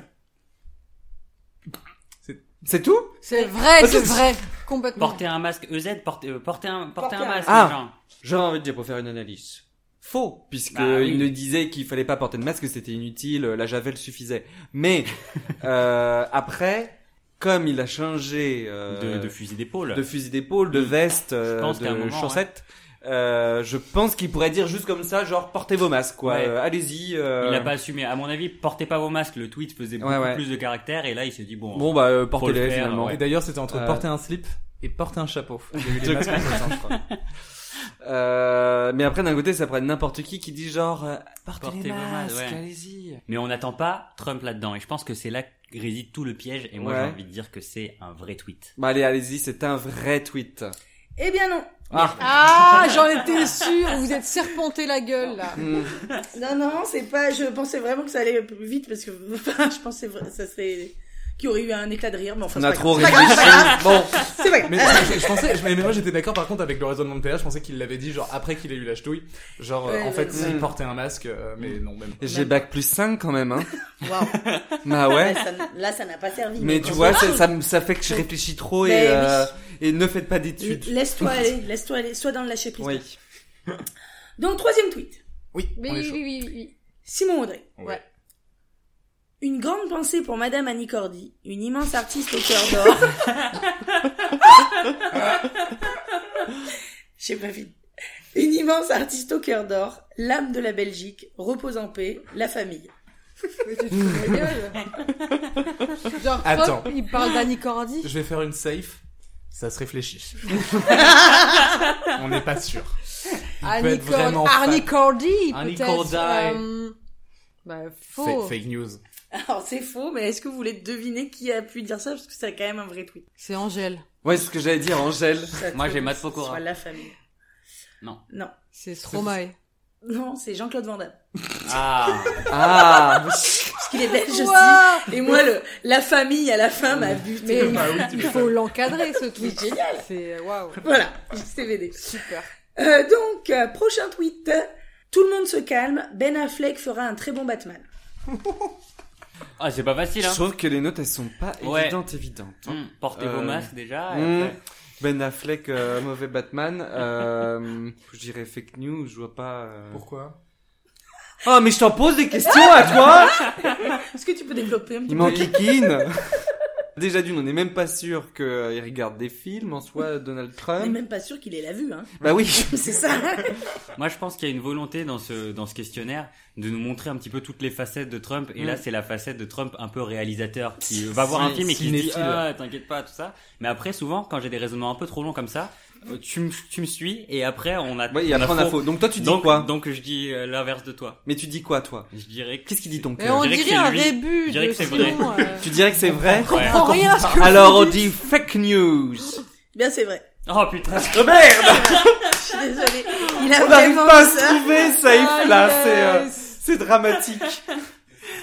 [SPEAKER 7] C'est tout
[SPEAKER 6] C'est vrai, c'est vrai. Complètement.
[SPEAKER 10] Porter un masque EZ, porter, euh, porter un,
[SPEAKER 5] Porter
[SPEAKER 10] porter un
[SPEAKER 5] un-
[SPEAKER 10] masque,
[SPEAKER 7] Ah.
[SPEAKER 10] genre.
[SPEAKER 7] J'aurais envie de dire pour faire une analyse. Faux, puisque
[SPEAKER 10] Bah oui.
[SPEAKER 7] il ne disait qu'il fallait pas porter de masque, que c'était inutile, la javel suffisait. Mais euh, après, comme il a changé euh,
[SPEAKER 10] De, de fusil d'épaule.
[SPEAKER 7] de fusil d'épaule, de veste, euh,
[SPEAKER 10] Mm. pense
[SPEAKER 7] de
[SPEAKER 10] qu'à un moment,
[SPEAKER 7] chaussettes, euh, je pense qu'il pourrait dire juste comme ça, genre portez vos masques, quoi.
[SPEAKER 10] Ouais.
[SPEAKER 7] Euh, Allez-y.
[SPEAKER 10] Il
[SPEAKER 7] euh,
[SPEAKER 10] n'a pas assumé. À mon avis, portez pas vos masques. Le tweet faisait beaucoup
[SPEAKER 7] Ouais, ouais.
[SPEAKER 10] plus de caractères et là, il s'est dit bon.
[SPEAKER 7] Bon bah euh,
[SPEAKER 10] Faut
[SPEAKER 7] portez-les
[SPEAKER 10] le faire,
[SPEAKER 7] finalement.
[SPEAKER 10] ouais.
[SPEAKER 4] Et d'ailleurs, c'était entre
[SPEAKER 7] Euh,
[SPEAKER 4] porter un slip et porter un chapeau. Il y a eu les
[SPEAKER 7] Truc-
[SPEAKER 4] masques en même temps, je crois.
[SPEAKER 7] Euh, mais après d'un côté, ça pourrait être n'importe qui qui dit genre euh, portez,
[SPEAKER 10] Portez
[SPEAKER 7] les
[SPEAKER 10] vos masques,
[SPEAKER 7] masques,
[SPEAKER 10] ouais.
[SPEAKER 7] allez-y.
[SPEAKER 10] Mais on n'attend pas Trump là-dedans. Et je pense que c'est là que réside tout le piège. Et moi,
[SPEAKER 7] Ouais.
[SPEAKER 10] j'ai envie de dire que c'est un vrai tweet.
[SPEAKER 7] Bah allez, allez-y, c'est un vrai tweet.
[SPEAKER 5] Eh bien non.
[SPEAKER 7] Ah.
[SPEAKER 6] Ah, j'en étais sûre. Vous êtes serpenté la gueule là.
[SPEAKER 7] Hmm.
[SPEAKER 5] Non, non, c'est pas. Je pensais vraiment que ça allait plus vite parce que enfin, je pensais vra- ça serait qu'il y aurait eu un éclat de rire, mais enfin.
[SPEAKER 7] On
[SPEAKER 5] c'est
[SPEAKER 7] a
[SPEAKER 5] pas
[SPEAKER 7] trop
[SPEAKER 5] grave.
[SPEAKER 7] réfléchi. Bon,
[SPEAKER 5] C'est vrai.
[SPEAKER 4] Mais je, je pensais, je- mais moi j'étais d'accord par contre avec le raisonnement de PH, je pensais qu'il l'avait dit genre après qu'il ait eu la ch'touille, genre euh,
[SPEAKER 5] Ouais,
[SPEAKER 4] en fait
[SPEAKER 5] ouais,
[SPEAKER 4] s'il
[SPEAKER 7] ouais.
[SPEAKER 4] portait un masque, euh, mais
[SPEAKER 6] Mm.
[SPEAKER 4] non même. pas.
[SPEAKER 7] j'ai bac plus 5 quand même. Hein.
[SPEAKER 5] Waouh.
[SPEAKER 7] Bah ouais.
[SPEAKER 5] Ça n- Là, ça n'a pas servi.
[SPEAKER 7] Mais tu vois, ça, ça, me- ça fait que je réfléchis trop et,
[SPEAKER 5] Mais oui.
[SPEAKER 7] euh, et ne faites pas d'études.
[SPEAKER 5] Laisse-toi aller, laisse-toi aller, sois dans le lâcher prise.
[SPEAKER 7] Oui.
[SPEAKER 5] Donc, troisième tweet.
[SPEAKER 4] Oui,
[SPEAKER 6] Mais
[SPEAKER 4] on est
[SPEAKER 6] oui,
[SPEAKER 4] chaud.
[SPEAKER 6] oui, oui, oui.
[SPEAKER 5] Simon Audrey.
[SPEAKER 6] Ouais.
[SPEAKER 5] Une grande pensée pour Madame Annie Cordy, une immense artiste au cœur d'or. J'ai pas fini. Une immense artiste au cœur d'or, l'âme de la Belgique, repose en paix, la famille.
[SPEAKER 6] Mais tu te fous de ma gueule. Genre, Trump,
[SPEAKER 4] Attends.
[SPEAKER 6] il parle d'Annie Cordy.
[SPEAKER 4] Je vais faire une safe, ça se réfléchit. on n'est pas sûr. Il peut
[SPEAKER 6] Annie
[SPEAKER 4] être
[SPEAKER 6] Cordy.
[SPEAKER 4] vraiment
[SPEAKER 6] Annie
[SPEAKER 4] fa-
[SPEAKER 6] Cordy,
[SPEAKER 4] Annie
[SPEAKER 6] peut-être.
[SPEAKER 4] Cordy.
[SPEAKER 6] euh, Bah, faux.
[SPEAKER 4] fa- fake news.
[SPEAKER 5] Alors c'est faux, mais est-ce que vous voulez deviner qui a pu dire ça Parce que c'est quand même un vrai tweet.
[SPEAKER 6] C'est Angèle.
[SPEAKER 7] Ouais, c'est ce que j'allais dire, Angèle.
[SPEAKER 10] Moi, j'ai Matt
[SPEAKER 5] Matt
[SPEAKER 10] Pokora.
[SPEAKER 5] Soit la famille.
[SPEAKER 10] Non.
[SPEAKER 5] Non.
[SPEAKER 6] C'est Stromae.
[SPEAKER 5] Non, c'est Jean-Claude Van Damme.
[SPEAKER 10] Ah.
[SPEAKER 7] Ah,
[SPEAKER 5] Parce qu'il est belge aussi.
[SPEAKER 6] Ouah
[SPEAKER 5] Et moi, le, la famille à la fin m'a buté.
[SPEAKER 6] Mais
[SPEAKER 10] Ah
[SPEAKER 6] il faut l'encadrer ce tweet.
[SPEAKER 5] C'est génial.
[SPEAKER 6] C'est waouh.
[SPEAKER 5] Voilà, CVD.
[SPEAKER 6] Super.
[SPEAKER 5] Euh, donc, euh, prochain tweet. Tout le monde se calme, Ben Affleck fera un très bon Batman.
[SPEAKER 10] Ah, c'est pas facile,
[SPEAKER 7] je
[SPEAKER 10] hein.
[SPEAKER 7] trouve que les notes elles sont pas
[SPEAKER 10] Ouais.
[SPEAKER 7] évidentes, évidentes. hein.
[SPEAKER 10] Hmm, Portez
[SPEAKER 7] Euh,
[SPEAKER 10] vos masques déjà. et
[SPEAKER 7] hmm.
[SPEAKER 10] après-
[SPEAKER 7] Ben Affleck, euh, mauvais Batman. Euh, je dirais fake news, je vois pas. euh.
[SPEAKER 4] Pourquoi
[SPEAKER 7] Oh, mais je t'en pose des questions à toi
[SPEAKER 5] Est-ce que tu peux développer un petit
[SPEAKER 7] Il
[SPEAKER 5] peu
[SPEAKER 7] m'en kikine Déjà d'une, on n'est même pas sûr qu'il regarde des films en soi, Donald
[SPEAKER 5] On n'est
[SPEAKER 7] Trump.
[SPEAKER 5] même pas sûr qu'il ait la vue, hein.
[SPEAKER 7] Bah oui
[SPEAKER 5] C'est ça.
[SPEAKER 10] Moi, je pense qu'il y a une volonté dans ce, dans ce questionnaire de nous montrer un petit peu toutes les facettes de Trump. Et
[SPEAKER 7] Mm.
[SPEAKER 10] là, c'est la facette de Trump un peu réalisateur qui va voir un
[SPEAKER 7] Oui,
[SPEAKER 10] film et qui se dit
[SPEAKER 7] cinéphile.
[SPEAKER 10] Ah, t'inquiète pas, tout ça. Mais après, souvent, quand j'ai des raisonnements un peu trop longs comme ça, euh, tu, me- tu me suis et après on a.
[SPEAKER 7] Ouais, et après, on a faux. Donc, toi, tu dis
[SPEAKER 10] donc,
[SPEAKER 7] quoi
[SPEAKER 10] Donc je dis euh, l'inverse de toi.
[SPEAKER 7] Mais tu dis quoi, toi
[SPEAKER 10] Je dirais. que-
[SPEAKER 7] Qu'est-ce qu'il dit ton
[SPEAKER 6] Mais
[SPEAKER 7] cœur
[SPEAKER 6] on
[SPEAKER 10] dirais que
[SPEAKER 6] dirait
[SPEAKER 10] c'est
[SPEAKER 6] un
[SPEAKER 10] lui.
[SPEAKER 6] début
[SPEAKER 10] Je dirais
[SPEAKER 6] de
[SPEAKER 10] que c'est vrai.
[SPEAKER 6] Simon, euh,
[SPEAKER 7] Tu dirais que c'est vrai
[SPEAKER 6] Je comprends rien à ce que vous
[SPEAKER 7] Alors on
[SPEAKER 6] dites.
[SPEAKER 7] dit fake news.
[SPEAKER 5] Bien, c'est vrai.
[SPEAKER 10] Oh putain.
[SPEAKER 5] Je suis désolée. Il a
[SPEAKER 7] On n'arrive
[SPEAKER 5] vraiment
[SPEAKER 7] pas à
[SPEAKER 5] dit
[SPEAKER 7] se
[SPEAKER 5] ça.
[SPEAKER 7] trouver
[SPEAKER 6] Ah,
[SPEAKER 7] safe là, c'est euh,
[SPEAKER 6] yes.
[SPEAKER 7] c'est dramatique.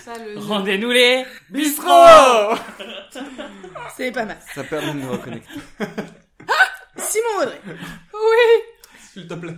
[SPEAKER 6] Ça, le-
[SPEAKER 10] Rendez-nous les.
[SPEAKER 7] Bistro
[SPEAKER 5] C'est pas mal.
[SPEAKER 7] Ça permet de nous reconnecter.
[SPEAKER 5] Simon Audrey.
[SPEAKER 7] S'il te plaît.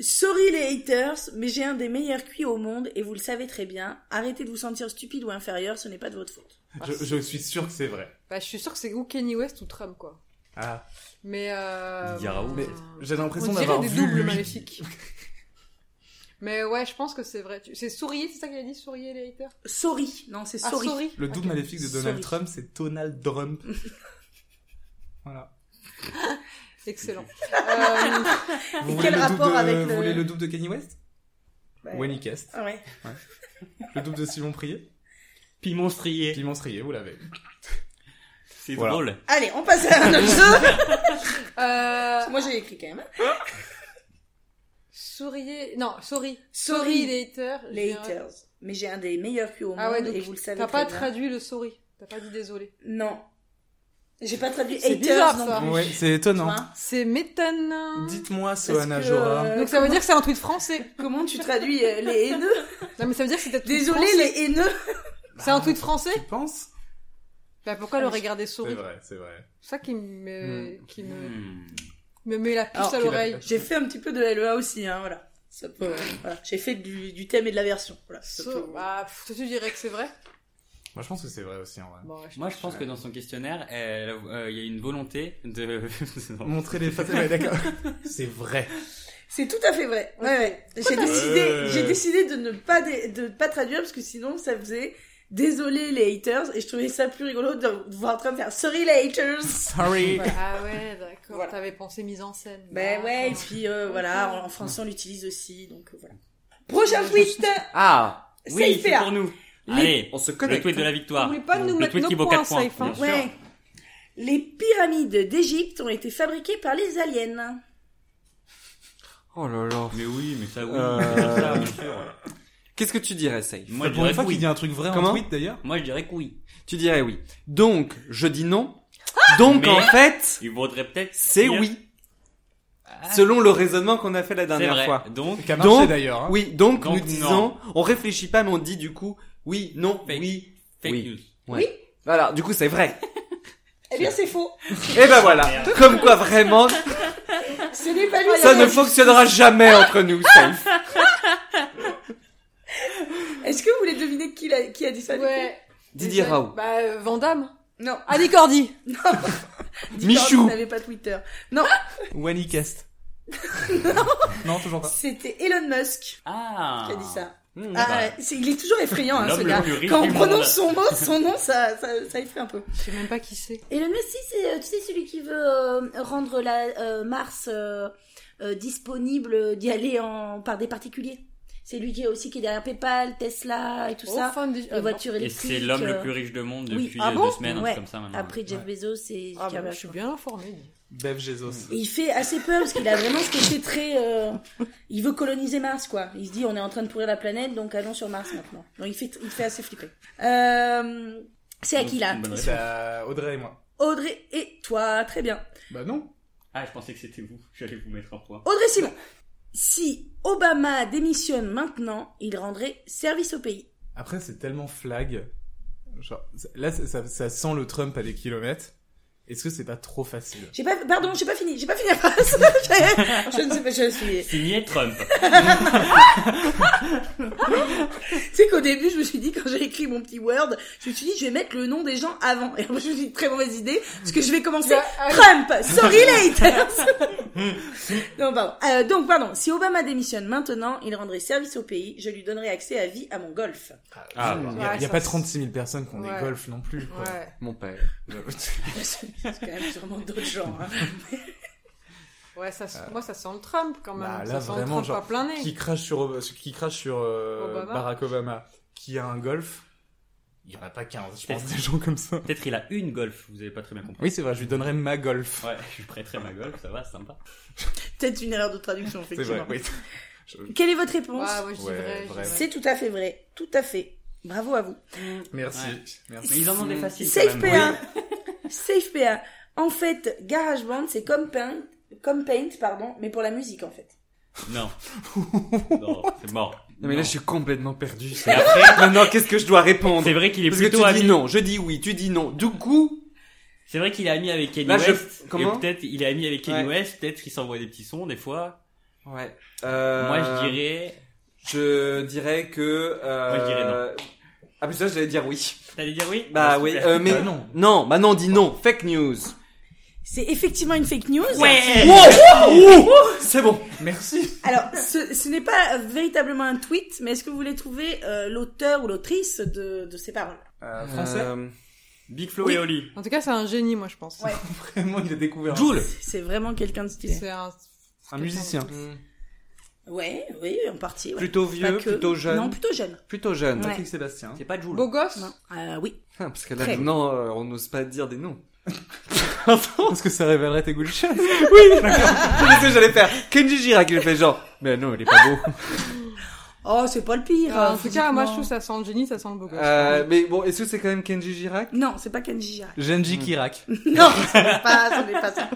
[SPEAKER 5] Sorry les haters, mais j'ai un des meilleurs cuits au monde et vous le savez très bien. Arrêtez de vous sentir stupide ou inférieur, ce n'est pas de votre faute.
[SPEAKER 4] Je, je suis sûr que c'est vrai.
[SPEAKER 6] Bah, je suis sûre que c'est ou Kanye West ou Trump, quoi.
[SPEAKER 4] Ah.
[SPEAKER 6] Mais. Euh...
[SPEAKER 10] Didier Raoult.
[SPEAKER 5] Ah.
[SPEAKER 4] Mais j'ai
[SPEAKER 6] On
[SPEAKER 4] l'impression
[SPEAKER 6] dirait
[SPEAKER 4] d'avoir
[SPEAKER 6] des
[SPEAKER 4] vu
[SPEAKER 6] doubles
[SPEAKER 4] lui.
[SPEAKER 6] maléfiques. Mais ouais, je pense que c'est vrai. Tu- C'est souriez, c'est ça qu'il a dit Souriez les haters
[SPEAKER 5] Sorry, non, c'est
[SPEAKER 6] Ah,
[SPEAKER 5] sorry.
[SPEAKER 6] souris.
[SPEAKER 4] Le double maléfique de Donald
[SPEAKER 5] Sorry.
[SPEAKER 4] Trump, c'est Donald Trump. voilà.
[SPEAKER 6] Excellent. Euh,
[SPEAKER 4] Vous voulez,
[SPEAKER 5] quel
[SPEAKER 4] le double
[SPEAKER 5] rapport
[SPEAKER 4] de-
[SPEAKER 5] avec
[SPEAKER 4] vous
[SPEAKER 5] le-
[SPEAKER 4] voulez le double de Kanye West
[SPEAKER 5] Ouais.
[SPEAKER 4] Wally Cast.
[SPEAKER 5] Ah ouais.
[SPEAKER 4] Le double de Simon Prier
[SPEAKER 10] Pimonstrier.
[SPEAKER 4] Piment Strier, vous l'avez.
[SPEAKER 10] C'est
[SPEAKER 4] Voilà.
[SPEAKER 10] drôle.
[SPEAKER 5] Allez, on passe à un autre jeu.
[SPEAKER 6] euh,
[SPEAKER 5] Moi j'ai écrit quand même.
[SPEAKER 6] souriez. Non, souris.
[SPEAKER 5] Souris.
[SPEAKER 6] Souris les haters.
[SPEAKER 5] Les
[SPEAKER 6] J'ai un-
[SPEAKER 5] haters. Mais j'ai un des meilleurs cuits au monde
[SPEAKER 6] Ah ouais, donc
[SPEAKER 5] et vous le savez
[SPEAKER 6] T'as
[SPEAKER 5] très
[SPEAKER 6] pas
[SPEAKER 5] bien.
[SPEAKER 6] traduit le souris. T'as pas dit désolé.
[SPEAKER 5] Non. J'ai pas traduit
[SPEAKER 6] C'est
[SPEAKER 5] haters
[SPEAKER 6] bizarre,
[SPEAKER 5] non
[SPEAKER 6] ça.
[SPEAKER 5] plus.
[SPEAKER 4] Ouais, c'est
[SPEAKER 5] Tu
[SPEAKER 4] étonnant.
[SPEAKER 5] vois
[SPEAKER 6] C'est méthane.
[SPEAKER 4] Dites-moi,
[SPEAKER 5] Parce
[SPEAKER 4] Sohana
[SPEAKER 5] que,
[SPEAKER 4] Jora.
[SPEAKER 5] euh,
[SPEAKER 6] Donc ça veut dire que c'est un tweet français.
[SPEAKER 5] Comment tu traduis euh, les haineux
[SPEAKER 6] Non, mais ça veut dire que c'est peut-être tweet
[SPEAKER 5] Désolé
[SPEAKER 6] français.
[SPEAKER 5] les haineux.
[SPEAKER 6] C'est un tweet français
[SPEAKER 4] Tu penses
[SPEAKER 6] Bah pourquoi le regarder
[SPEAKER 4] C'est
[SPEAKER 6] souris
[SPEAKER 4] vrai, c'est vrai.
[SPEAKER 6] ça qui me, qui me,
[SPEAKER 10] Hmm.
[SPEAKER 6] me met la puce
[SPEAKER 5] Alors
[SPEAKER 6] à
[SPEAKER 4] qu'il a-
[SPEAKER 6] l'oreille.
[SPEAKER 5] J'ai fait un petit peu de la LEA aussi, hein, voilà. Ça peut, voilà. J'ai fait du, du thème et de la version. Voilà. Ça
[SPEAKER 6] So-
[SPEAKER 5] peut-
[SPEAKER 6] bah, pff, toi, tu dirais que c'est vrai
[SPEAKER 4] Moi, je pense que c'est vrai aussi, en vrai.
[SPEAKER 6] Bon, ouais, je-
[SPEAKER 10] Moi je pense que dans son questionnaire, elle- euh, il y a une volonté de.
[SPEAKER 4] Montrer les faces. Ouais, d'accord. c'est vrai.
[SPEAKER 5] C'est tout à fait vrai. Ouais, ouais. J'ai décidé,
[SPEAKER 4] Ouais.
[SPEAKER 5] j'ai décidé de ne pas dé- de pas traduire parce que sinon ça faisait désolé les haters et je trouvais ça plus rigolo de de voir en train de faire sorry les haters.
[SPEAKER 4] Sorry.
[SPEAKER 6] Ouais, Ah ouais, d'accord.
[SPEAKER 5] Voilà.
[SPEAKER 6] T'avais pensé mise en scène.
[SPEAKER 5] Ben
[SPEAKER 6] D'accord.
[SPEAKER 5] ouais, et puis euh, voilà, en, en français on l'utilise aussi, donc euh, voilà. Prochain tweet,
[SPEAKER 10] Ah
[SPEAKER 5] Safe
[SPEAKER 10] Oui, c'est
[SPEAKER 5] Air.
[SPEAKER 10] pour nous.
[SPEAKER 5] Les-
[SPEAKER 10] Allez,
[SPEAKER 7] On se
[SPEAKER 10] le
[SPEAKER 7] connecte.
[SPEAKER 10] tweet de la victoire.
[SPEAKER 6] N'oublie pas de nous
[SPEAKER 10] le
[SPEAKER 6] mettre
[SPEAKER 10] tweet
[SPEAKER 6] nos
[SPEAKER 10] qui vaut
[SPEAKER 6] points,
[SPEAKER 10] 4 points.
[SPEAKER 6] Safe, hein.
[SPEAKER 10] bien sûr.
[SPEAKER 5] ouais. Les pyramides d'Égypte ont été fabriquées par les aliens.
[SPEAKER 7] Oh là là.
[SPEAKER 10] Mais oui, mais ça oui.
[SPEAKER 7] Euh,
[SPEAKER 10] Ça, bien sûr.
[SPEAKER 7] Qu'est-ce que tu dirais safe
[SPEAKER 4] Moi,
[SPEAKER 10] Moi je
[SPEAKER 4] pour une
[SPEAKER 10] dirais
[SPEAKER 4] fois
[SPEAKER 10] que
[SPEAKER 4] qu'il
[SPEAKER 10] oui.
[SPEAKER 4] dit un truc vrai
[SPEAKER 7] Comment
[SPEAKER 4] en tweet, d'ailleurs.
[SPEAKER 10] Moi je dirais que oui.
[SPEAKER 7] Tu dirais oui. Donc je dis non. Donc
[SPEAKER 10] Mais-
[SPEAKER 7] en fait,
[SPEAKER 10] Il vaudrait peut-être.
[SPEAKER 7] c'est
[SPEAKER 10] dire-
[SPEAKER 7] oui.
[SPEAKER 10] Ah,
[SPEAKER 7] Selon le raisonnement qu'on a fait la
[SPEAKER 10] C'est
[SPEAKER 7] dernière
[SPEAKER 10] vrai.
[SPEAKER 7] fois.
[SPEAKER 10] Donc
[SPEAKER 4] Qui a
[SPEAKER 7] Donc,
[SPEAKER 4] marché, d'ailleurs. hein.
[SPEAKER 7] Oui, donc,
[SPEAKER 10] Donc,
[SPEAKER 7] nous
[SPEAKER 10] non.
[SPEAKER 7] disons, on réfléchit pas mais on dit du coup oui, non,
[SPEAKER 10] Fake.
[SPEAKER 7] oui.
[SPEAKER 10] fake
[SPEAKER 7] Oui.
[SPEAKER 10] news.
[SPEAKER 7] Ouais. Voilà, du coup c'est vrai.
[SPEAKER 5] Eh bien c'est faux.
[SPEAKER 7] Et ben voilà. Comme quoi vraiment,
[SPEAKER 5] Ce n'est pas lui.
[SPEAKER 7] ça
[SPEAKER 5] la
[SPEAKER 7] ne
[SPEAKER 5] raison.
[SPEAKER 7] fonctionnera jamais entre nous, safe.
[SPEAKER 5] Est-ce que vous voulez deviner qui a, qui a dit ça du
[SPEAKER 6] Ouais.
[SPEAKER 7] Didier
[SPEAKER 6] Déjà-
[SPEAKER 7] Raoult.
[SPEAKER 6] Bah, euh, Van Damme.
[SPEAKER 5] coup Non.
[SPEAKER 6] Annie Cordy.
[SPEAKER 5] Ah.
[SPEAKER 7] Michou.
[SPEAKER 5] Vous n'avez pas Twitter.
[SPEAKER 4] Wally Cast. non, toujours pas.
[SPEAKER 5] C'était Elon Musk
[SPEAKER 10] Ah. Hmm,
[SPEAKER 5] qui a dit ça.
[SPEAKER 7] Mmh.
[SPEAKER 5] Ah, ouais, c'est- il est toujours effrayant, hein, ce
[SPEAKER 10] L'homme le
[SPEAKER 5] gars.
[SPEAKER 10] plus riche
[SPEAKER 5] Quand
[SPEAKER 10] du
[SPEAKER 5] on prononce
[SPEAKER 10] monde.
[SPEAKER 5] son mot, son nom, ça, ça, ça effraie un peu.
[SPEAKER 6] Je sais même pas qui c'est.
[SPEAKER 5] Elon Musk, si, c'est, euh, tu sais, celui qui veut euh, rendre la euh, Mars euh, euh, disponible euh, d'y aller en, par des particuliers. C'est lui qui est aussi qui est derrière PayPal, Tesla et tout
[SPEAKER 6] Oh,
[SPEAKER 5] ça.
[SPEAKER 6] fan des-
[SPEAKER 5] Les
[SPEAKER 6] euh,
[SPEAKER 5] voitures
[SPEAKER 10] Et
[SPEAKER 5] électriques.
[SPEAKER 10] c'est l'homme
[SPEAKER 5] euh,
[SPEAKER 10] le plus riche du monde
[SPEAKER 5] oui.
[SPEAKER 10] depuis
[SPEAKER 5] Ah
[SPEAKER 10] euh,
[SPEAKER 5] bon
[SPEAKER 10] deux semaines, un
[SPEAKER 5] Ouais.
[SPEAKER 10] truc comme ça maintenant.
[SPEAKER 5] Après Jeff Bezos et
[SPEAKER 6] non. Ah, bah,
[SPEAKER 5] Zuckerberg,
[SPEAKER 6] je suis bien informée. dis.
[SPEAKER 4] Bev Jesus.
[SPEAKER 5] Et il fait assez peur parce qu'il a vraiment ce côté très. euh, il veut coloniser Mars, quoi. Il se dit on est en train de pourrir la planète, donc allons sur Mars maintenant. Donc il fait, il fait assez flipper. Euh, c'est à qui là
[SPEAKER 10] Bonne réponse.
[SPEAKER 4] C'est à Bah, Audrey et moi.
[SPEAKER 5] Audrey et toi, très bien.
[SPEAKER 4] Bah non.
[SPEAKER 10] Ah, je pensais que c'était vous. J'allais vous mettre un point.
[SPEAKER 5] Audrey Simon. Si Obama démissionne maintenant, il rendrait service au pays.
[SPEAKER 4] Après, c'est tellement flag. Genre, là, ça, ça- ça sent le Trump à des kilomètres. Est-ce que c'est pas trop facile
[SPEAKER 5] J'ai pas, pardon, j'ai pas fini, j'ai pas fini la phrase. je ne sais pas, je suis.
[SPEAKER 10] Signé Trump.
[SPEAKER 5] Tu sais qu'au début, je me suis dit, quand j'ai écrit mon petit Word, je me suis dit, je vais mettre le nom des gens avant. Et après, je me suis dit, très mauvaise idée, parce que je vais commencer
[SPEAKER 6] Ah,
[SPEAKER 5] Trump, sorry haters non, pardon. Euh, donc, pardon, si Obama démissionne maintenant, il rendrait service au pays, je lui donnerai accès à vie à mon golf.
[SPEAKER 4] Ah, Il n'y a,
[SPEAKER 6] ouais,
[SPEAKER 4] il y a
[SPEAKER 6] ça-
[SPEAKER 4] pas 36 000 personnes qui ont
[SPEAKER 6] Ouais.
[SPEAKER 4] des golfs non plus. quoi. Euh,
[SPEAKER 6] Ouais.
[SPEAKER 7] Mon père.
[SPEAKER 5] C'est quand même sûrement d'autres gens. hein.
[SPEAKER 6] Ouais, ça, se- moi, ça sent le Trump quand même.
[SPEAKER 4] Bah,
[SPEAKER 6] ça
[SPEAKER 4] là,
[SPEAKER 6] sent
[SPEAKER 4] vraiment,
[SPEAKER 6] le Trump
[SPEAKER 4] genre,
[SPEAKER 6] à plein nez.
[SPEAKER 4] qui crache sur, Ob- qui crache sur euh,
[SPEAKER 6] Obama.
[SPEAKER 4] Barack Obama, qui a un golf Il y en a pas 15, je pense, des gens comme ça.
[SPEAKER 10] Peut-être il a une golf, vous avez pas très bien compris.
[SPEAKER 4] Oui, c'est vrai, je lui donnerais ma golf.
[SPEAKER 10] Ouais, je lui prêterai ma golf, ça va, c'est sympa.
[SPEAKER 5] Peut-être une erreur de traduction,
[SPEAKER 4] C'est vrai,
[SPEAKER 5] effectivement.
[SPEAKER 4] oui.
[SPEAKER 5] Quelle est votre réponse
[SPEAKER 6] Ouais, ouais, je dis
[SPEAKER 4] Ouais,
[SPEAKER 6] vrai. je dis
[SPEAKER 4] vrai.
[SPEAKER 5] C'est tout à fait vrai. Tout à fait. Bravo à vous.
[SPEAKER 4] Merci.
[SPEAKER 10] Ouais.
[SPEAKER 4] Merci.
[SPEAKER 10] Mais ils en ont des faciles.
[SPEAKER 5] Safe
[SPEAKER 10] quand même.
[SPEAKER 5] PA. Safe PA. En fait, GarageBand, c'est comme Paint, comme Paint, pardon, mais pour la musique, en fait.
[SPEAKER 10] Non. Non, c'est mort.
[SPEAKER 7] Non, mais là,
[SPEAKER 10] Non.
[SPEAKER 7] je suis complètement perdu.
[SPEAKER 10] Et après,
[SPEAKER 7] Maintenant, qu'est-ce que je dois répondre
[SPEAKER 10] c'est vrai qu'il est
[SPEAKER 7] Parce que
[SPEAKER 10] plutôt
[SPEAKER 7] tu dis
[SPEAKER 10] ami.
[SPEAKER 7] non, je dis oui, tu dis non. Du coup,
[SPEAKER 10] C'est vrai qu'il est ami avec Kenny
[SPEAKER 7] Là, je-
[SPEAKER 10] West.
[SPEAKER 7] comment
[SPEAKER 10] et peut-être il est ami avec Kenny
[SPEAKER 7] Ouais.
[SPEAKER 10] West, peut-être qu'il s'envoie des petits sons des fois.
[SPEAKER 7] ouais. Euh,
[SPEAKER 10] Moi je dirais.
[SPEAKER 7] Je dirais que. Euh...
[SPEAKER 10] Moi, je dirais
[SPEAKER 7] Ah, mais ça, j'allais dire oui.
[SPEAKER 10] T'allais dire oui Ah,
[SPEAKER 7] Bah oui,
[SPEAKER 10] super.
[SPEAKER 7] euh, mais
[SPEAKER 4] Bah non.
[SPEAKER 7] non, bah non, dis non. Fake news.
[SPEAKER 5] C'est effectivement une fake news.
[SPEAKER 10] Ouais
[SPEAKER 7] Wow Ouh C'est bon.
[SPEAKER 4] Merci.
[SPEAKER 5] Alors, ce, ce n'est pas véritablement un tweet, mais est-ce que vous voulez trouver euh, l'auteur ou l'autrice de, de ces paroles
[SPEAKER 4] Euh, français
[SPEAKER 7] Euh,
[SPEAKER 10] Big Flo
[SPEAKER 5] Oui.
[SPEAKER 10] et Oli.
[SPEAKER 6] En tout cas, c'est un génie, moi, je pense.
[SPEAKER 5] Ouais.
[SPEAKER 4] Vraiment, il a découvert.
[SPEAKER 7] Joule.
[SPEAKER 5] C'est vraiment quelqu'un de stylé.
[SPEAKER 6] C'est un...
[SPEAKER 4] Un musicien.
[SPEAKER 5] Ouais, oui, en partie. ouais.
[SPEAKER 7] Plutôt
[SPEAKER 5] Pas
[SPEAKER 7] vieux,
[SPEAKER 5] que.
[SPEAKER 7] plutôt jeune.
[SPEAKER 5] Non, plutôt jeune.
[SPEAKER 7] Plutôt jeune.
[SPEAKER 5] Ouais.
[SPEAKER 4] Patrick Sébastien.
[SPEAKER 10] C'est pas Jules.
[SPEAKER 6] Beau gosse
[SPEAKER 5] Non. Euh, oui.
[SPEAKER 7] Ah, parce que là,
[SPEAKER 5] Très.
[SPEAKER 7] non, euh, on n'ose pas dire des noms.
[SPEAKER 4] Parce que ça révélerait tes goûts de chat.
[SPEAKER 7] C'est ce que j'allais faire. Kenji Girac, il fait genre, mais non, il est pas beau.
[SPEAKER 5] Oh, c'est pas le pire.
[SPEAKER 6] Ah,
[SPEAKER 5] euh,
[SPEAKER 6] en tout cas, moi, je
[SPEAKER 5] physiquement.
[SPEAKER 6] trouve ça sent le génie, ça sent le beau gosse.
[SPEAKER 7] Euh, mais bon, est-ce que c'est quand même Kenji Girac
[SPEAKER 5] Non, c'est pas Kenji Girac.
[SPEAKER 4] Genji Kirak.
[SPEAKER 5] Non, ce n'est pas, ce n'est pas ça.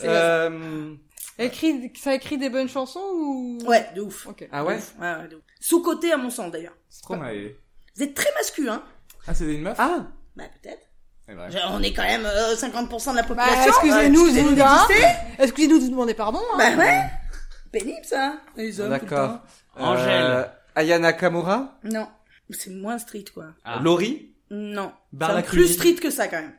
[SPEAKER 5] C'est
[SPEAKER 7] euh...
[SPEAKER 6] Écrit... Ça écrit des bonnes chansons ou...
[SPEAKER 5] Ouais, de ouf.
[SPEAKER 6] Ok.
[SPEAKER 7] Ah ouais
[SPEAKER 5] Ouais, ouais, de ouf. Sous-côté à mon sens d'ailleurs.
[SPEAKER 4] C'est trop mal.
[SPEAKER 5] Vous êtes très masculin.
[SPEAKER 4] Ah, c'est une meuf
[SPEAKER 7] Ah
[SPEAKER 5] Bah peut-être.
[SPEAKER 4] C'est vrai.
[SPEAKER 5] Je- On est quand même euh, 50% de la
[SPEAKER 6] Bah,
[SPEAKER 5] population.
[SPEAKER 6] excusez-nous de
[SPEAKER 5] Ouais,
[SPEAKER 6] vous
[SPEAKER 5] d'exister.
[SPEAKER 6] hein. Excusez-nous de vous demander pardon. hein.
[SPEAKER 5] Bah ouais. Pénible ça. Les hommes. tout le
[SPEAKER 7] D'accord. Euh,
[SPEAKER 10] Angèle.
[SPEAKER 7] Ayana Kamura
[SPEAKER 5] temps. Non. C'est moins street quoi.
[SPEAKER 10] Ah.
[SPEAKER 7] Laurie
[SPEAKER 5] Non.
[SPEAKER 4] Barla
[SPEAKER 5] C'est plus
[SPEAKER 4] Cluny.
[SPEAKER 5] street que ça quand même.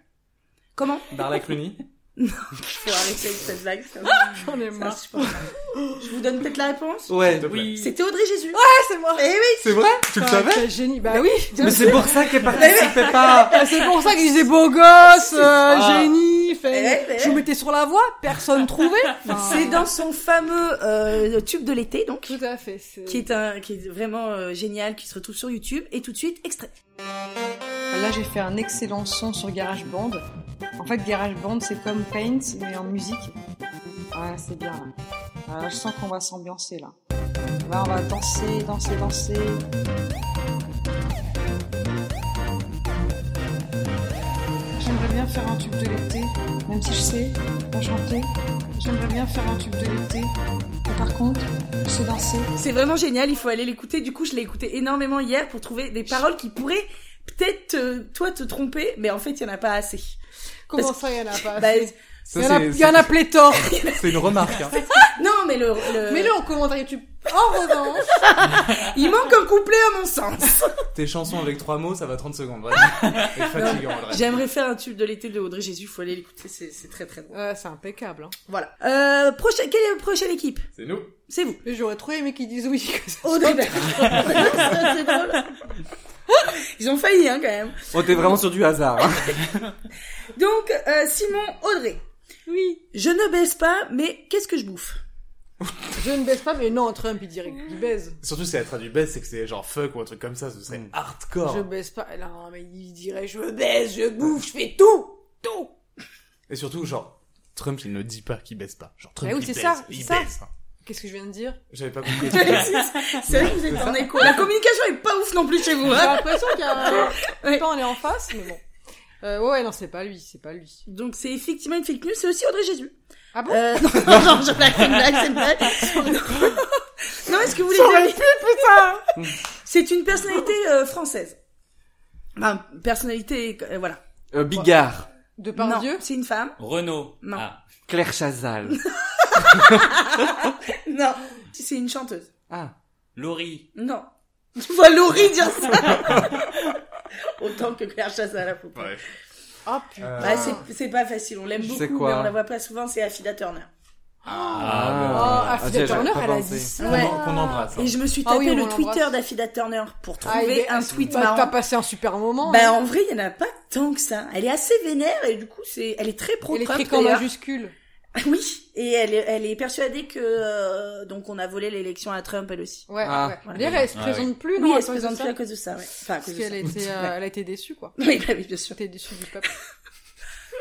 [SPEAKER 5] Comment
[SPEAKER 4] Darla Cluny.
[SPEAKER 5] Faut arrêter avec cette blague. ça.
[SPEAKER 6] J'en ai
[SPEAKER 5] Ça,
[SPEAKER 6] marre.
[SPEAKER 5] je, pense. Je vous donne peut-être la réponse.
[SPEAKER 7] Ouais.
[SPEAKER 10] Oui.
[SPEAKER 5] C'était Audrey Jésus. Ouais,
[SPEAKER 6] c'est moi.
[SPEAKER 5] Eh oui.
[SPEAKER 7] C'est vrai Tu le
[SPEAKER 6] Ah,
[SPEAKER 7] savais
[SPEAKER 6] quel génie. Bah oui. bien
[SPEAKER 7] Mais
[SPEAKER 6] sûr.
[SPEAKER 7] c'est pour ça qu'elle participait pas
[SPEAKER 6] Ah, C'est pour ça qu'il disait beau gosse, euh,
[SPEAKER 7] ça.
[SPEAKER 6] génie,
[SPEAKER 5] Ouais,
[SPEAKER 6] fait...
[SPEAKER 5] ouais.
[SPEAKER 6] je vous mettais sur la voie, personne trouvait. Eh, Enfin,
[SPEAKER 5] C'est dans son fameux euh, tube de l'été donc.
[SPEAKER 6] Tout à fait. c'est-
[SPEAKER 5] qui est un qui est vraiment euh, génial qui se retrouve sur YouTube et tout de suite extrait.
[SPEAKER 6] Là, j'ai fait un excellent son sur GarageBand. En fait, GarageBand, c'est comme Paint, mais en musique. Ah, c'est bien. Là. Ah, là, je sens qu'on va s'ambiancer là. Là, on va danser, danser, danser. J'aimerais bien faire un tube de l'été, même si je sais pas chanter. J'aimerais bien faire un tube de l'été. Mais Par contre, je sais danser.
[SPEAKER 5] C'est vraiment génial, il faut aller l'écouter. Du coup, je l'ai écouté énormément hier pour trouver des paroles qui pourraient peut-être euh, toi te tromper, mais en fait, il y en a pas assez. Comment
[SPEAKER 6] ça, il y en a pas
[SPEAKER 5] Bah,
[SPEAKER 4] Ça, c'est- c'est-
[SPEAKER 6] pléthore.
[SPEAKER 4] C'est une remarque. hein.
[SPEAKER 5] non, mais le, le-
[SPEAKER 6] Mets-le en commentaire YouTube. En revanche,
[SPEAKER 5] il manque un couplet à mon sens.
[SPEAKER 4] Tes chansons avec trois mots, ça va 30 secondes. vraiment. C'est fatigant, le reste.
[SPEAKER 5] J'aimerais faire un tube de l'été de Audrey Jésus, faut aller l'écouter, c'est c'est très très bon.
[SPEAKER 6] Euh, c'est impeccable. Hein.
[SPEAKER 5] Voilà. Euh, prochaine, quelle est la prochaine équipe
[SPEAKER 4] C'est nous.
[SPEAKER 5] C'est vous.
[SPEAKER 6] Mais J'aurais trouvé mais qui disent oui. que ça-
[SPEAKER 5] Audrey. c'est drôle. Ils ont failli hein quand même.
[SPEAKER 7] On était vraiment sur du hasard. hein.
[SPEAKER 5] Donc, euh, Simon, Audrey. Oui. Je ne baisse pas, mais qu'est-ce que je bouffe
[SPEAKER 6] Je ne baisse pas, mais non, Trump, il dirait qu'il baise.
[SPEAKER 4] Surtout si la traduit baisse, c'est que c'est genre fuck ou un truc comme ça, ce serait
[SPEAKER 6] Je
[SPEAKER 4] hardcore.
[SPEAKER 6] baisse pas. Non, mais il dirait je baise, je bouffe, je fais tout, tout.
[SPEAKER 4] Et surtout, genre, Trump, il ne dit pas qu'il baisse pas. Genre, Trump,
[SPEAKER 6] Bah oui,
[SPEAKER 4] il
[SPEAKER 6] c'est
[SPEAKER 4] baise,
[SPEAKER 6] ça,
[SPEAKER 4] il
[SPEAKER 6] c'est ça.
[SPEAKER 4] baisse. hein.
[SPEAKER 6] Qu'est-ce que je viens de dire
[SPEAKER 4] J'avais pas compris.
[SPEAKER 5] C'est vrai que vous êtes en écho. La communication est pas ouf non plus chez vous.
[SPEAKER 6] J'ai
[SPEAKER 5] hein.
[SPEAKER 6] l'impression qu'il y a.
[SPEAKER 5] Ouais.
[SPEAKER 6] Pas on est en face, mais bon. Euh, ouais, ouais, non, c'est pas lui, c'est pas lui.
[SPEAKER 5] Donc, c'est effectivement une fake news, c'est aussi Audrey Jésus.
[SPEAKER 6] Ah bon
[SPEAKER 5] Euh, non, non, non, je blague, c'est une blague, c'est une blague. Non, non, est-ce que vous voulez dire C'est une personnalité euh, française. Enfin, personnalité, euh, voilà.
[SPEAKER 7] Euh, Bigard.
[SPEAKER 6] De
[SPEAKER 5] Non,
[SPEAKER 6] par Dieu
[SPEAKER 5] c'est une femme.
[SPEAKER 10] Renaud.
[SPEAKER 5] Non.
[SPEAKER 10] Ah.
[SPEAKER 7] Claire Chazal.
[SPEAKER 5] Non, c'est une chanteuse.
[SPEAKER 7] Ah.
[SPEAKER 10] Laurie.
[SPEAKER 5] Non. Tu vois Laurie dire ça Autant que Claire Chassat à la poupée.
[SPEAKER 4] Ouais.
[SPEAKER 6] Ah putain.
[SPEAKER 4] Euh,
[SPEAKER 5] Bah, c'est- c'est pas facile, on l'aime
[SPEAKER 7] Je
[SPEAKER 5] beaucoup,
[SPEAKER 7] sais
[SPEAKER 5] mais
[SPEAKER 7] quoi.
[SPEAKER 5] on la voit pas souvent, c'est Affida Turner.
[SPEAKER 6] Oh,
[SPEAKER 10] Ah,
[SPEAKER 6] Affida
[SPEAKER 7] tiens, j'avais
[SPEAKER 6] Turner,
[SPEAKER 7] pas
[SPEAKER 6] elle a
[SPEAKER 7] pensé.
[SPEAKER 6] dit ça.
[SPEAKER 4] Qu'on
[SPEAKER 5] Ouais.
[SPEAKER 4] en- qu'on embrasse. hein.
[SPEAKER 5] Et je me suis
[SPEAKER 6] Ah
[SPEAKER 5] tapé
[SPEAKER 6] oui, on
[SPEAKER 5] le
[SPEAKER 6] l'embrasse.
[SPEAKER 5] Twitter d'Affida Turner pour
[SPEAKER 6] Ah, il
[SPEAKER 5] trouver
[SPEAKER 6] est-
[SPEAKER 5] un tweet
[SPEAKER 6] Bah, T'as
[SPEAKER 5] marrant.
[SPEAKER 6] passé un super moment. hein.
[SPEAKER 5] Bah en vrai, il y en a pas tant que ça. Elle est assez vénère et du coup, c'est elle est très pro
[SPEAKER 6] Elle
[SPEAKER 5] Trump.
[SPEAKER 6] écrit en
[SPEAKER 5] d'ailleurs.
[SPEAKER 6] majuscule.
[SPEAKER 5] Oui, et elle est, elle est persuadée que euh, donc on a volé l'élection à Trump elle aussi.
[SPEAKER 6] Ouais,
[SPEAKER 7] Ah,
[SPEAKER 6] ouais.
[SPEAKER 7] voilà.
[SPEAKER 6] D'ailleurs, elle se
[SPEAKER 7] Ah,
[SPEAKER 6] présente
[SPEAKER 7] oui.
[SPEAKER 6] plus,
[SPEAKER 5] oui,
[SPEAKER 6] non,
[SPEAKER 5] elle
[SPEAKER 6] à
[SPEAKER 5] se
[SPEAKER 6] cause de
[SPEAKER 5] présente
[SPEAKER 6] ça.
[SPEAKER 5] plus à cause de ça, ouais. Enfin, à cause
[SPEAKER 6] Parce
[SPEAKER 5] de ça.
[SPEAKER 6] qu'elle a, été, euh,
[SPEAKER 5] Ouais.
[SPEAKER 6] elle a été déçue, quoi.
[SPEAKER 5] Oui, bah oui, bien sûr.
[SPEAKER 6] Elle a été déçue du peuple.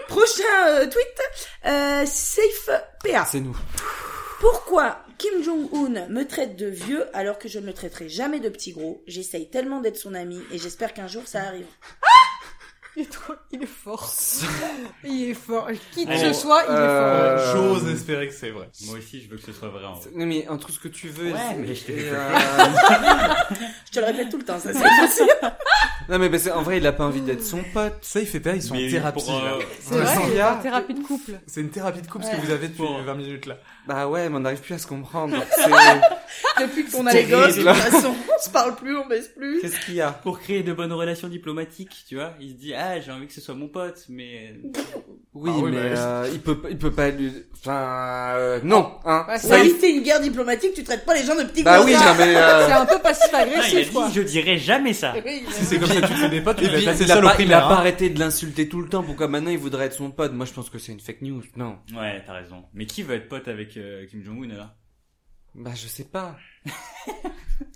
[SPEAKER 5] Prochain euh, tweet, euh, Safe PA.
[SPEAKER 7] C'est nous.
[SPEAKER 5] Pourquoi Kim Jong-un me traite de vieux alors que je ne le traiterai jamais de petit gros J'essaye tellement d'être son ami et j'espère qu'un jour ça arrive.
[SPEAKER 6] Il est, trop- il est fort. il est fort. Qui que
[SPEAKER 4] Bon,
[SPEAKER 6] ce soit, il est fort.
[SPEAKER 4] Euh, J'ose espérer que c'est vrai.
[SPEAKER 11] Moi aussi, je veux que ce soit vrai. En vrai.
[SPEAKER 7] Non mais entre tout ce que tu veux.
[SPEAKER 11] Ouais,
[SPEAKER 7] c'est-
[SPEAKER 11] mais je t'ai
[SPEAKER 7] et,
[SPEAKER 11] fait
[SPEAKER 7] euh,
[SPEAKER 5] Je te le répète tout le temps, ça c'est impossible.
[SPEAKER 7] Non mais parce qu'en vrai il a pas envie d'être son pote.
[SPEAKER 4] Ça, il fait pas, ils sont
[SPEAKER 11] Mais
[SPEAKER 4] en thérapie.
[SPEAKER 11] pour,
[SPEAKER 4] là.
[SPEAKER 11] euh,
[SPEAKER 6] C'est
[SPEAKER 4] Ouais,
[SPEAKER 6] vrai,
[SPEAKER 4] sans
[SPEAKER 6] il est
[SPEAKER 4] rien.
[SPEAKER 6] en thérapie de couple.
[SPEAKER 4] C'est une thérapie de couple ce que vous avez depuis 20 minutes là.
[SPEAKER 7] Bah ouais mais on n'arrive plus à se comprendre. C'est-
[SPEAKER 5] Depuis qu'on a les gosses, de toute
[SPEAKER 7] terrible.
[SPEAKER 5] façon, on se parle plus, on baisse plus.
[SPEAKER 7] Qu'est-ce qu'il y a
[SPEAKER 11] Pour créer de bonnes relations diplomatiques, tu vois, il se dit ah j'ai envie que ce soit mon pote, mais
[SPEAKER 7] Oui,
[SPEAKER 4] Ah oui,
[SPEAKER 7] mais
[SPEAKER 4] bah-
[SPEAKER 7] euh, il peut il peut pas lui. Enfin euh, non hein.
[SPEAKER 6] Bah,
[SPEAKER 5] Pour
[SPEAKER 6] c'est un-
[SPEAKER 5] éviter une guerre diplomatique, tu traites pas les gens de petits
[SPEAKER 7] Bah
[SPEAKER 5] gros.
[SPEAKER 7] oui
[SPEAKER 5] ça.
[SPEAKER 7] non mais. euh,
[SPEAKER 6] C'est un peu
[SPEAKER 11] Ah, il a
[SPEAKER 6] passif-agressif, quoi.
[SPEAKER 11] dit je dirais jamais ça.
[SPEAKER 6] Oui,
[SPEAKER 4] Si c'est comme ça que tu fais des potes, tu
[SPEAKER 7] Et
[SPEAKER 4] vas
[SPEAKER 7] puis,
[SPEAKER 4] passer
[SPEAKER 7] il, a
[SPEAKER 4] seul au
[SPEAKER 7] pas, il a
[SPEAKER 4] primaire.
[SPEAKER 7] pas
[SPEAKER 4] hein.
[SPEAKER 7] arrêté de l'insulter tout le temps. Pourquoi maintenant il voudrait être son pote Moi je pense que c'est une fake news. Non.
[SPEAKER 11] Ouais, t'as raison. Mais qui veut être pote avec euh, Kim Jong Un là
[SPEAKER 7] Bah je sais pas.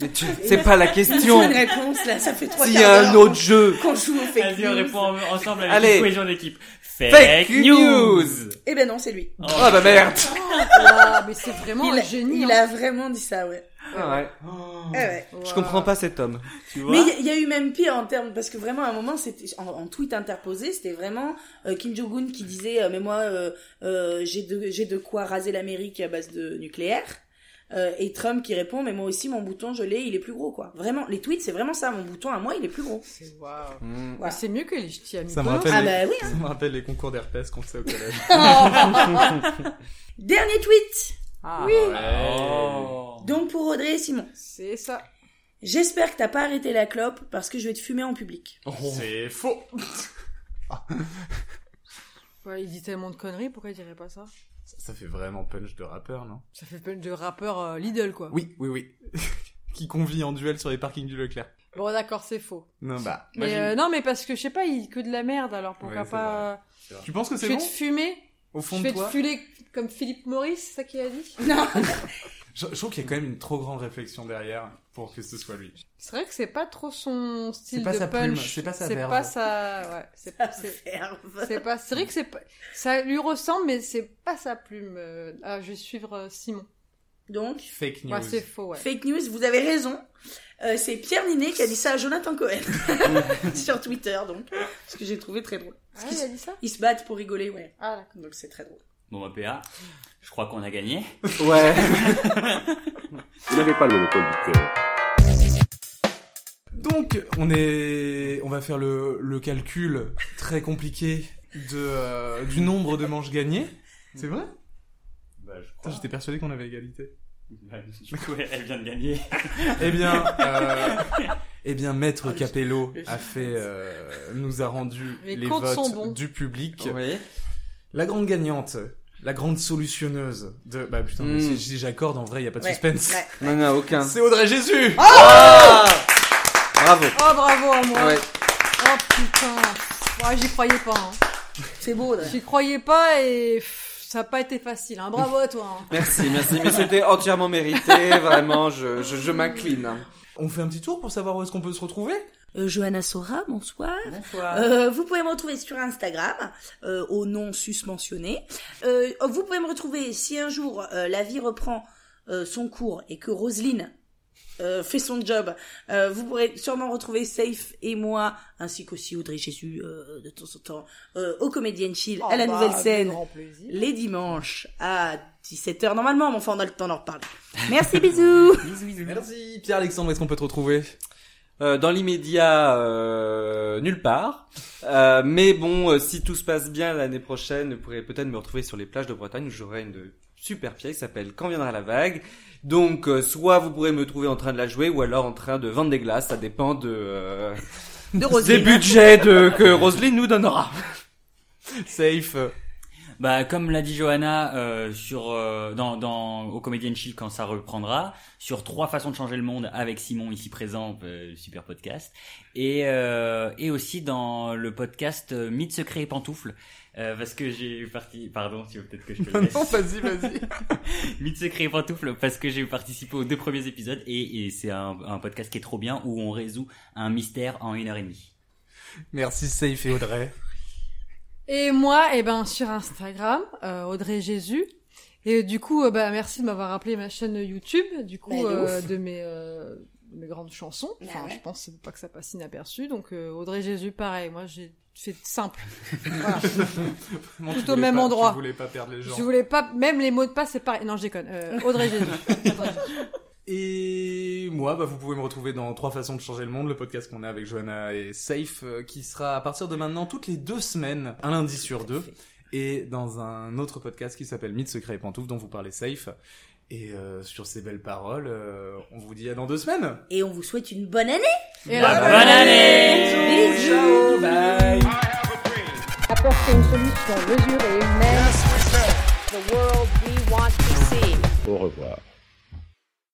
[SPEAKER 7] Mais tu- c'est pas la question.
[SPEAKER 5] une réponse là, ça fait trois
[SPEAKER 7] S'il
[SPEAKER 5] quarts
[SPEAKER 7] y a un
[SPEAKER 5] d'heure
[SPEAKER 7] autre jeu.
[SPEAKER 5] qu'on joue au fake
[SPEAKER 11] Vas-y, on
[SPEAKER 5] news.
[SPEAKER 11] répond en- ensemble avec
[SPEAKER 7] Allez.
[SPEAKER 11] une cohésion d'équipe. Fake,
[SPEAKER 7] Fake
[SPEAKER 11] news.
[SPEAKER 7] news.
[SPEAKER 5] Eh ben non, c'est lui.
[SPEAKER 11] Oh,
[SPEAKER 7] Oh bah merde.
[SPEAKER 6] Ah, mais c'est vraiment
[SPEAKER 5] il
[SPEAKER 6] un génie.
[SPEAKER 5] il
[SPEAKER 6] hein.
[SPEAKER 5] a vraiment dit ça, ouais.
[SPEAKER 7] Ah ouais.
[SPEAKER 5] Eh ouais.
[SPEAKER 7] Je comprends pas cet homme.
[SPEAKER 11] tu vois
[SPEAKER 5] Mais il y, a eu même pire en termes parce que vraiment à un moment c'était en, en tweet interposé c'était vraiment euh, Kim Jong Un qui disait euh, mais moi euh, euh, j'ai de j'ai de quoi raser l'Amérique à base de nucléaire Euh, et Trump qui répond mais moi aussi mon bouton je l'ai il est plus gros quoi vraiment les tweets c'est vraiment ça mon bouton à moi il est plus gros
[SPEAKER 6] C'est waouh.
[SPEAKER 7] Mm.
[SPEAKER 6] Mais C'est mieux que les ch'tis à
[SPEAKER 4] Ça me
[SPEAKER 6] Mykonos.
[SPEAKER 4] rappelle-
[SPEAKER 5] ah bah oui hein.
[SPEAKER 4] Ça me rappelle les concours d'herpès qu'on faisait au collège.
[SPEAKER 5] dernier tweet
[SPEAKER 6] Ah,
[SPEAKER 11] Oh.
[SPEAKER 5] donc pour Audrey et Simon
[SPEAKER 6] C'est ça.
[SPEAKER 5] j'espère que t'as pas arrêté la clope parce que je vais te fumer en public
[SPEAKER 11] Oh.
[SPEAKER 4] C'est faux.
[SPEAKER 6] Ouais, il dit tellement de conneries, pourquoi il dirait pas ça
[SPEAKER 4] Ça, ça fait vraiment punch de rappeur, non
[SPEAKER 6] Ça fait peine de rappeur euh, Lidl, quoi.
[SPEAKER 4] Oui, oui, oui. Qui convie en duel sur les parkings du Leclerc.
[SPEAKER 6] Bon, d'accord, c'est faux.
[SPEAKER 4] Non, bah.
[SPEAKER 6] Mais euh, non, mais parce que je sais pas, il dit que de la merde, alors pourquoi
[SPEAKER 4] Ouais, c'est
[SPEAKER 6] pas. euh,
[SPEAKER 4] Tu penses que
[SPEAKER 6] Je
[SPEAKER 4] c'est
[SPEAKER 6] vais
[SPEAKER 4] bon
[SPEAKER 6] te fumer,
[SPEAKER 4] Au
[SPEAKER 6] je
[SPEAKER 4] fond de
[SPEAKER 6] vais te
[SPEAKER 4] toi
[SPEAKER 6] fuler comme Philippe Maurice, c'est ça qu'il a dit
[SPEAKER 4] Je, je trouve qu'il y a quand même une trop grande réflexion derrière pour que ce soit lui.
[SPEAKER 6] C'est vrai que c'est pas trop son style
[SPEAKER 4] C'est pas
[SPEAKER 6] de
[SPEAKER 4] sa
[SPEAKER 6] punch.
[SPEAKER 4] plume, c'est pas sa
[SPEAKER 6] C'est
[SPEAKER 4] verve.
[SPEAKER 6] pas sa- ouais, c'est c'est-
[SPEAKER 5] Ferve.
[SPEAKER 6] c'est pas. C'est vrai que c'est pas. Ça lui ressemble, mais c'est pas sa plume. euh, Ah, je vais suivre euh, Simon.
[SPEAKER 5] donc
[SPEAKER 4] Fake news.
[SPEAKER 6] Ouais, c'est faux, ouais.
[SPEAKER 5] Fake news, vous avez raison. Euh, c'est Pierre Ninet qui a dit ça à Jonathan Cohen sur Twitter, donc ce que j'ai trouvé très drôle.
[SPEAKER 6] Ah, il a dit ça
[SPEAKER 5] Ils se battent pour rigoler, ouais.
[SPEAKER 6] Ah, d'accord.
[SPEAKER 5] Donc c'est très drôle.
[SPEAKER 11] Bon bah PA, je crois qu'on a gagné.
[SPEAKER 7] Ouais.
[SPEAKER 13] Vous n'avez pas le monopole du cœur.
[SPEAKER 4] Donc, on est, on va faire le, le calcul très compliqué de euh, du nombre de manches gagnées. C'est vrai
[SPEAKER 11] Bah je
[SPEAKER 4] Putain,
[SPEAKER 11] crois.
[SPEAKER 4] J'étais persuadé qu'on avait égalité.
[SPEAKER 11] Bah, du coup, elle vient de gagner.
[SPEAKER 4] Eh bien, euh, eh bien,
[SPEAKER 7] Ah,
[SPEAKER 4] Maître Capello a fait, euh, nous a rendu
[SPEAKER 6] Les
[SPEAKER 4] les,
[SPEAKER 6] comptes sont
[SPEAKER 4] votes
[SPEAKER 6] bons.
[SPEAKER 4] du public.
[SPEAKER 7] Oui.
[SPEAKER 4] La grande gagnante, la grande solutionneuse de, bah putain, mais
[SPEAKER 7] Mm.
[SPEAKER 4] si- si j'accorde, en vrai, y a pas de
[SPEAKER 5] Ouais,
[SPEAKER 4] suspense.
[SPEAKER 5] ouais.
[SPEAKER 7] Non non aucun.
[SPEAKER 4] C'est Audrey Jésus
[SPEAKER 7] Ah Bravo.
[SPEAKER 6] Oh, bravo à moi.
[SPEAKER 4] Ah
[SPEAKER 7] Ouais.
[SPEAKER 6] Oh putain. Ouais, j'y croyais pas. hein.
[SPEAKER 5] C'est beau, Audrey.
[SPEAKER 6] J'y croyais pas et pff, ça a pas été facile. Hein. Bravo à toi. hein.
[SPEAKER 7] Merci merci mais c'était entièrement mérité vraiment je je, je m'incline. hein.
[SPEAKER 4] On fait un petit tour pour savoir où est-ce qu'on peut se retrouver
[SPEAKER 5] Euh, Johanna Sora, bonsoir.
[SPEAKER 11] Bonsoir.
[SPEAKER 5] Euh, vous pouvez me retrouver sur Instagram euh, au nom susmentionné. Euh, vous pouvez me retrouver si un jour euh, la vie reprend euh, son cours et que Roselyne euh, fait son job. euh, vous pourrez sûrement retrouver Safe et moi ainsi qu'aussi Audrey Jésus euh, de temps en temps euh, au Comédien Chill à la
[SPEAKER 6] Oh, bah,
[SPEAKER 5] nouvelle scène
[SPEAKER 6] avec grand plaisir.
[SPEAKER 5] les dimanches à 17h normalement, mais enfin on a le temps d'en reparler. Merci, bisous.
[SPEAKER 4] Merci Pierre-Alexandre, où est-ce qu'on peut te retrouver
[SPEAKER 7] Euh, dans l'immédiat euh, nulle part. Euh, mais bon euh, si tout se passe bien l'année prochaine vous pourrez peut-être me retrouver sur les plages de Bretagne où j'aurai une super pièce qui s'appelle Quand viendra la vague. Donc euh, soit vous pourrez me trouver en train de la jouer ou alors en train de vendre des glaces. Ça dépend de euh,
[SPEAKER 5] De Roselyne.
[SPEAKER 7] des budgets de, que Roselyne nous donnera.
[SPEAKER 4] Safe.
[SPEAKER 11] Bah comme l'a dit Johanna euh, sur euh, dans dans au Comedian Chill quand ça reprendra sur trois façons de changer le monde avec Simon ici présent euh, super podcast et euh, et aussi dans le podcast euh, Mythes secrets et pantoufles euh, parce que j'ai eu parti. Pardon, tu veux peut-être que je te
[SPEAKER 4] Non,
[SPEAKER 11] laisse.
[SPEAKER 4] non, vas-y, vas-y.
[SPEAKER 11] Mythe secret et pantoufle parce que j'ai participé aux deux premiers épisodes et, et c'est un, un podcast qui est trop bien où on résout un mystère en une heure et demie.
[SPEAKER 4] Merci Safe et Audrey.
[SPEAKER 6] Et moi, eh ben, sur Instagram, euh, Audrey Jésus. Et euh, du coup, euh, bah, merci de m'avoir rappelé ma chaîne YouTube, du coup,
[SPEAKER 5] Bah, de
[SPEAKER 6] euh,
[SPEAKER 5] ouf.
[SPEAKER 6] de mes, euh, de mes grandes chansons.
[SPEAKER 5] Bah
[SPEAKER 6] Enfin,
[SPEAKER 5] ouais.
[SPEAKER 6] je pense que c'est pas que ça passe inaperçu. Donc, euh, Audrey Jésus, pareil. Moi, j'ai fait simple. Voilà.
[SPEAKER 4] Moi,
[SPEAKER 6] Tout au même endroit.
[SPEAKER 4] Je voulais pas perdre les gens.
[SPEAKER 6] Je voulais pas, même les mots de passe, c'est pareil. Non, je déconne. Euh, Audrey Jésus.
[SPEAKER 4] Et moi, bah, vous pouvez me retrouver dans Trois façons de changer le monde, le podcast qu'on a avec Johanna et Safe, euh, qui sera à partir de maintenant toutes les deux semaines, un lundi sur deux, et dans un autre podcast qui s'appelle Mythe, Secret et Pantoufles, dont vous parlez Safe. Et euh, sur ces belles paroles, euh, on vous dit à dans deux semaines.
[SPEAKER 5] Et on vous souhaite une bonne année
[SPEAKER 6] Et
[SPEAKER 4] Bye
[SPEAKER 6] là,
[SPEAKER 10] Bah,
[SPEAKER 4] bye.
[SPEAKER 11] Bonne année
[SPEAKER 5] Bisous
[SPEAKER 4] Ciao, bye.
[SPEAKER 9] Apporter une solution mesurée, humaine.